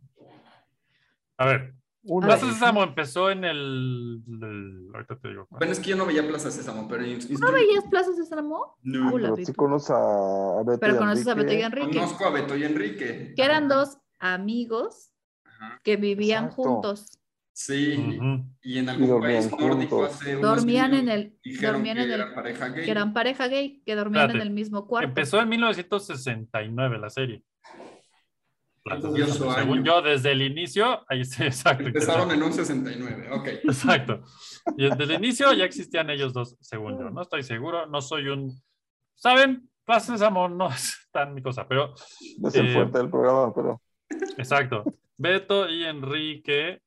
S6: A ver,
S7: Una.
S8: A
S6: Plaza
S8: ver.
S6: Sésamo empezó en el, el- Ahorita te digo.
S9: Bueno, es que yo no veía Plaza Sésamo, pero...
S8: ¿No veías Plaza Sésamo?
S9: No.
S8: Hola,
S7: Pero
S8: Beto.
S7: sí conoces a Beto
S8: Pero
S7: y
S8: conoces a Beto y
S7: Enrique.
S8: Enrique,
S9: Conozco a Beto y Enrique.
S8: que eran dos amigos
S9: Ajá.
S8: que vivían
S7: Exacto.
S8: juntos.
S9: Sí,
S6: Ujú.
S9: y en
S7: Y
S9: algún
S7: dormían
S9: país nórdico
S7: juntos.
S9: hace unos
S8: Dormían
S9: años
S8: en el,
S9: dijeron
S8: dormían
S9: que
S8: en
S9: eran
S8: el,
S9: pareja gay.
S8: que eran pareja gay, que dormían en
S6: Espérate.
S8: el mismo cuarto.
S6: Empezó en 1969 la serie. Plaza
S9: Curioso
S6: Sésamo.
S9: Ah, año.
S6: Según yo, desde el inicio, ahí sí, exacto.
S9: Empezaron en un 69, ok.
S6: Exacto. Y desde el inicio ya existían ellos dos, según
S8: Mm.
S6: yo. No estoy seguro, no soy un. ¿Saben? Plaza Sésamo no es tan mi cosa, pero
S7: Es el
S6: Eh,
S7: fuerte del programa, pero
S6: exacto. Beto y Enrique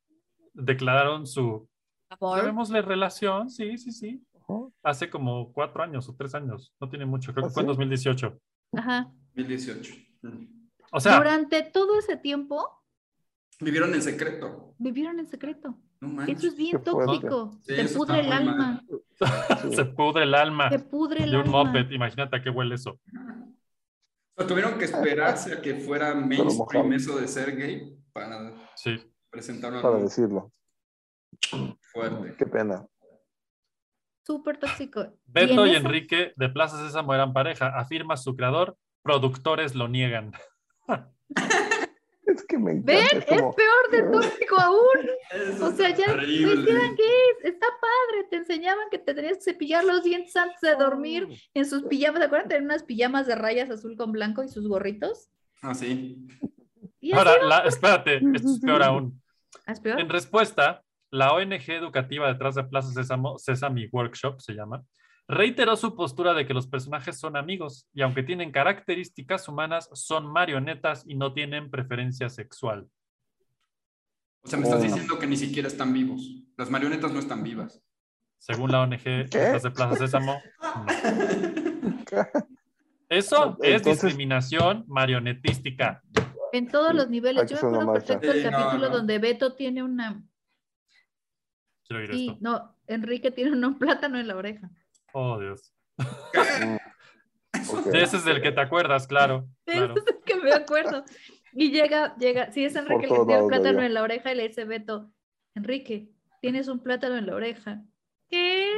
S6: declararon su.
S8: Amor.
S6: Llamémosle relación, sí, sí, sí.
S7: Ujú.
S6: Hace como cuatro años o tres años, no tiene mucho, creo
S7: ¿Ah,
S6: que fue en
S7: sí?
S6: 2018.
S8: Ajá.
S9: 2018.
S6: O sea,
S8: Durante todo ese tiempo
S9: Vivieron en secreto.
S8: vivieron en secreto.
S9: No
S8: Eso
S9: manches.
S8: es bien
S7: Ah, Qué fuerte.
S8: tóxico.
S9: Sí,
S8: Te
S9: eso
S8: pudre el
S9: está muy mal.
S8: alma.
S6: se pudre el alma
S8: Te pudre el
S6: de un
S8: alma.
S6: Muppet. Imagínate a qué huele eso.
S9: O sea, tuvieron que esperarse a que fuera mainstream
S7: mojado.
S9: eso de ser gay para
S6: Sí.
S9: presentar
S7: para
S9: algo
S7: decirlo.
S9: fuerte.
S7: Qué pena.
S8: Súper tóxico.
S6: Beto y,
S8: en esa-
S6: Enrique de Plaza Sésamo eran pareja, afirma su creador. Productores lo niegan.
S7: Es que me encanta.
S8: ¿Ven?
S7: es
S8: Es
S7: como-
S8: peor de tóxico aún.
S9: Eso
S8: O sea,
S9: está
S8: ya
S9: terrible.
S8: pues, eran gays. Está padre. Te enseñaban que te tenías que cepillar los dientes antes de dormir en sus pijamas. ¿Se acuerdan? Tenían unas pijamas de rayas azul con blanco y sus gorritos.
S9: Ah, sí.
S8: Y
S6: Ahora,
S8: así
S6: la- espérate, esto es peor aún.
S8: ¿Es peor?
S6: En respuesta, la ONG educativa detrás de Plaza Sésamo, Sesame Workshop se llama, reiteró su postura de que los personajes son amigos y aunque tienen características humanas, son marionetas y no tienen preferencia sexual.
S9: O sea, me estás
S7: Oh.
S9: diciendo que ni siquiera están vivos. Las marionetas no están vivas.
S6: Según la ONG detrás de Plaza Sésamo, no. Eso es
S7: Entonces-
S6: discriminación marionetística.
S8: En todos los niveles.
S7: Aquí
S8: Yo
S7: son
S8: me
S7: la
S8: acuerdo
S7: marcha.
S8: perfecto el
S9: Sí, no,
S8: capítulo
S9: no.
S8: donde Beto tiene una.
S6: Quiero oír
S8: Sí,
S6: esto.
S8: no, Enrique tiene un plátano en la oreja.
S6: Oh, Dios.
S7: Mm. Ok.
S6: De ese es del que te acuerdas, claro. claro.
S8: Eso es que me acuerdo. Y llega, llega, si es Enrique el que
S7: todos
S8: tiene el
S7: lados lo
S8: plátano
S7: veo.
S8: en la oreja y le dice Beto, Enrique, tienes un plátano en la oreja. ¿Qué?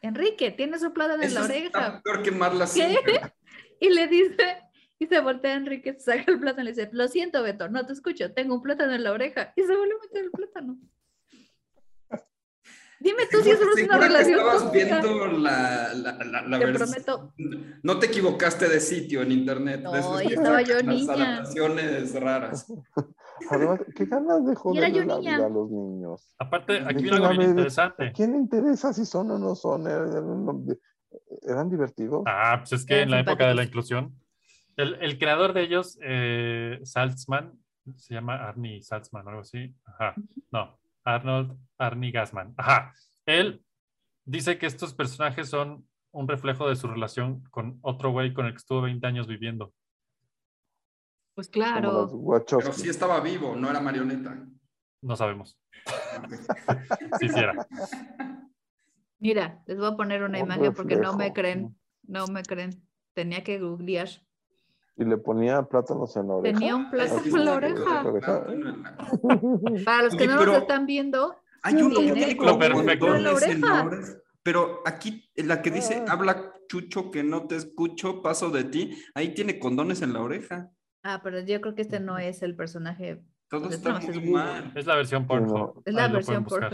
S8: Enrique, tienes un plátano en
S9: Eso
S8: la
S9: está
S8: oreja.
S9: peor que Marla
S8: ¿Qué?
S9: Singer.
S8: Y le dice, y se voltea a Enrique, saca el plátano y le dice, lo siento, Beto, no te escucho, tengo un plátano en la oreja. Y se vuelve a meter el plátano. Dime tú si eso no es una
S9: Seguro que
S8: relación
S9: estabas
S8: tóxica.
S9: viendo la, la, la, la
S8: Te
S9: vers-
S8: prometo.
S9: No te equivocaste de sitio en internet.
S8: No,
S9: de esos
S8: ahí
S9: que
S8: estaba
S9: sacan
S8: yo
S9: las
S8: niña.
S9: adaptaciones raras.
S7: Además, qué ganas de joder
S8: yo
S7: la
S8: niña.
S7: vida a los niños.
S6: Aparte, aquí
S7: Dije,
S6: viene algo
S7: "A
S6: bien
S7: ver,
S6: interesante.
S7: ¿A quién le interesa si son o no son? ¿Eran, eran divertidos?
S6: Ah, pues es que
S8: Eran
S6: en la época de la
S8: simpáticos.
S6: inclusión, el, el creador de ellos, eh, Saltzman, se llama Arnie Saltzman o algo así. Ajá, no, Arnold Arnie Gassman. Ajá, él dice que estos personajes son un reflejo de su relación con otro güey con el que estuvo 20 años viviendo.
S8: Pues
S7: Como las
S8: claro.
S7: Wachowski.
S9: Pero sí estaba vivo, no era marioneta.
S6: No sabemos si sí era.
S8: Mira, les voy a poner una
S7: Un
S8: imagen porque no me
S7: reflejo.
S8: creen. No me creen. Tenía que googlear.
S7: Y le ponía plátanos en la oreja.
S8: Tenía un plato
S9: Así
S8: en la
S9: está,
S8: oreja.
S9: con plátano en la-
S8: Para los que
S9: Oye,
S8: no nos
S9: pero-
S8: están viendo,
S9: Hay uno que
S8: Tiene
S9: tiene
S8: como
S9: como
S6: Lo perfecto.
S8: en
S9: botones
S8: la oreja. Ah.
S9: enormes, Pero aquí, en la que dice, habla Chucho que no te escucho, paso de ti, ahí tiene condones en la oreja.
S8: ah, pero yo creo que este no es el personaje.
S9: Todo
S8: Pues
S9: está
S8: esto no
S9: muy
S8: es
S9: mal.
S6: Es la versión porno.
S8: Es la versión por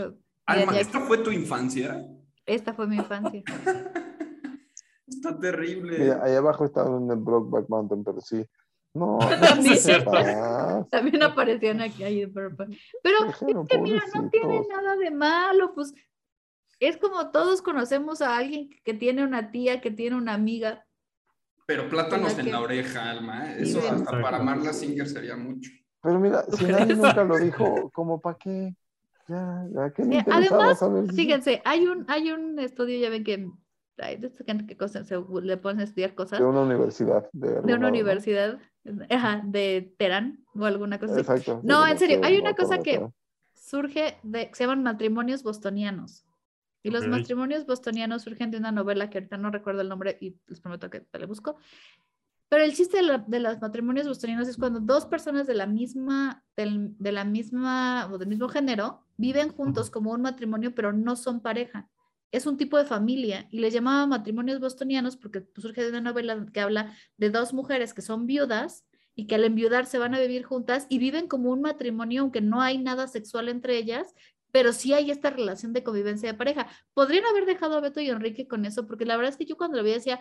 S9: Alma,
S8: ya-
S9: ¿esta fue tu infancia?
S8: Esta fue mi infancia.
S9: Está terrible.
S7: Mira, ahí abajo estaba en el Brockback Mountain, pero sí. No,
S8: Sí,
S7: no
S8: es
S7: se
S6: cierto.
S7: pasa.
S8: También aparecían aquí. ahí, pero pero- pero es
S7: Déjalo,
S8: que mira, no tiene
S7: pobrecitos.
S8: nada de malo. Pues es como todos conocemos a alguien que tiene una tía, que tiene una amiga.
S9: Pero plátanos
S8: Mira
S9: en
S8: que-
S9: la oreja, Alma. ¿eh?
S8: Sí,
S9: Eso
S8: ven.
S9: hasta para Marla Singer sería mucho.
S7: Pero mira, si nadie nunca lo dijo, como para qué? Ya, ya, ¿qué le
S8: Eh,
S7: interesaba
S8: además,
S7: saber si-
S8: Fíjense, hay un, hay un estudio, ya ven que ay, de esta gente que cosa- se le ponen a estudiar cosas
S7: De una universidad. De, algún
S8: de
S7: lado,
S8: una
S7: ¿no?
S8: universidad, ajá, de Terán o alguna cosa así.
S7: Exacto.
S8: No,
S7: de
S8: en serio,
S7: que
S8: hay
S7: no
S8: una cosa
S7: acuerdo
S8: que-
S7: todo.
S8: surge de, se llaman matrimonios bostonianos. Y los
S6: Ok.
S8: matrimonios bostonianos surgen de una novela que ahorita no recuerdo el nombre y les prometo que te la busco. Pero el chiste de, la- de los matrimonios bostonianos es cuando dos personas de la misma, del- de la misma o del mismo género viven juntos como un matrimonio, pero no son pareja. Es un tipo de familia y les llamaba matrimonios bostonianos porque pues, surge de una novela que habla de dos mujeres que son viudas y que al enviudar se van a vivir juntas y viven como un matrimonio, aunque no hay nada sexual entre ellas, pero sí hay esta relación de convivencia de pareja. Podrían haber dejado a Beto y Enrique con eso, porque la verdad es que yo cuando lo vi decía,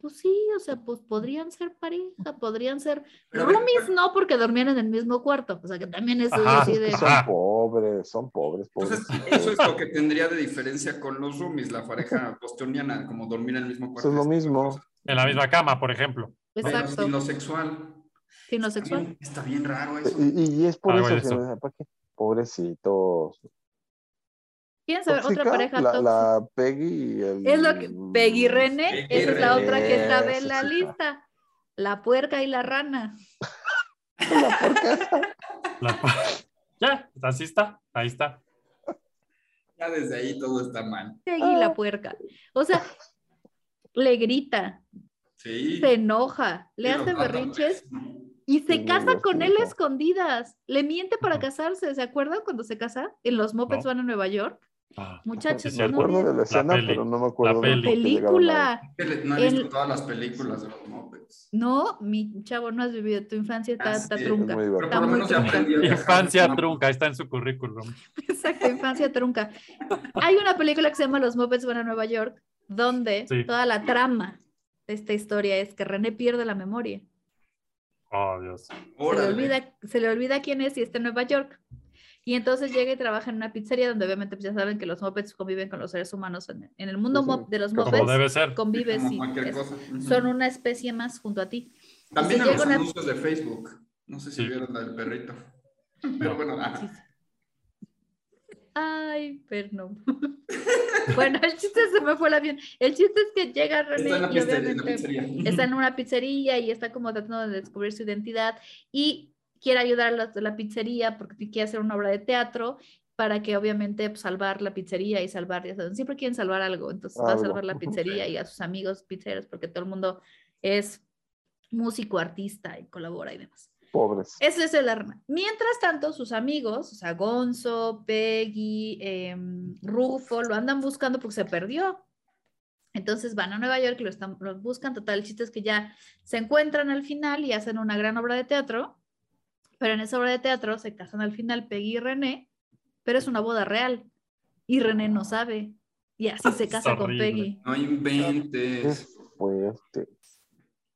S8: pues sí, o sea, pues podrían ser pareja, podrían ser
S9: Pero a ver,
S8: roomies, no, porque dormían en el mismo cuarto, o sea, que también es
S6: Ajá.
S8: así de...
S7: Que son
S6: Ajá.
S7: pobres, son pobres, pobres.
S9: Entonces, eso es lo que tendría de diferencia con los roomies, la pareja bostoniana, como dormir en el mismo
S7: Eso
S9: cuarto.
S7: es lo mismo.
S6: En la misma cama, por ejemplo.
S9: Pero
S8: Exacto,
S9: sin lo sexual.
S8: sino
S9: Está
S8: sexual.
S9: bien- Está bien raro eso.
S7: Y, y- y es por
S6: Algo
S7: eso
S6: de
S7: que
S6: eso.
S7: me- ¿para qué? Pobrecitos.
S8: ¿Quieren saber otra
S7: Tóxica,
S8: pareja
S7: la,
S8: tóxica?
S7: la Peggy y el. mm,
S8: Es lo que Peggy René,
S9: Peggy
S8: esa es la otra que está en
S7: René,
S8: la
S7: sí, sí,
S8: lista. La puerca y la rana.
S7: La porca.
S6: La- ya, así está. Ahí está.
S9: Ya desde ahí todo está mal.
S8: Peggy la puerca. O sea, le grita,
S9: Sí.
S8: se enoja, le
S9: Y
S8: hace
S9: lo mata.
S8: berrinches y
S7: Es
S8: se
S7: muy
S8: casa con él a
S7: gracioso.
S8: escondidas. Le miente para
S6: Ujú.
S8: casarse. ¿Se acuerdan cuando se casa? En los Mopeds
S6: No.
S8: van a Nueva York.
S6: Ah,
S8: Muchachos,
S6: Sí,
S7: Me
S6: cierto.
S8: no
S7: acuerdo de la escena,
S6: peli.
S7: pero no me acuerdo.
S6: La
S7: de
S6: peli.
S7: por qué llegaron ahí.
S8: película.
S9: Que le- No he
S8: El-
S9: visto todas las películas de los Muppets.
S8: No, mi chavo, no has vivido tu infancia, está,
S9: Así
S8: está
S9: es,
S7: Es
S8: trunca.
S7: muy
S9: Pero
S7: divertido.
S9: por lo
S8: muy
S9: menos ya
S8: trunca.
S9: aprendí a viajar.
S6: Infancia trunca, ahí está en su currículum.
S8: Exacto, infancia trunca. Hay una película que se llama Los Muppets van a Nueva York, donde
S6: Sí.
S8: toda la trama de esta historia es que René pierde la memoria.
S6: Oh, Dios.
S8: se le,
S9: Órale.
S8: olvida, se le olvida quién es y está en Nueva York. Y entonces llega y trabaja en una pizzería donde obviamente pues, ya saben que los mopeds conviven con los seres humanos. En, en el mundo
S7: Sí,
S8: mo- de los
S7: como
S6: Como
S8: mopeds
S6: debe ser.
S8: convives
S9: Como
S8: y
S9: cualquier
S8: es-
S9: cosa. Ujú.
S8: son una especie más junto a ti. si
S9: También en los
S8: llega una-
S9: anuncios de Facebook. No sé si
S6: Sí.
S9: vieron la del perrito. Pero bueno, ah,
S8: Sí, sí. Ay, pero no. bueno, el chiste se me fue la bien. El chiste es que llega René
S9: está en la,
S8: y
S9: pizzería, en la
S8: obviamente
S9: pizzería.
S8: está en una pizzería y está como tratando de descubrir su identidad y quiere ayudar a los de la pizzería porque quiere hacer una obra de teatro para que obviamente pues, salvar la pizzería y salvar, ya saben, siempre quieren salvar algo, entonces va a
S7: Algo.
S8: salvar la pizzería y a sus amigos pizzeros porque todo el mundo es músico, artista y colabora y demás.
S7: Pobres.
S8: Ese es el arma. Mientras tanto, sus amigos, o sea, Gonzo, Peggy, em, Rufo, lo andan buscando porque se perdió. Entonces van a Nueva York y lo, están, lo buscan. Total, el chiste es que ya se encuentran al final y hacen una gran obra de teatro. Pero en esa obra de teatro se casan al final Peggy y René, pero es una boda real. Y René no sabe. Y así se casa con
S6: horrible.
S8: Peggy.
S9: No inventes.
S7: Es fuerte.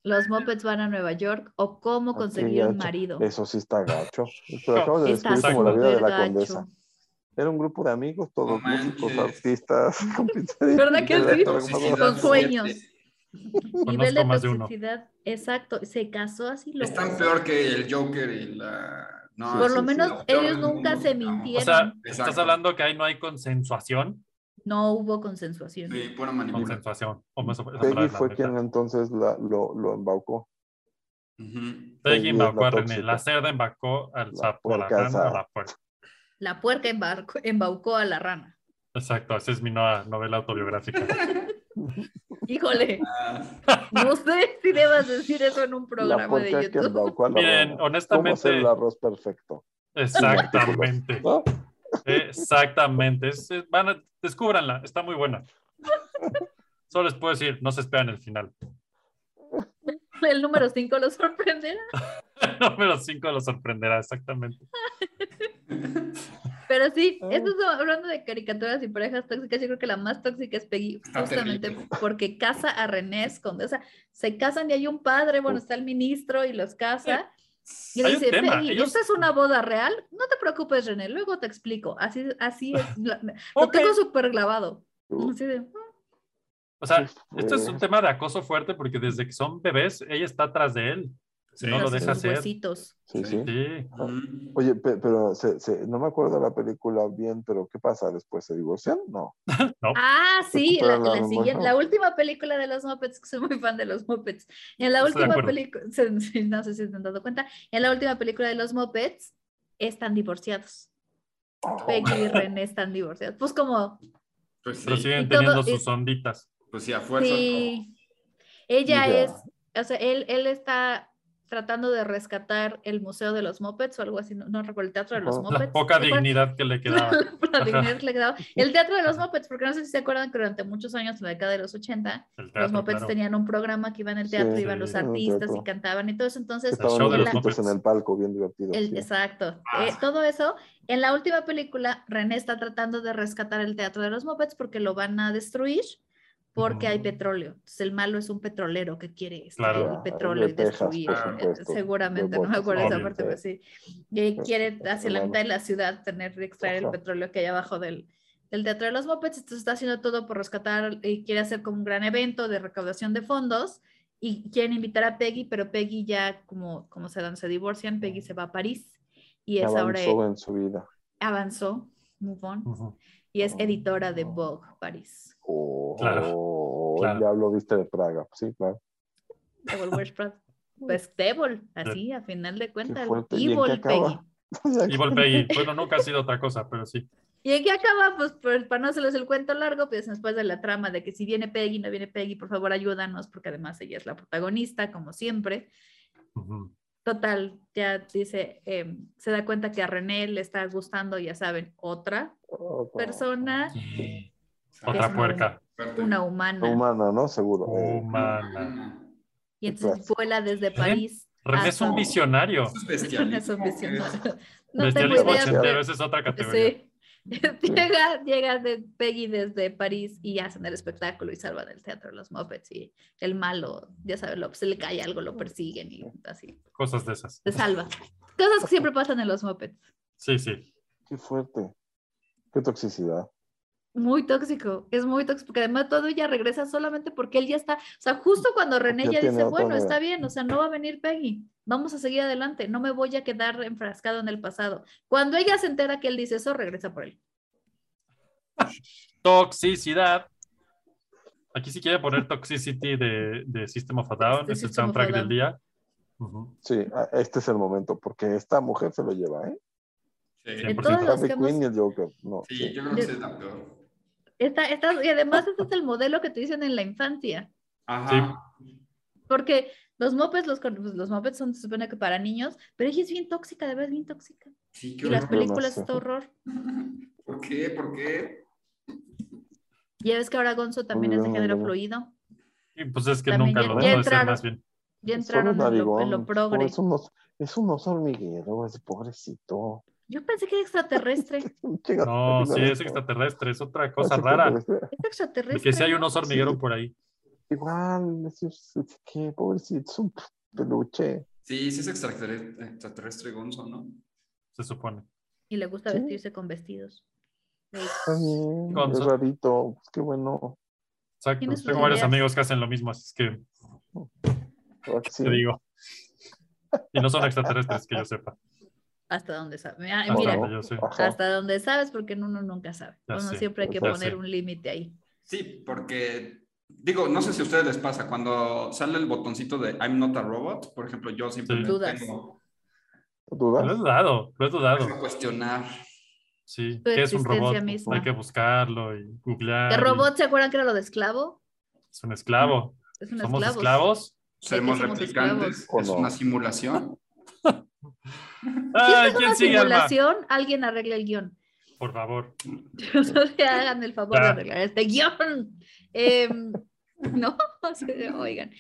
S8: Los Muppets van a Nueva York o cómo
S7: Ah,
S8: conseguir
S7: qué
S8: un
S7: gacho.
S8: marido.
S7: Eso sí está gacho. Te lo acabo de
S8: Está
S7: describir como la vida de
S8: súper
S7: la
S8: gacho.
S7: condesa. Era un grupo de amigos, todos
S9: No
S7: músicos,
S9: manches.
S7: artistas.
S8: ¿Verdad que sí? Con
S9: Toxicidad
S8: sueños.
S9: siete.
S8: Nivel de
S6: más de uno.
S8: toxicidad, exacto. Se casó así. Lo
S9: Están peor que el Joker y la. No,
S8: Por
S9: sí,
S8: lo
S9: sí,
S8: menos
S9: lo peor
S8: ellos
S9: del mundo,
S8: nunca se
S9: no.
S8: mintieron.
S6: O sea, estás
S9: Exacto.
S6: hablando que ahí no hay consensuación.
S8: no hubo consensuación.
S9: Sí, pura manipulación.
S6: Consensuación. O más o menos,
S7: Peggy
S6: es la
S7: fue
S6: neta.
S7: quien entonces la- lo, lo embaucó.
S9: Ujú.
S6: Peggy
S7: Peggy
S6: embaucó a
S7: es la
S6: René. La
S7: tóxica.
S6: cerda embaucó al
S7: La
S6: sapo, a la
S7: puerca
S6: rana, a
S7: esa.
S6: la puerca.
S8: La puerca embarcó- embaucó a la rana.
S6: Exacto, esa es mi nueva novela autobiográfica.
S8: Híjole,
S9: Ah,
S8: no sé si debas decir eso en un
S7: La
S8: programa de
S7: puerca que
S8: YouTube.
S7: embaucó a la
S6: Miren,
S7: rana. ¿Cómo hacer
S6: honestamente,
S7: el arroz perfecto?
S6: exactamente,
S7: ¿No?
S6: exactamente. Es- es- van a- descúbranla, está muy buena. Solo les puedo decir, no se esperan el final.
S8: El número 5 lo sorprenderá.
S6: Número 5 lo sorprenderá, exactamente.
S8: Pero sí,
S7: Ah.
S8: esto es hablando de caricaturas y parejas tóxicas. Yo creo que la más tóxica es Peggy,
S9: Está
S8: justamente
S9: terrible.
S8: porque casa a René Escondesa. Se casan y hay un padre, bueno, está el ministro y los casa. Y le
S6: Hay un
S8: dice,
S6: tema,
S8: Peggy,
S6: ellos-
S8: ¿esta es una boda real? No te preocupes, René, luego te explico. Así, así es. la- Lo
S6: Ok.
S8: tengo súper clavado.
S7: Uh,
S8: Así de,
S6: O sea, esto
S7: eh,
S6: es un tema de acoso fuerte porque desde que son bebés, ella está atrás de él. Si no
S8: "Ah,
S6: lo
S8: sí,
S6: deja
S8: sus
S6: hacer. Sí.
S8: huesitos".
S7: Sí, sí.
S9: Oh, ujú.
S7: Oye, pe- pero se- se- no me acuerdo la película bien, pero ¿qué pasa? ¿Después se divorcian? No.
S8: Ah, sí, la,
S7: Recupera la
S8: la
S7: memoria.
S8: siguiente, la última película de los Muppets, que soy muy fan de los Muppets. En la
S6: Estoy de
S8: última
S6: acuerdo.
S8: película, no sé si te han dado cuenta, en la última película de los Muppets están divorciados.
S6: Oh,
S8: Peggy y René están divorciados. Pues como,
S9: Pues sí,
S6: Pero siguen
S8: Y todo- eh,
S6: teniendo
S8: y-
S6: sus onditas.
S9: pues sí, a fuerza.
S8: sí, ella
S7: Ya.
S8: es, o sea, él, él está tratando de rescatar el Museo de los Muppets o algo así, no, no recuerdo, el Teatro de los
S7: Ajá.
S8: Muppets.
S6: La poca
S8: ¿te acuerdas?
S6: dignidad que le quedaba.
S8: La dignidad que le quedaba. El Teatro de los Muppets, porque no sé si se acuerdan que durante muchos años, en la década de los 80,
S6: El
S8: los
S6: teatro,
S8: Muppets
S6: claro.
S8: tenían un programa que iban al teatro,
S7: Sí.
S8: iban los
S6: Sí.
S8: artistas y
S7: Exacto.
S8: cantaban y todo eso. Entonces,
S6: Estaba
S7: Estaban
S6: show
S7: los
S6: de los
S7: viejitos en
S6: Muppets.
S7: el palco, bien divertidos.
S8: el-
S7: sí.
S8: exacto,
S9: Ah.
S8: eh, todo eso. En la última película, René está tratando de rescatar el teatro de los Muppets porque lo van a destruir porque hay
S6: Ujú.
S8: petróleo. Entonces, el malo es un petrolero que quiere extraer
S6: Claro.
S8: el
S7: Ah,
S8: petróleo
S7: de
S8: y
S7: Texas, por
S8: destruir. eh,
S7: supuesto,
S8: Seguramente,
S7: de
S8: no me acuerdo esa
S6: Obvio.
S8: parte, pero sí. Eh, quiere hacia la
S7: Bueno.
S8: mitad de la ciudad tener extraer el
S7: Ajá.
S8: petróleo que hay abajo del, del Teatro de los Muppets, entonces está haciendo todo por rescatar y quiere hacer como un gran evento de recaudación de fondos y quieren invitar a Peggy, pero Peggy ya como, como se dan, se divorcian, Peggy se va a París y es ahora
S7: Avanzó ¿eh? en su vida.
S8: avanzó, move on,
S6: Ujú.
S8: y es editora de
S7: Ah.
S8: Vogue París,
S7: Oh,
S6: Claro,
S7: oh,
S6: claro.
S7: el diablo viste de Praga. Sí, claro.
S8: Devil Wears Prada. Pues Devil, así, a final de cuentas,
S7: fuerte, ¿y en qué
S8: Evil
S7: acaba?
S8: Peggy.
S6: Y Volpegui, bueno, nunca ha sido otra cosa, pero sí.
S8: Y aquí acaba, pues, por- para no hacerles el cuento largo, pues después de la trama de que si viene Peggy, no viene Peggy, por favor ayúdanos, porque además ella es la protagonista, como siempre.
S6: Ujú.
S8: Total, ya dice, eh, se da cuenta que a René le está gustando, ya saben, otra
S7: Oh, no.
S8: persona,
S6: Otra
S8: Es
S6: puerca.
S9: Fuerte.
S8: una humana.
S7: Humana, ¿no? Seguro.
S6: Oh.
S7: eh,
S6: Humana.
S8: Y entonces vuela desde
S6: René-
S8: París.
S6: René es un
S8: hasta-
S6: visionario.
S9: Eso es
S8: René es
S9: bestialismo.
S8: un visionario. No tengo
S6: Bestialismo
S8: idea,
S7: ochentero,
S6: ochentero,
S8: pero-
S6: esa es otra categoría.
S8: Sí. llega llega de Peggy desde París y hacen el espectáculo y salvan el teatro de los Muppets y el malo, ya sabes, lo- se le cae algo, lo persiguen y así,
S6: Cosas de esas.
S8: se salva. Cosas que siempre pasan en los Muppets.
S6: Sí, sí.
S7: Qué fuerte. Qué toxicidad.
S8: Muy tóxico, es muy tóxico, porque además todo ella regresa solamente porque él ya está, o sea, justo cuando René
S7: Mm, Ya
S8: ya
S7: tiene
S8: dice,
S7: otra
S8: bueno,
S7: vida".
S8: está bien, o sea, no va a venir Peggy, vamos a seguir adelante, no me voy a quedar enfrascado en el pasado. Cuando ella se entera que él dice eso, regresa por él.
S6: Toxicidad. Aquí si quiere poner Toxicity de, de System of a Down,
S8: De
S6: es el
S8: System of a
S6: soundtrack del
S8: Down.
S6: día. Ujú.
S7: Sí, a- este es el momento, porque esta mujer se lo lleva, ¿eh?
S8: En
S9: Sí.
S6: 100%.
S8: todos los
S7: Harley
S8: que hemos
S7: Quinn y el Joker. No,
S9: Sí, yo creo que esa es la peor.
S8: Esta, esta- y además este es el modelo que te dicen en la infancia,
S9: Ajá.
S8: porque los mopeds los, con- pues, los mopeds son, se supone que para niños, pero ella es bien tóxica, de verdad es bien tóxica.
S9: Sí,
S8: Y
S9: qué
S8: las
S9: horror.
S8: películas
S7: Demasiado.
S8: es horror.
S9: ¿Por qué? ¿Por qué?
S8: Ya ves que ahora Gonzo también es de
S7: bien,
S8: género
S7: muy
S8: fluido.
S6: Y pues es que
S8: También
S6: nunca
S8: ya-
S6: lo dejó
S7: ya
S6: de ser
S8: entraron.
S6: más bien.
S8: Ya
S7: Solo
S8: entraron en lo, en lo
S7: narigón.
S8: progre.
S7: Oh, es, un oso, es un oso hormiguero, ese pobrecito.
S8: Yo pensé que era extraterrestre.
S6: No, sí, es extraterrestre, es otra cosa rara.
S8: Es extraterrestre.
S6: Y que si hay un oso
S8: ¿no?
S6: hormiguero por ahí.
S7: Igual, es, es- es que pobrecito, es un peluche.
S9: Sí, sí es extraterrestre, extraterrestre Gonzo, ¿no?
S6: Se supone.
S8: Y le gusta
S7: Sí.
S8: vestirse con vestidos.
S7: Está bien,
S6: Gonzo.
S7: es rarito. Pues qué bueno.
S6: Exacto.
S8: Tiene sus
S6: Tengo varios
S8: ideas.
S6: amigos que hacen lo mismo, así es que
S7: Ahora que sí.
S6: te digo. Y no son extraterrestres, que yo sepa.
S8: Hasta donde sabe. Mira,
S6: Hasta
S8: mira,
S6: donde yo sé.
S7: Ajá.
S8: hasta donde sabes, porque uno nunca sabe.
S6: Ya
S8: uno
S6: sé,
S8: siempre hay que
S6: ya
S8: poner
S6: sé.
S8: un límite ahí.
S9: Sí, porque digo, no sé si a ustedes les pasa, cuando sale el botoncito de I'm not a robot, por ejemplo, yo siempre
S6: Sí.
S9: me
S8: Dudas.
S9: tengo
S6: Lo he
S7: ¿Dudas?
S6: dudado, lo he dudado.
S9: que cuestionar.
S6: Sí,
S8: Tu
S6: que es un
S8: existencia
S6: robot.
S8: misma.
S6: Hay que buscarlo y googlear.
S8: ¿De
S6: y
S8: robot se acuerdan que era lo de esclavo?
S6: Es un esclavo.
S8: Es un
S6: Somos
S8: esclavo.
S6: esclavos.
S9: Seremos
S8: somos
S9: replicantes,
S7: esclavos.
S9: es
S7: ¿O no?
S9: una simulación.
S6: Ay,
S8: si
S6: ¿quién
S8: es una
S6: sigue, Alma?
S8: simulación, alguien arregle el guión.
S6: Por favor.
S8: No le hagan el favor de
S6: Ya.
S8: arreglar este guión. Em, no, o sea, oigan.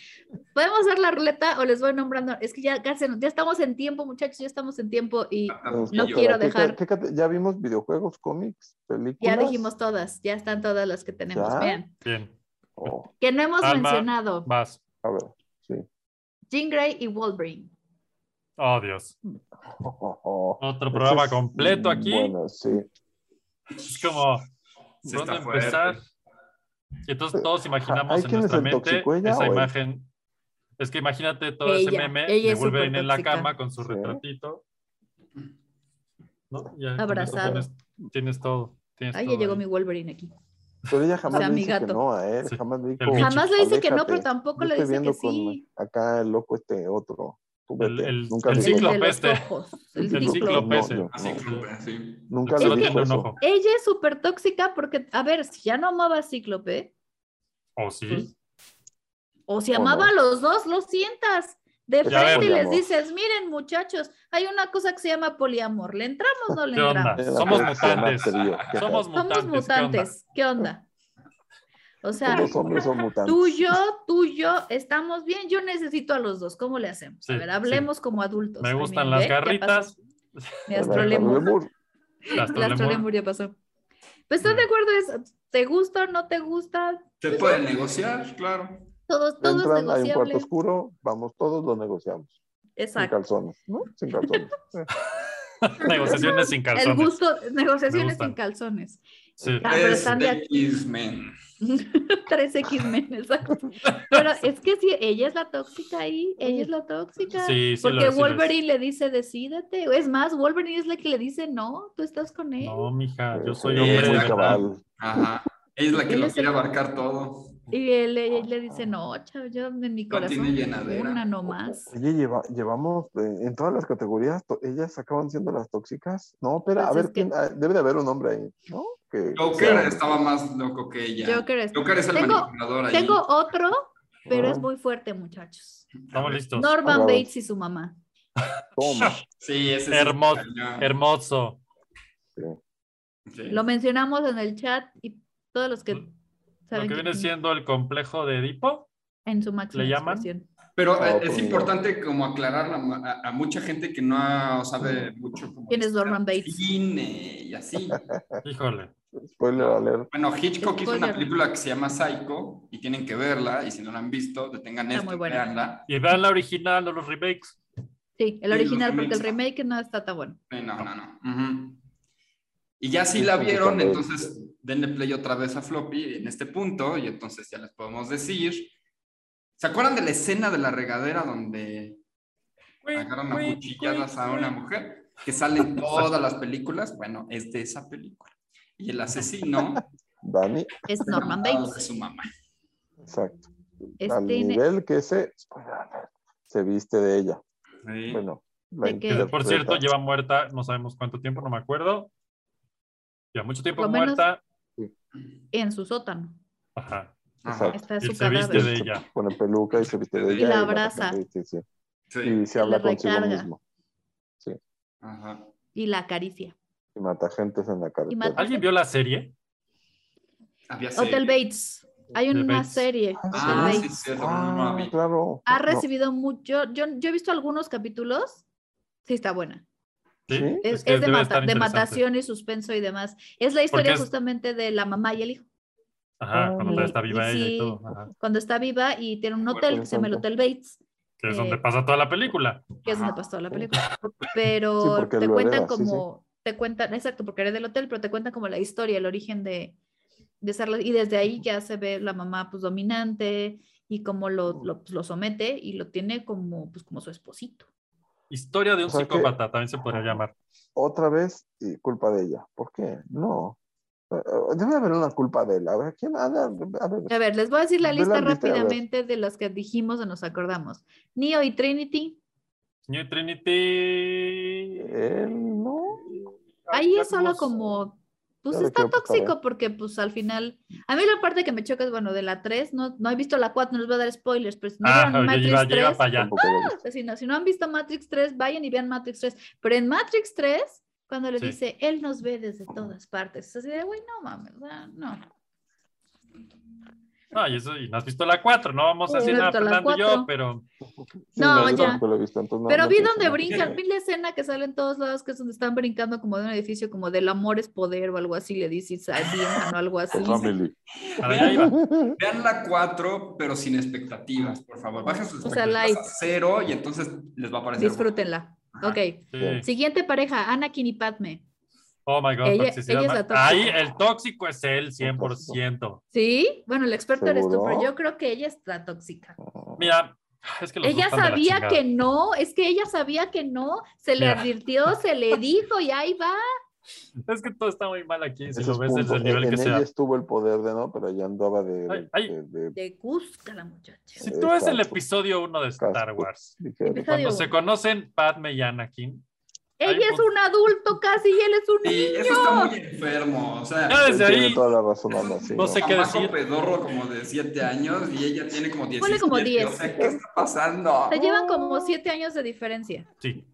S8: ¿Podemos hacer la ruleta o les voy nombrando? Es que ya casi, ya estamos en tiempo, muchachos, ya estamos en tiempo y No
S7: Espera,
S8: quiero
S7: Este, fíjate-
S8: dejar-
S7: fíjate, ya vimos videojuegos, cómics, películas.
S8: ya dijimos todas, ya están todas las que tenemos.
S7: ¿Ya?
S8: Vean,
S6: Bien,
S7: Oh,
S8: que no hemos
S6: Alma.
S8: mencionado
S6: vas.
S7: a ver, sí.
S8: Jean Grey y Wolverine.
S6: Oh, Dios.
S7: Oh, oh, oh.
S6: Otro
S7: Ese
S6: programa
S7: es-
S6: completo aquí.
S7: Bueno, sí.
S6: Es como,
S9: Sí
S6: ¿dónde
S9: está fuerte.
S6: empezar? Y entonces todos
S7: ¿Hay
S6: imaginamos en
S7: quién es
S6: nuestra
S7: el
S6: mente
S7: tóxico, ella
S6: esa
S7: o él?
S6: imagen. Es que imagínate todo ese
S8: Ella,
S6: meme
S8: ella
S6: de
S8: es
S6: Wolverine en la
S8: supertóxica.
S6: cama con su
S7: Sí.
S6: retratito. ¿No? Ya, con
S8: Abrazado.
S6: eso Tienes, tienes todo. Tienes
S8: Ay, ya
S6: todo
S8: llegó
S6: ahí.
S8: mi Wolverine aquí.
S7: Pero ella jamás
S8: O sea,
S7: le
S8: mi
S7: dice que
S8: gato.
S7: no a él,
S6: Sí.
S7: jamás le dijo.
S6: El bicho.
S8: Pues, Jamás le dice que no, pero
S7: "Aléjate".
S8: tampoco
S7: Yo
S8: le
S7: estoy
S8: dice que
S7: viendo con
S8: sí.
S7: acá el loco este otro. Tú
S6: El-
S7: vete,
S6: el-
S7: nunca
S6: el
S7: le
S8: El de
S7: dijo-
S6: ciclo.
S8: los
S6: cíclope este.
S8: ojos,
S6: El
S8: El ciclo.
S6: cíclope. ese.
S7: yo-
S9: Así que, sí.
S7: Nunca
S6: Solo
S7: le dijo
S6: tiene un
S7: eso.
S6: ojo.
S8: Ella es súper tóxica porque, a ver, si ya no amaba a Cíclope,
S6: ¿O Oh, sí?
S8: O si
S7: ¿O
S8: amaba
S7: no?
S8: a los dos, lo sientas. De
S7: Ya
S8: frente y
S7: vemos.
S8: les dices, miren muchachos, hay una cosa que se llama poliamor. ¿Le entramos o no le
S6: ¿Qué onda?
S8: entramos?
S7: Era
S6: Somos
S7: el
S6: mutantes.
S7: trío, que
S6: Somos
S8: Somos
S6: mutantes. ¿qué onda?
S8: mutantes. ¿Qué onda? O sea,
S7: todos los hombres son mutantes.
S8: tú, yo, tú, yo, estamos bien. Yo necesito a los dos. ¿Cómo le hacemos? A
S6: Sí,
S8: ver, hablemos como adultos.
S6: Me
S8: Ay,
S6: gustan
S8: miren,
S6: las
S8: ¿ve? Ya pasó.
S6: garritas.
S8: Mi
S7: Era
S8: astrolemur.
S7: Lemur.
S6: Las
S8: El astrolemur ya pasó. Pues estás
S6: Mm.
S8: de acuerdo, es, ¿te gusta o no te gusta?
S9: Se puede negociar, claro.
S8: Todo, todo es
S7: Entran, hay un
S8: negociable.
S7: cuarto oscuro, vamos todos, lo negociamos. Sin
S8: Exacto.
S7: calzones, ¿no? Sin calzones.
S6: Negociaciones sin
S8: El
S6: calzones.
S8: gusto, negociaciones
S6: gustan.
S8: sin calzones.
S6: Sí.
S8: Ah, pero
S9: Es
S8: están de ac-
S9: X-Men.
S8: 3X men, exacto. Pero es que si ella es la tóxica ahí, ella es la tóxica.
S6: Sí, sí lo
S8: Porque
S6: es, sí lo es.
S8: Wolverine le dice, decídete. Es más, Wolverine es la que le dice, no, tú estás con él.
S6: No, mija, Ah, yo soy
S9: Sí,
S6: hombre de
S9: es la
S6: verdad.
S7: Eh, cabal.
S9: Ajá. Ella es la que
S8: Él
S9: lo
S8: es
S9: quiere
S8: el-
S9: abarcar todo.
S8: Y él, él le dice, no, chavo, yo en mi
S9: No tiene
S8: corazón
S9: llenadera.
S8: una nomás.
S7: Oye, lleva- llevamos eh, en todas las categorías, to- ellas acaban siendo las tóxicas. No, pero a
S8: Pues
S7: ver,
S8: es que-
S7: quién- ah, debe de haber un hombre ahí, ¿no? Que
S9: Joker
S7: sea-
S9: estaba más loco que ella. Joker,
S8: Joker es-
S9: es el
S8: Tengo-
S9: manipulador ahí.
S8: Tengo otro, pero es
S7: Ah,
S8: muy fuerte, muchachos.
S6: Estamos listos.
S8: Norman
S7: Ah,
S8: Bates y su mamá.
S7: toma.
S9: Sí, ese es
S6: Hermoso. Hermoso.
S8: Lo mencionamos en el chat y todos los que
S6: Lo que
S8: saben quién
S6: viene
S8: es,
S6: siendo el complejo de Edipo.
S8: en su máxima
S6: ¿le llaman?
S8: expresión.
S9: Pero
S7: Ah,
S9: eh,
S7: pues
S9: es
S7: mira.
S9: importante como aclarar a, a mucha gente que no sabe mucho. Como
S8: ¿Quién es
S9: de
S8: Norman Bates?
S9: Cine y así.
S6: Híjole.
S7: Spoiler alert.
S9: Bueno, Hitchcock hizo una
S8: Spoiler.
S9: película que se llama Psycho y tienen que verla y si no la han visto, detengan
S8: Está
S9: esto,
S8: muy buena.
S9: veanla.
S6: Y vean la original o los remakes.
S8: Sí, el
S9: los
S8: original, porque el
S9: remakes.
S8: remake no está tan bueno.
S9: Eh, No, no, no. Ujú. Y ya si la vieron, entonces denle play otra vez a Floppy en este punto y entonces ya les podemos decir. ¿Se acuerdan de la escena de la regadera donde agarran a cuchilladas a una mujer que sale en todas las películas? Bueno, es de esa película. Y el asesino
S7: Dani,
S8: Es Norman
S9: de
S8: Bates.
S9: su mamá.
S7: exacto. Al
S8: Este,
S7: nivel que se, spoiler alert, se viste de ella.
S9: Sí.
S7: Bueno, la
S8: ¿De qué?
S6: Que, por
S7: interpreta.
S6: cierto, lleva muerta, no sabemos cuánto tiempo, no me acuerdo. Ya mucho tiempo
S8: Por lo menos-
S6: muerta.
S8: en su sótano.
S6: Ajá.
S9: Ajá,
S7: Exacto.
S8: Está
S6: Y
S8: su
S6: se viste de
S8: cadáver.
S6: ella.
S7: Pone peluca y se viste de
S9: Y
S7: ella.
S8: la abraza.
S7: Sí, sí, sí.
S9: sí,
S7: Y se habla
S8: le
S7: consigo
S8: recarga.
S7: mismo.
S9: ajá.
S8: Y la acaricia.
S7: Y mata gentes en la
S8: mata-
S7: carretera.
S6: ¿Alguien vio la serie?
S9: Había
S8: Hotel
S9: serie.
S8: Bates. Hay
S6: De
S8: una
S6: Bates.
S8: serie. Hotel
S9: Ah, sí,
S8: Bates.
S9: sí, es
S7: Ah,
S9: Robbie.
S7: claro.
S8: Ha
S7: No,
S8: recibido mucho. Yo, yo he visto algunos capítulos. Sí, está buena.
S6: Sí,
S8: Es,
S7: ¿Sí?
S6: que
S8: es de,
S6: Pues, eh, debe
S8: mata-
S6: estar
S8: de
S6: interesante.
S8: matación y suspenso y demás. Es la historia
S6: es-
S8: justamente de la mamá y el hijo.
S6: Ajá,
S7: Ah,
S6: cuando todavía está
S8: Oh, y
S6: viva ella
S8: sí.
S6: y todo. Ajá.
S8: Cuando está viva y tiene un hotel que se llama el Hotel Bates,
S6: Que es
S8: Eh,
S6: donde pasa toda la película.
S8: que es donde
S7: Ajá.
S8: pasó toda la película. Pero
S7: Sí, porque
S8: te
S7: lo
S8: cuentan
S7: hereda, sí, sí.
S8: como, te cuentan, exacto, porque eres del hotel, pero te cuentan como la historia, el origen de, de Sarla. Y desde ahí ya se ve la mamá pues dominante y cómo lo, lo, pues, lo somete y lo tiene como, pues, como su esposito.
S6: Historia de un
S7: O sea que-
S6: psicópata, también se podría llamar.
S7: Otra vez, y culpa de ella. ¿Por qué? No. Eh, eh, Debe haber una culpa de él. A ver, ¿quién? A ver, a ver.
S8: A ver, les voy a decir la
S7: Ve
S8: lista
S7: la lista, este, a ver.
S8: rápidamente de las que dijimos o nos acordamos. Neo y Trinity,
S6: Señor Trinity.
S7: Él no.
S8: Ahí es solo
S6: hablamos-
S8: como, pues
S7: Ya le
S8: está
S7: creo que está
S8: tóxico porque pues al final, a mí la parte que me choca es, bueno, de la 3, no, no he visto la 4, no les voy a dar spoilers, pero si no
S6: Ah,
S8: vieron
S6: yo
S8: Matrix
S6: iba, yo
S8: 3,
S6: iba para allá.
S7: Tampoco lo he visto.
S8: pues, si, no, si no han visto Matrix 3, vayan y vean Matrix 3, pero en Matrix 3, cuando le
S6: Sí.
S8: dice, él nos ve desde todas partes, es así de, güey, no mames, ah, no.
S6: No, y, eso, y no has visto la 4, no vamos a
S8: Sí,
S6: decir
S8: no
S6: nada,
S8: he visto la
S6: Fernando y yo,
S8: cuatro.
S6: pero
S7: Sí,
S8: No,
S7: yo
S8: ya.
S7: tampoco lo he visto, entonces no-
S8: Pero
S7: no
S8: vi
S7: pienso
S8: donde
S7: nada.
S8: brincan, vi la escena que sale en todos lados, que es donde están brincando como de un edificio, como del amor es poder o algo así, le dice Sadian o algo así.
S7: The Family.
S6: para allá iba.
S9: Vean la 4, pero sin expectativas, por favor. Bajen sus
S8: O sea,
S9: expectativas
S8: light.
S9: a cero y entonces les va a parecer.
S8: Disfrútenla.
S9: Ajá.
S8: Ok.
S6: Sí.
S8: Siguiente pareja, Anakin y Padme.
S6: Oh my god,
S8: Ella-
S6: toxicidad.
S8: ella es la
S6: ma-
S8: tóxica.
S6: Ahí el tóxico es él, 100%.
S8: ¿Sí? Bueno, el experto eres tú, pero
S7: ¿Seguro?
S8: yo creo que ella está tóxica.
S6: Mira, es que los dos
S8: Ella
S6: están de la
S8: sabía
S6: chingada.
S8: que no, es que ella sabía que no, se le
S6: Mira.
S8: advirtió, se le dijo y ahí va.
S6: Es que todo está muy mal aquí, si
S7: Ese
S6: lo
S7: es
S6: ves
S7: punto.
S6: desde el
S7: En-
S6: nivel
S7: en
S6: que
S7: ella
S6: sea.
S7: estuvo el poder de no, pero ella andaba de, de-
S6: Ay, ay.
S7: de- de
S8: De Cusca la muchacha.
S6: Si tú ves el
S7: Exacto.
S6: episodio 1 de Star
S7: Casco.
S6: Wars,
S7: ligero.
S8: Episodio
S6: cuando
S8: uno.
S6: se conocen Padme y Anakin, Ay,
S8: Ella es
S6: pues-
S8: un adulto casi y él es un
S9: Sí, eso está muy enfermo. O sea,
S6: ya
S7: Él
S6: desde
S7: pues, tiene
S6: ahí,
S7: toda la razón, Alba, sí,
S6: no sé qué
S9: chamaco
S6: decir.
S9: pedorro como de 7 años y ella tiene como 10.
S8: Ponle como 10.
S9: O sea, ¿qué está pasando?
S8: Se llevan como siete años de diferencia,
S6: Sí,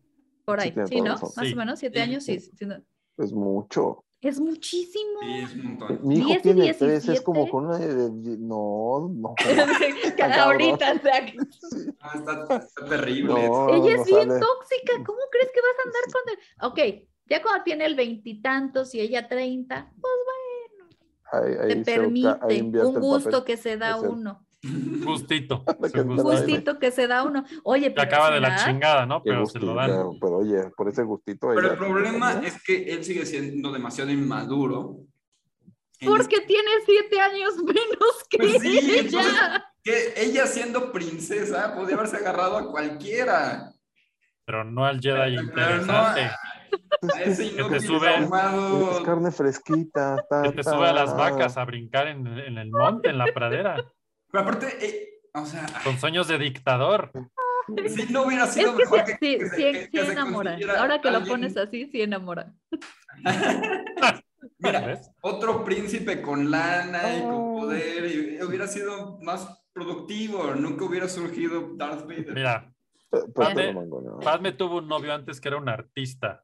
S8: por
S7: Oh. Sí,
S8: ahí.
S7: tiene
S8: Sí,
S7: toda
S8: ¿no?
S7: razón.
S8: Más
S6: Sí.
S8: o menos, siete
S9: Sí.
S8: años, sí. sí, no.
S7: Es mucho.
S8: Es muchísimo.
S9: Sí, es un montón.
S7: Mi hijo
S8: 10 y
S7: tiene tres, es
S8: 17.
S7: como con una de- de- No, no.
S8: Cada ahorita, o sea, que-
S9: Ah, está, está
S7: no,
S9: terrible.
S8: Ella
S7: no
S8: es bien
S7: sale.
S8: tóxica. ¿Cómo crees que vas a andar con él? Ok, ya cuando tiene el veintitantos y, ella treinta, pues
S7: Ahí- ahí
S8: te
S7: se- ahí
S8: permite
S7: invierte
S8: un
S7: el
S8: gusto
S7: papel.
S8: que se da
S7: Es el-
S8: uno,
S6: gustito.
S7: que
S6: es un
S8: un
S7: se da ahí.
S6: gustito.
S8: gustito que se da uno. Oye,
S6: Que
S8: pero
S6: acaba de
S8: ¿será?
S6: la chingada, ¿no?
S7: Qué
S6: Pero se
S7: gustito,
S6: lo dan.
S7: Pero oye, por ese gustito.
S9: Pero
S7: ella-
S9: el problema es que él sigue siendo demasiado inmaduro. En
S8: Porque tiene siete años menos que
S9: Pues sí,
S8: ella.
S9: entonces- Que ella siendo princesa podía haberse agarrado a cualquiera.
S6: Pero no al Jedi
S9: Pero no-
S6: interesante.
S9: A ese
S6: Que
S9: inútil
S6: te sube-
S7: Es
S9: traumado.
S7: carne fresquita.
S6: Que
S7: ta,
S6: te sube a las
S7: ta.
S6: vacas a brincar en, en el monte, en la pradera,
S9: Pero aparte, eh, o sea,
S6: con sueños de dictador.
S9: si no hubiera
S8: Es
S9: sido
S8: que
S9: mejor
S8: sí,
S9: que,
S8: sí,
S9: que se-
S8: sí,
S9: que-
S8: sí
S9: que se
S8: enamora.
S9: consiguiera
S8: Ahora que lo
S9: alguien-
S8: pones así, sí enamora.
S9: Mira,
S6: ¿Ves?
S9: otro príncipe con lana y con
S8: Oh.
S9: poder y hubiera sido más productivo. Nunca hubiera surgido Darth Vader.
S6: Mira,
S7: Pero- pero
S6: Padme-
S7: te lo mango, no.
S6: Padme tuvo un novio antes que era un artista.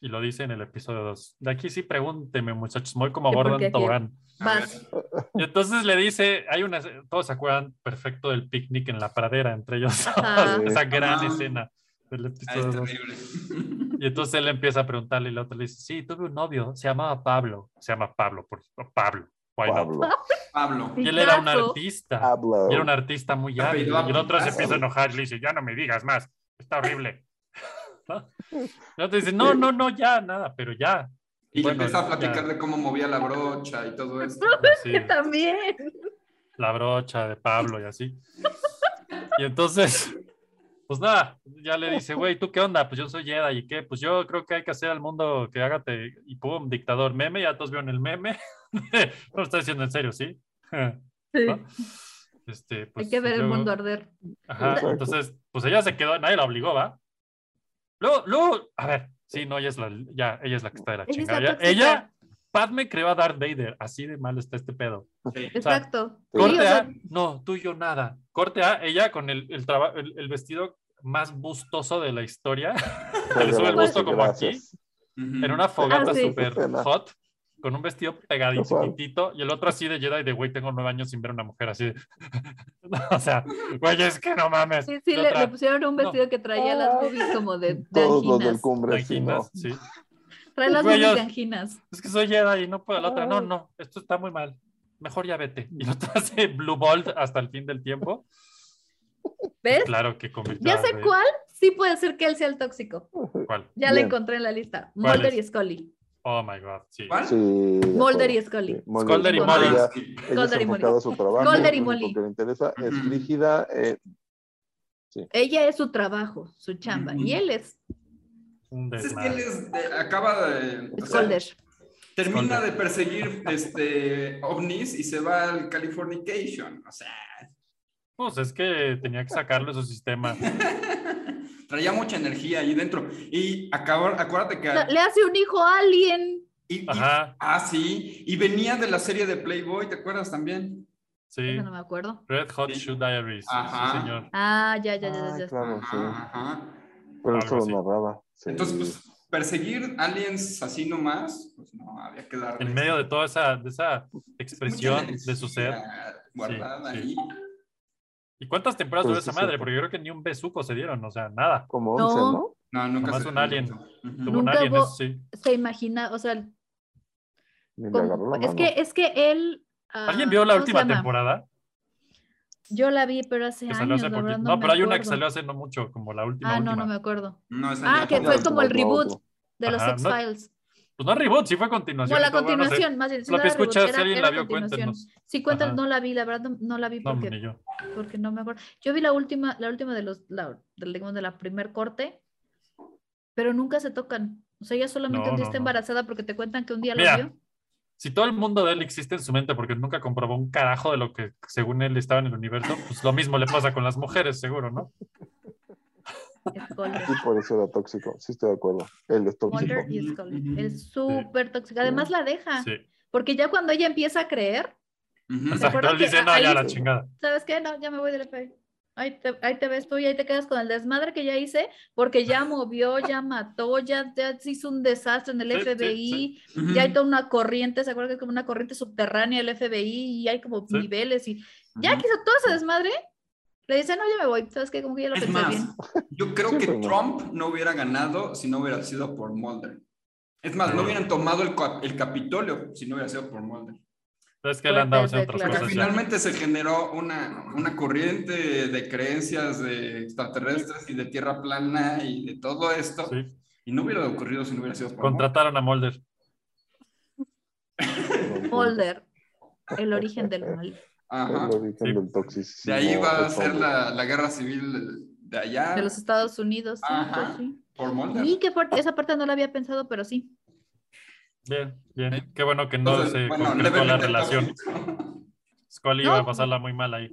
S6: Y lo dice en el episodio 2. De aquí sí pregúnteme, muchachos. Muy como
S8: ¿Y por qué
S6: Gordon
S8: aquí?
S6: Tobogán.
S9: A ver,
S8: Vas.
S6: Y entonces le dice, hay una, todos se acuerdan perfecto del picnic en la pradera entre ellos. dos.
S8: Ajá.
S6: Esa gran
S9: Ajá.
S6: escena del
S9: ah, es
S6: episodio 2.
S9: terrible.
S6: Y entonces él empieza a preguntarle y la otra le dice, sí, tuve un novio, se llamaba Pablo. Se llama Pablo, por Pablo. why not?
S7: Pablo. Ah,
S9: Pablo.
S6: Y él era un
S8: Picasso.
S6: artista.
S7: Pablo.
S6: Y era un artista muy
S9: Pero
S6: hábil.
S9: iba
S6: Y el otro se
S9: Ah, Picasso.
S6: empieza a enojar y le dice, ya no me digas más, está horrible. ¿No? El otro dice, no, no, no, ya, nada, pero ya.
S9: Y
S6: Bueno,
S9: empieza a platicar
S6: ya.
S9: de cómo movía la brocha y todo eso.
S6: Así,
S8: Que también.
S6: la brocha de Pablo y así. Y entonces, pues nada, ya le dice, güey, ¿tú qué onda? Pues yo soy Jedi y qué, pues yo creo que hay que hacer al mundo que hágate y pum, dictador meme, ya todos vieron el meme. no lo está diciendo en serio, ¿sí?
S8: Sí.
S6: ¿No? Este, pues,
S8: Hay que ver
S6: y
S8: el
S6: luego-
S8: mundo arder.
S6: Ajá,
S7: Exacto.
S6: entonces, pues ella se quedó, nadie la obligó, ¿va? Luego, luego, a ver, sí, no, ella es la, ya, ella es la que está de la
S8: Ella es
S6: chingada.
S8: la
S6: Ella,
S8: tóxica.
S6: ella, Padme creó a Darth Vader, así de mal está este pedo. sea,
S8: Exacto. Sí,
S6: Corte
S8: o sea,
S6: A, no, tú y yo nada. Corte A, ella con el, el, traba- el- el vestido más bustoso de la historia,
S7: Pero
S6: le sube el
S7: bueno,
S6: gusto como aquí,
S7: gracias.
S9: Ujú.
S6: en una fogata
S8: Ah, sí.
S6: súper hot, con un vestido pegadito
S7: Casual.
S6: chiquitito, y el otro así de Jedi de, güey, tengo nueve años sin ver a una mujer así. de- o sea, güey, es que no mames.
S8: Sí,
S6: Y
S8: sí, le,
S6: otra,
S8: le pusieron un
S6: No.
S8: vestido que traía las boobies como de, de
S7: Todos los del
S8: anginas.
S7: cumbre, sí,
S6: anginas,
S7: no.
S6: sí.
S8: Trae las
S6: Güey,
S8: boobies
S6: yo-
S8: de anginas.
S6: Es que soy Jedi y no puedo. La otra, no, no, esto está muy mal. Mejor ya vete. Y lo hace Blue Bolt hasta el fin del tiempo.
S8: ¿Ves?
S6: Claro que convirtió
S8: Ya
S6: a
S8: sé
S6: Rey.
S8: cuál, sí puede ser que él sea el tóxico.
S6: ¿Cuál?
S8: Ya la
S7: Bien.
S8: encontré en la lista.
S6: ¿Cuál
S8: Mulder y
S6: es?
S8: Scully.
S6: Oh my god, sí.
S9: ¿Cuál? Ah,
S7: Sí, de
S8: Mulder y
S7: acuerdo.
S8: Scully.
S7: Sí, Mulder
S6: Scolder y
S7: Scully.
S6: Molly.
S7: Ella,
S9: Sí.
S7: ella
S8: Scolder
S7: se
S8: y Molly.
S7: enfocaba a su trabajo.
S8: Scolder y
S7: lo único
S8: Molly.
S7: que le interesa es
S9: Ujú.
S7: rígida. eh,
S8: Ella es su trabajo, su chamba.
S7: Mm.
S8: Y él es
S6: Un
S9: pues Es que él
S6: desmadre.
S9: es de- acaba de. o sea,
S8: Scolder.
S9: termina de perseguir este, ovnis y se va al Californication. O sea,
S6: Pues es que tenía que sacarlo de su sistema.
S9: traía mucha energía ahí dentro. Y acabar, acuérdate que.
S8: No, Le hace un hijo a alguien.
S9: y- y-
S6: Ajá,
S9: ah, sí. Y venía de la serie de Playboy, ¿te acuerdas también?
S6: sí.
S8: Eso no me acuerdo.
S6: Red Hot
S9: Sí.
S6: Shoe Diaries. sí,
S9: Ajá.
S6: Sí, señor.
S8: Ah, ya, ya, ya,
S7: ah,
S8: ya. ya.
S7: claro, sí.
S9: Ajá, ajá.
S7: Pero
S6: Algo
S7: eso lo
S6: así.
S7: narraba. sí.
S9: Entonces, pues, perseguir aliens así nomás, pues no, había que darle.
S6: En medio de toda esa, de esa expresión
S9: mucha
S6: de su ser.
S9: energía Guardada
S6: Sí, sí.
S9: ahí.
S6: ¿Y cuántas temporadas
S7: Pues
S6: duró
S7: sí,
S6: esa madre?
S7: sí.
S6: Porque yo creo que ni un besuco se dieron, o sea, nada.
S7: como
S8: No.
S7: 11, ¿no?
S9: No, nunca
S6: Nomás
S9: se-
S6: un alien.
S9: Ujú.
S6: Tuvo un
S8: Nunca
S6: alien,
S8: hubo-
S6: eso sí.
S8: Se imagina, o sea,
S7: Ni le
S8: como-
S7: agarró la
S8: es
S7: mano.
S8: que es que él. ah,
S6: ¿Alguien vio la
S8: ¿cómo se
S6: última
S8: llama?
S6: temporada?
S8: Yo la vi, pero hace
S6: Que
S8: años.
S6: salió hace
S8: la
S6: poquito.
S8: verdad,
S6: No,
S8: me
S6: pero hay una que
S8: acuerdo.
S6: salió hace no mucho, como la última.
S8: Ah, no,
S6: última.
S8: no me acuerdo.
S9: No, esa
S8: Ah,
S9: ya-
S8: que
S7: No,
S8: fue
S7: no,
S8: como el
S7: no,
S8: reboot.
S7: no.
S8: De los
S6: Ajá, no-
S8: X-Files.
S6: Pues no reboot, sí fue continuación.
S8: O la
S6: entonces, bueno, no sé.
S8: continuación, más bien. si
S6: Lo
S8: no
S6: que
S8: era reboot,
S6: escuchas, si
S8: era-
S6: alguien
S8: era
S6: la vio,
S8: continuación.
S6: cuéntenos.
S8: Sí, cuéntanos,
S6: Ajá.
S8: no la vi, la verdad no, no la vi
S6: ¿eh? No,
S8: porque,
S6: ni yo.
S8: porque no me acuerdo. Yo vi la última, la última de los, la, del- digamos, de la primer corte, pero nunca se tocan. O sea, ella solamente
S6: No,
S8: un día
S6: no,
S8: está
S6: no.
S8: embarazada porque te cuentan que un día
S6: Mira.
S8: lo vio.
S6: Si todo el mundo de él existe en su mente porque nunca comprobó un carajo de lo que según él estaba en el universo, pues lo mismo le pasa con las mujeres, seguro, ¿no?
S8: Scully.
S7: Sí, por eso era tóxico. Sí, estoy de acuerdo. Él es tóxico.
S8: Mulder y Scully. Es súper tóxica.
S7: Sí.
S8: Además la deja,
S6: Sí.
S8: porque ya cuando ella empieza a creer,
S9: Ujú.
S6: O sea,
S8: acuerdas
S6: él
S8: que
S6: dice, no,
S8: ahí-
S6: ya la chingada.
S8: ¿sabes qué? No, ya me voy del FBI. Ahí te, ahí te ves tú y ahí te quedas con el desmadre que ya hice, porque ya movió, ya mató, ya, ya se hizo un desastre en el
S6: Sí, sí,
S8: FBI,
S9: Ujú.
S8: ya hay toda una corriente, ¿se acuerdan que es como una corriente subterránea del FBI y hay como
S6: Sí.
S8: niveles y ya
S9: Ujú.
S8: que hizo todo ese desmadre, le dice, no, ya me voy, ¿sabes qué? Como que ya lo
S9: Es
S8: pensé
S9: más,
S8: bien.
S9: yo creo
S7: Sí,
S9: que
S7: pero no.
S9: Trump no hubiera ganado si no hubiera sido por Mulder. Es más, no hubieran tomado el, cap- el Capitolio si no hubiera sido por Mulder.
S6: Es que él andaba haciendo otras
S8: Fuertes
S9: Porque
S6: cosas. ya.
S9: finalmente se generó una, una corriente de creencias de extraterrestres y de tierra plana y de todo esto.
S6: Sí.
S9: Y no hubiera ocurrido si no hubiera sido por
S6: Contrataron a Mulder.
S8: Mulder, el origen del mal.
S9: Mulder. Ajá.
S7: El origen
S6: Sí.
S7: del toxicismo.
S9: De ahí va a
S7: es
S9: ser
S7: Mulder.
S9: la, la guerra civil de allá
S8: De los Estados Unidos. sí,
S9: Ajá.
S8: pues sí.
S9: por Mulder.
S8: Y qué fuerte, esa parte no la había pensado, pero sí.
S6: Bien, bien. Qué bueno que no
S9: Entonces,
S6: se
S9: bueno,
S6: concretó la
S9: levemente
S6: relación. Scully iba
S8: No.
S6: a pasarla muy mal ahí.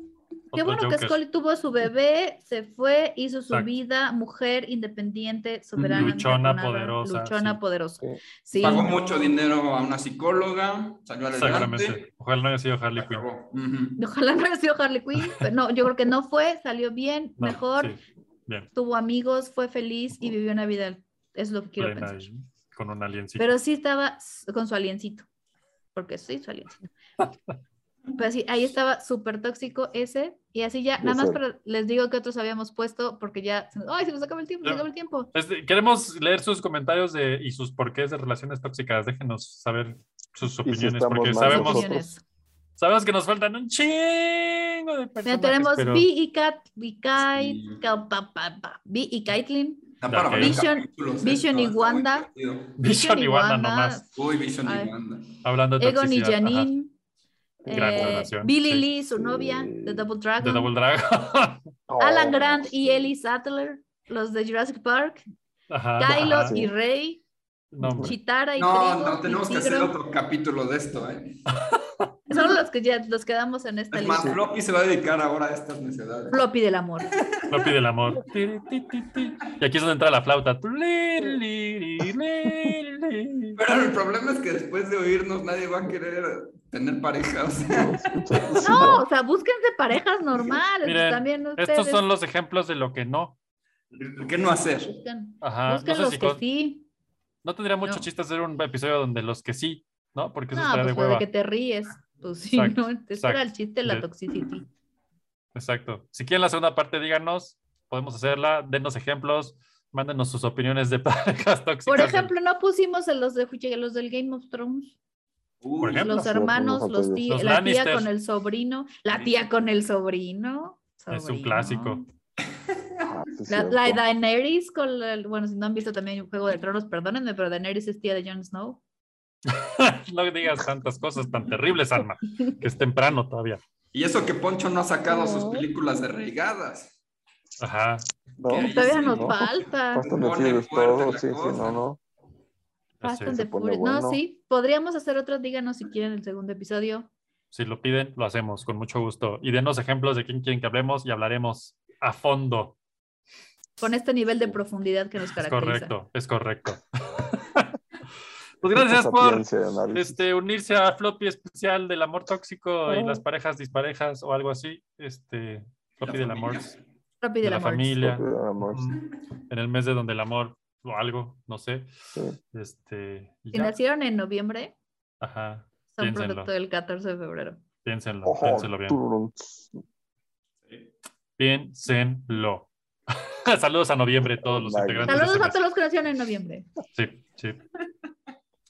S8: Qué
S6: Otro
S8: bueno que
S6: Joker.
S8: Scully tuvo su bebé, se fue, hizo su
S6: Exacto.
S8: vida, mujer independiente, soberana.
S6: Luchona
S8: incajonada,
S6: poderosa,
S8: Luchona
S6: sí.
S8: poderosa.
S7: Sí.
S8: Sí,
S9: Pagó mucho dinero a una psicóloga, salió adelante.
S6: Seguramente. Ojalá no haya sido Harley Quinn.
S9: Acabó. Ujú.
S8: ojalá no haya sido Harley Quinn, pero no, yo creo que no fue, salió bien,
S6: No,
S8: mejor,
S6: sí, Bien.
S8: tuvo amigos, fue feliz y vivió una vida, es lo que quiero
S6: plena
S8: pensar.
S6: y con un aliencito.
S8: Pero sí estaba s- con su aliencito, porque sí, su aliencito. Pero sí, ahí estaba súper tóxico ese, y así ya,
S7: Yo
S8: nada más
S7: sé.
S8: para- les digo que otros habíamos puesto, porque ya, se nos- ay, se nos acaba el tiempo, se nos
S6: Ya.
S8: acaba el tiempo.
S6: Este, queremos leer sus comentarios de, y sus porqués de relaciones tóxicas. Déjenos saber sus opiniones,
S7: estamos
S6: porque
S7: mal
S6: sabemos,
S7: nosotros.
S8: Opiniones.
S6: sabemos que nos faltan un chingo de
S8: Mira,
S6: personas.
S8: tenemos Vi y Kat, Vi Kai,
S9: Sí.
S8: Ka- pa- pa- pa- Vi y Caitlin,
S9: Está para
S6: Ok.
S9: varios
S8: Vision-
S9: capítulos
S8: Vision
S9: esto,
S8: y
S9: está muy
S8: Wanda.
S9: divertido.
S6: Vision y Wanda nomás,
S9: Uy, Vision
S8: Ay.
S9: y Wanda.
S6: hablando de
S8: Egon y
S6: toxicidad. ajá,
S8: Janine,
S6: Gran
S8: eh,
S6: relación,
S8: Billy
S6: sí.
S8: Lee, su
S7: Sí.
S8: novia, The Double
S6: de
S8: Dragon,
S6: Double Dragon.
S8: Alan
S7: Oh,
S8: Grant y
S7: sí.
S8: Ellie Sattler, los de Jurassic Park,
S6: Ajá,
S8: Kylo
S6: ajá.
S8: y Rey,
S6: No, hombre.
S8: Chitara y
S9: No,
S8: Trigo,
S9: no, tenemos
S8: y
S9: que hacer
S8: Tigro.
S9: otro capítulo de esto, ¿eh?
S8: Son los que ya los quedamos en esta
S9: Es más,
S8: lista.
S9: Floppy se va a dedicar ahora a estas necesidades.
S8: Floppy del amor.
S6: No pide el amor. Tiri, ti, ti, ti. Y aquí es donde entra la flauta. Tuliriliririli.
S9: Pero el problema es que después de oírnos nadie va a querer tener pareja. o sea.
S8: No, o sea, búsquense parejas normales.
S6: Miren,
S8: también ustedes
S6: Estos son los ejemplos de lo que no.
S9: ¿qué no hacer?
S8: busquen,
S6: Ajá.
S8: busquen
S6: Ah, No, sé
S8: los
S6: si
S8: que
S6: con-
S8: sí.
S6: no tendría mucho
S8: No.
S6: chiste hacer un episodio donde los que sí ¿no? Porque eso
S8: No,
S6: está
S8: pues
S6: de
S8: lo de
S6: hueva.
S8: que te ríes. Pues sí,
S6: Exacto,
S8: ¿no? Ese era el
S6: exacto.
S8: chiste, la
S6: Ya.
S8: toxicity.
S6: Exacto. Si quieren la segunda parte, díganos, podemos hacerla, dennos ejemplos, mándenos sus opiniones de parejas tóxicas.
S8: Por ejemplo, no pusimos a los de a los del Game of Thrones,
S9: Uy,
S6: Por ejemplo.
S8: los
S7: Sí,
S8: hermanos,
S7: no,
S8: los tí-
S6: Los
S8: la tía
S6: Lannister.
S8: con el sobrino, la tía con el sobrino.
S6: Es un
S8: sobrino.
S6: clásico.
S7: Ah, sí,
S8: La,
S7: cierto.
S8: la Daenerys con la- bueno, si no han visto también Juego de Tronos, perdónenme, pero Daenerys es tía de Jon Snow.
S6: no digas tantas cosas tan terribles, Alma, que es temprano todavía.
S9: Y eso que Poncho no ha sacado
S8: No.
S9: sus películas de regadas.
S6: Ajá.
S7: No,
S9: Ahí
S8: Todavía
S9: sí,
S8: nos
S7: ¿no?
S8: falta.
S7: Fast and the
S9: Pone
S7: Furious,
S9: fuerte
S7: todo,
S9: la
S7: sí, sí,
S9: cosa.
S7: no, no.
S8: Fast
S6: Sí,
S8: and
S7: se
S8: the
S7: pone
S8: Furious. No,
S7: bueno.
S8: sí, podríamos hacer otro, díganos si quieren el segundo episodio.
S6: Si lo piden, lo hacemos con mucho gusto. Y denos ejemplos de quién quieren que hablemos y hablaremos a fondo.
S8: Con este nivel de profundidad que nos
S6: Es
S8: caracteriza.
S6: correcto, es correcto. pues gracias
S7: Esa
S6: por
S7: sapiencia de análisis.
S6: este, unirse a Floppy especial del amor tóxico
S8: Ah.
S6: y las parejas disparejas o algo así. Este, Floppy
S9: La
S6: del amor,
S9: familia.
S6: de
S8: Rápido el
S6: la
S8: amor.
S6: familia.
S7: Propio amor,
S6: Mm, En el mes de donde el amor o algo, no sé.
S7: sí.
S6: Este, y
S8: Si
S6: ya.
S8: nacieron en noviembre,
S6: Ajá,
S8: son
S6: Piénsenlo.
S8: producto del 14 de febrero.
S6: piénsenlo,
S7: Ojo,
S6: piénsenlo bien.
S7: turum.
S6: Piénsenlo. Saludos a noviembre a todos los
S7: Vaya.
S6: integrantes. de
S8: Saludos
S6: este
S8: a
S6: mes.
S8: todos los que nacieron en noviembre.
S6: Sí, sí.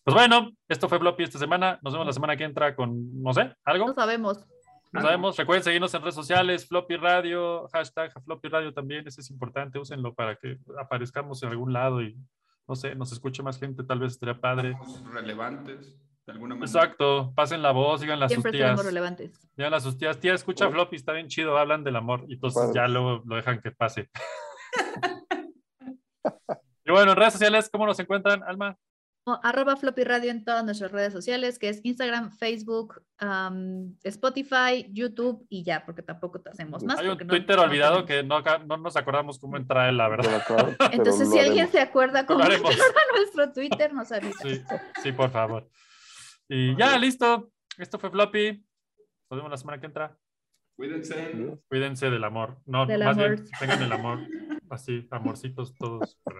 S6: Pues bueno, esto fue Floppy esta semana. Nos vemos la semana que entra con, no sé,
S8: No
S6: algo.
S8: sabemos.
S6: No sabemos. Recuerden seguirnos en redes sociales, Floppy Radio, hashtag Floppy Radio también. Eso es importante. Úsenlo para que aparezcamos en algún lado y, no sé, nos escuche más gente. Tal vez estaría padre.
S9: Somos relevantes, de alguna manera.
S6: Exacto. Pasen la voz, díganle a sus
S8: Siempre seremos
S6: tías.
S8: relevantes.
S6: Díganle a sus tías. Tía, escucha Floppy, está bien chido. Hablan del amor. Y entonces
S7: Padre.
S6: ya luego lo dejan que pase. y bueno, en redes sociales, ¿cómo nos encuentran, Alma?
S8: O arroba floppy radio en todas nuestras redes sociales, que es Instagram, Facebook, am, Spotify, YouTube y ya, porque tampoco te hacemos más.
S6: Pues Hay un
S8: porque no-
S6: Twitter
S8: no
S6: olvidado que
S8: tenemos.
S6: no, ca- no nos acordamos cómo entrar, la verdad.
S7: Pero claro, pero
S8: Entonces,
S7: lo
S8: si alguien
S7: haremos.
S8: se acuerda cómo entrar
S6: haremos.
S8: a nuestro Twitter, nos avisa.
S6: Sí, sí, por favor. Y ya, listo. Esto fue Floppy. Nos vemos la semana que entra.
S9: Cuídense.
S6: Cuídense del amor. No,
S8: Del
S6: más
S8: amor.
S6: bien tengan el amor. Así, amorcitos todos. pero-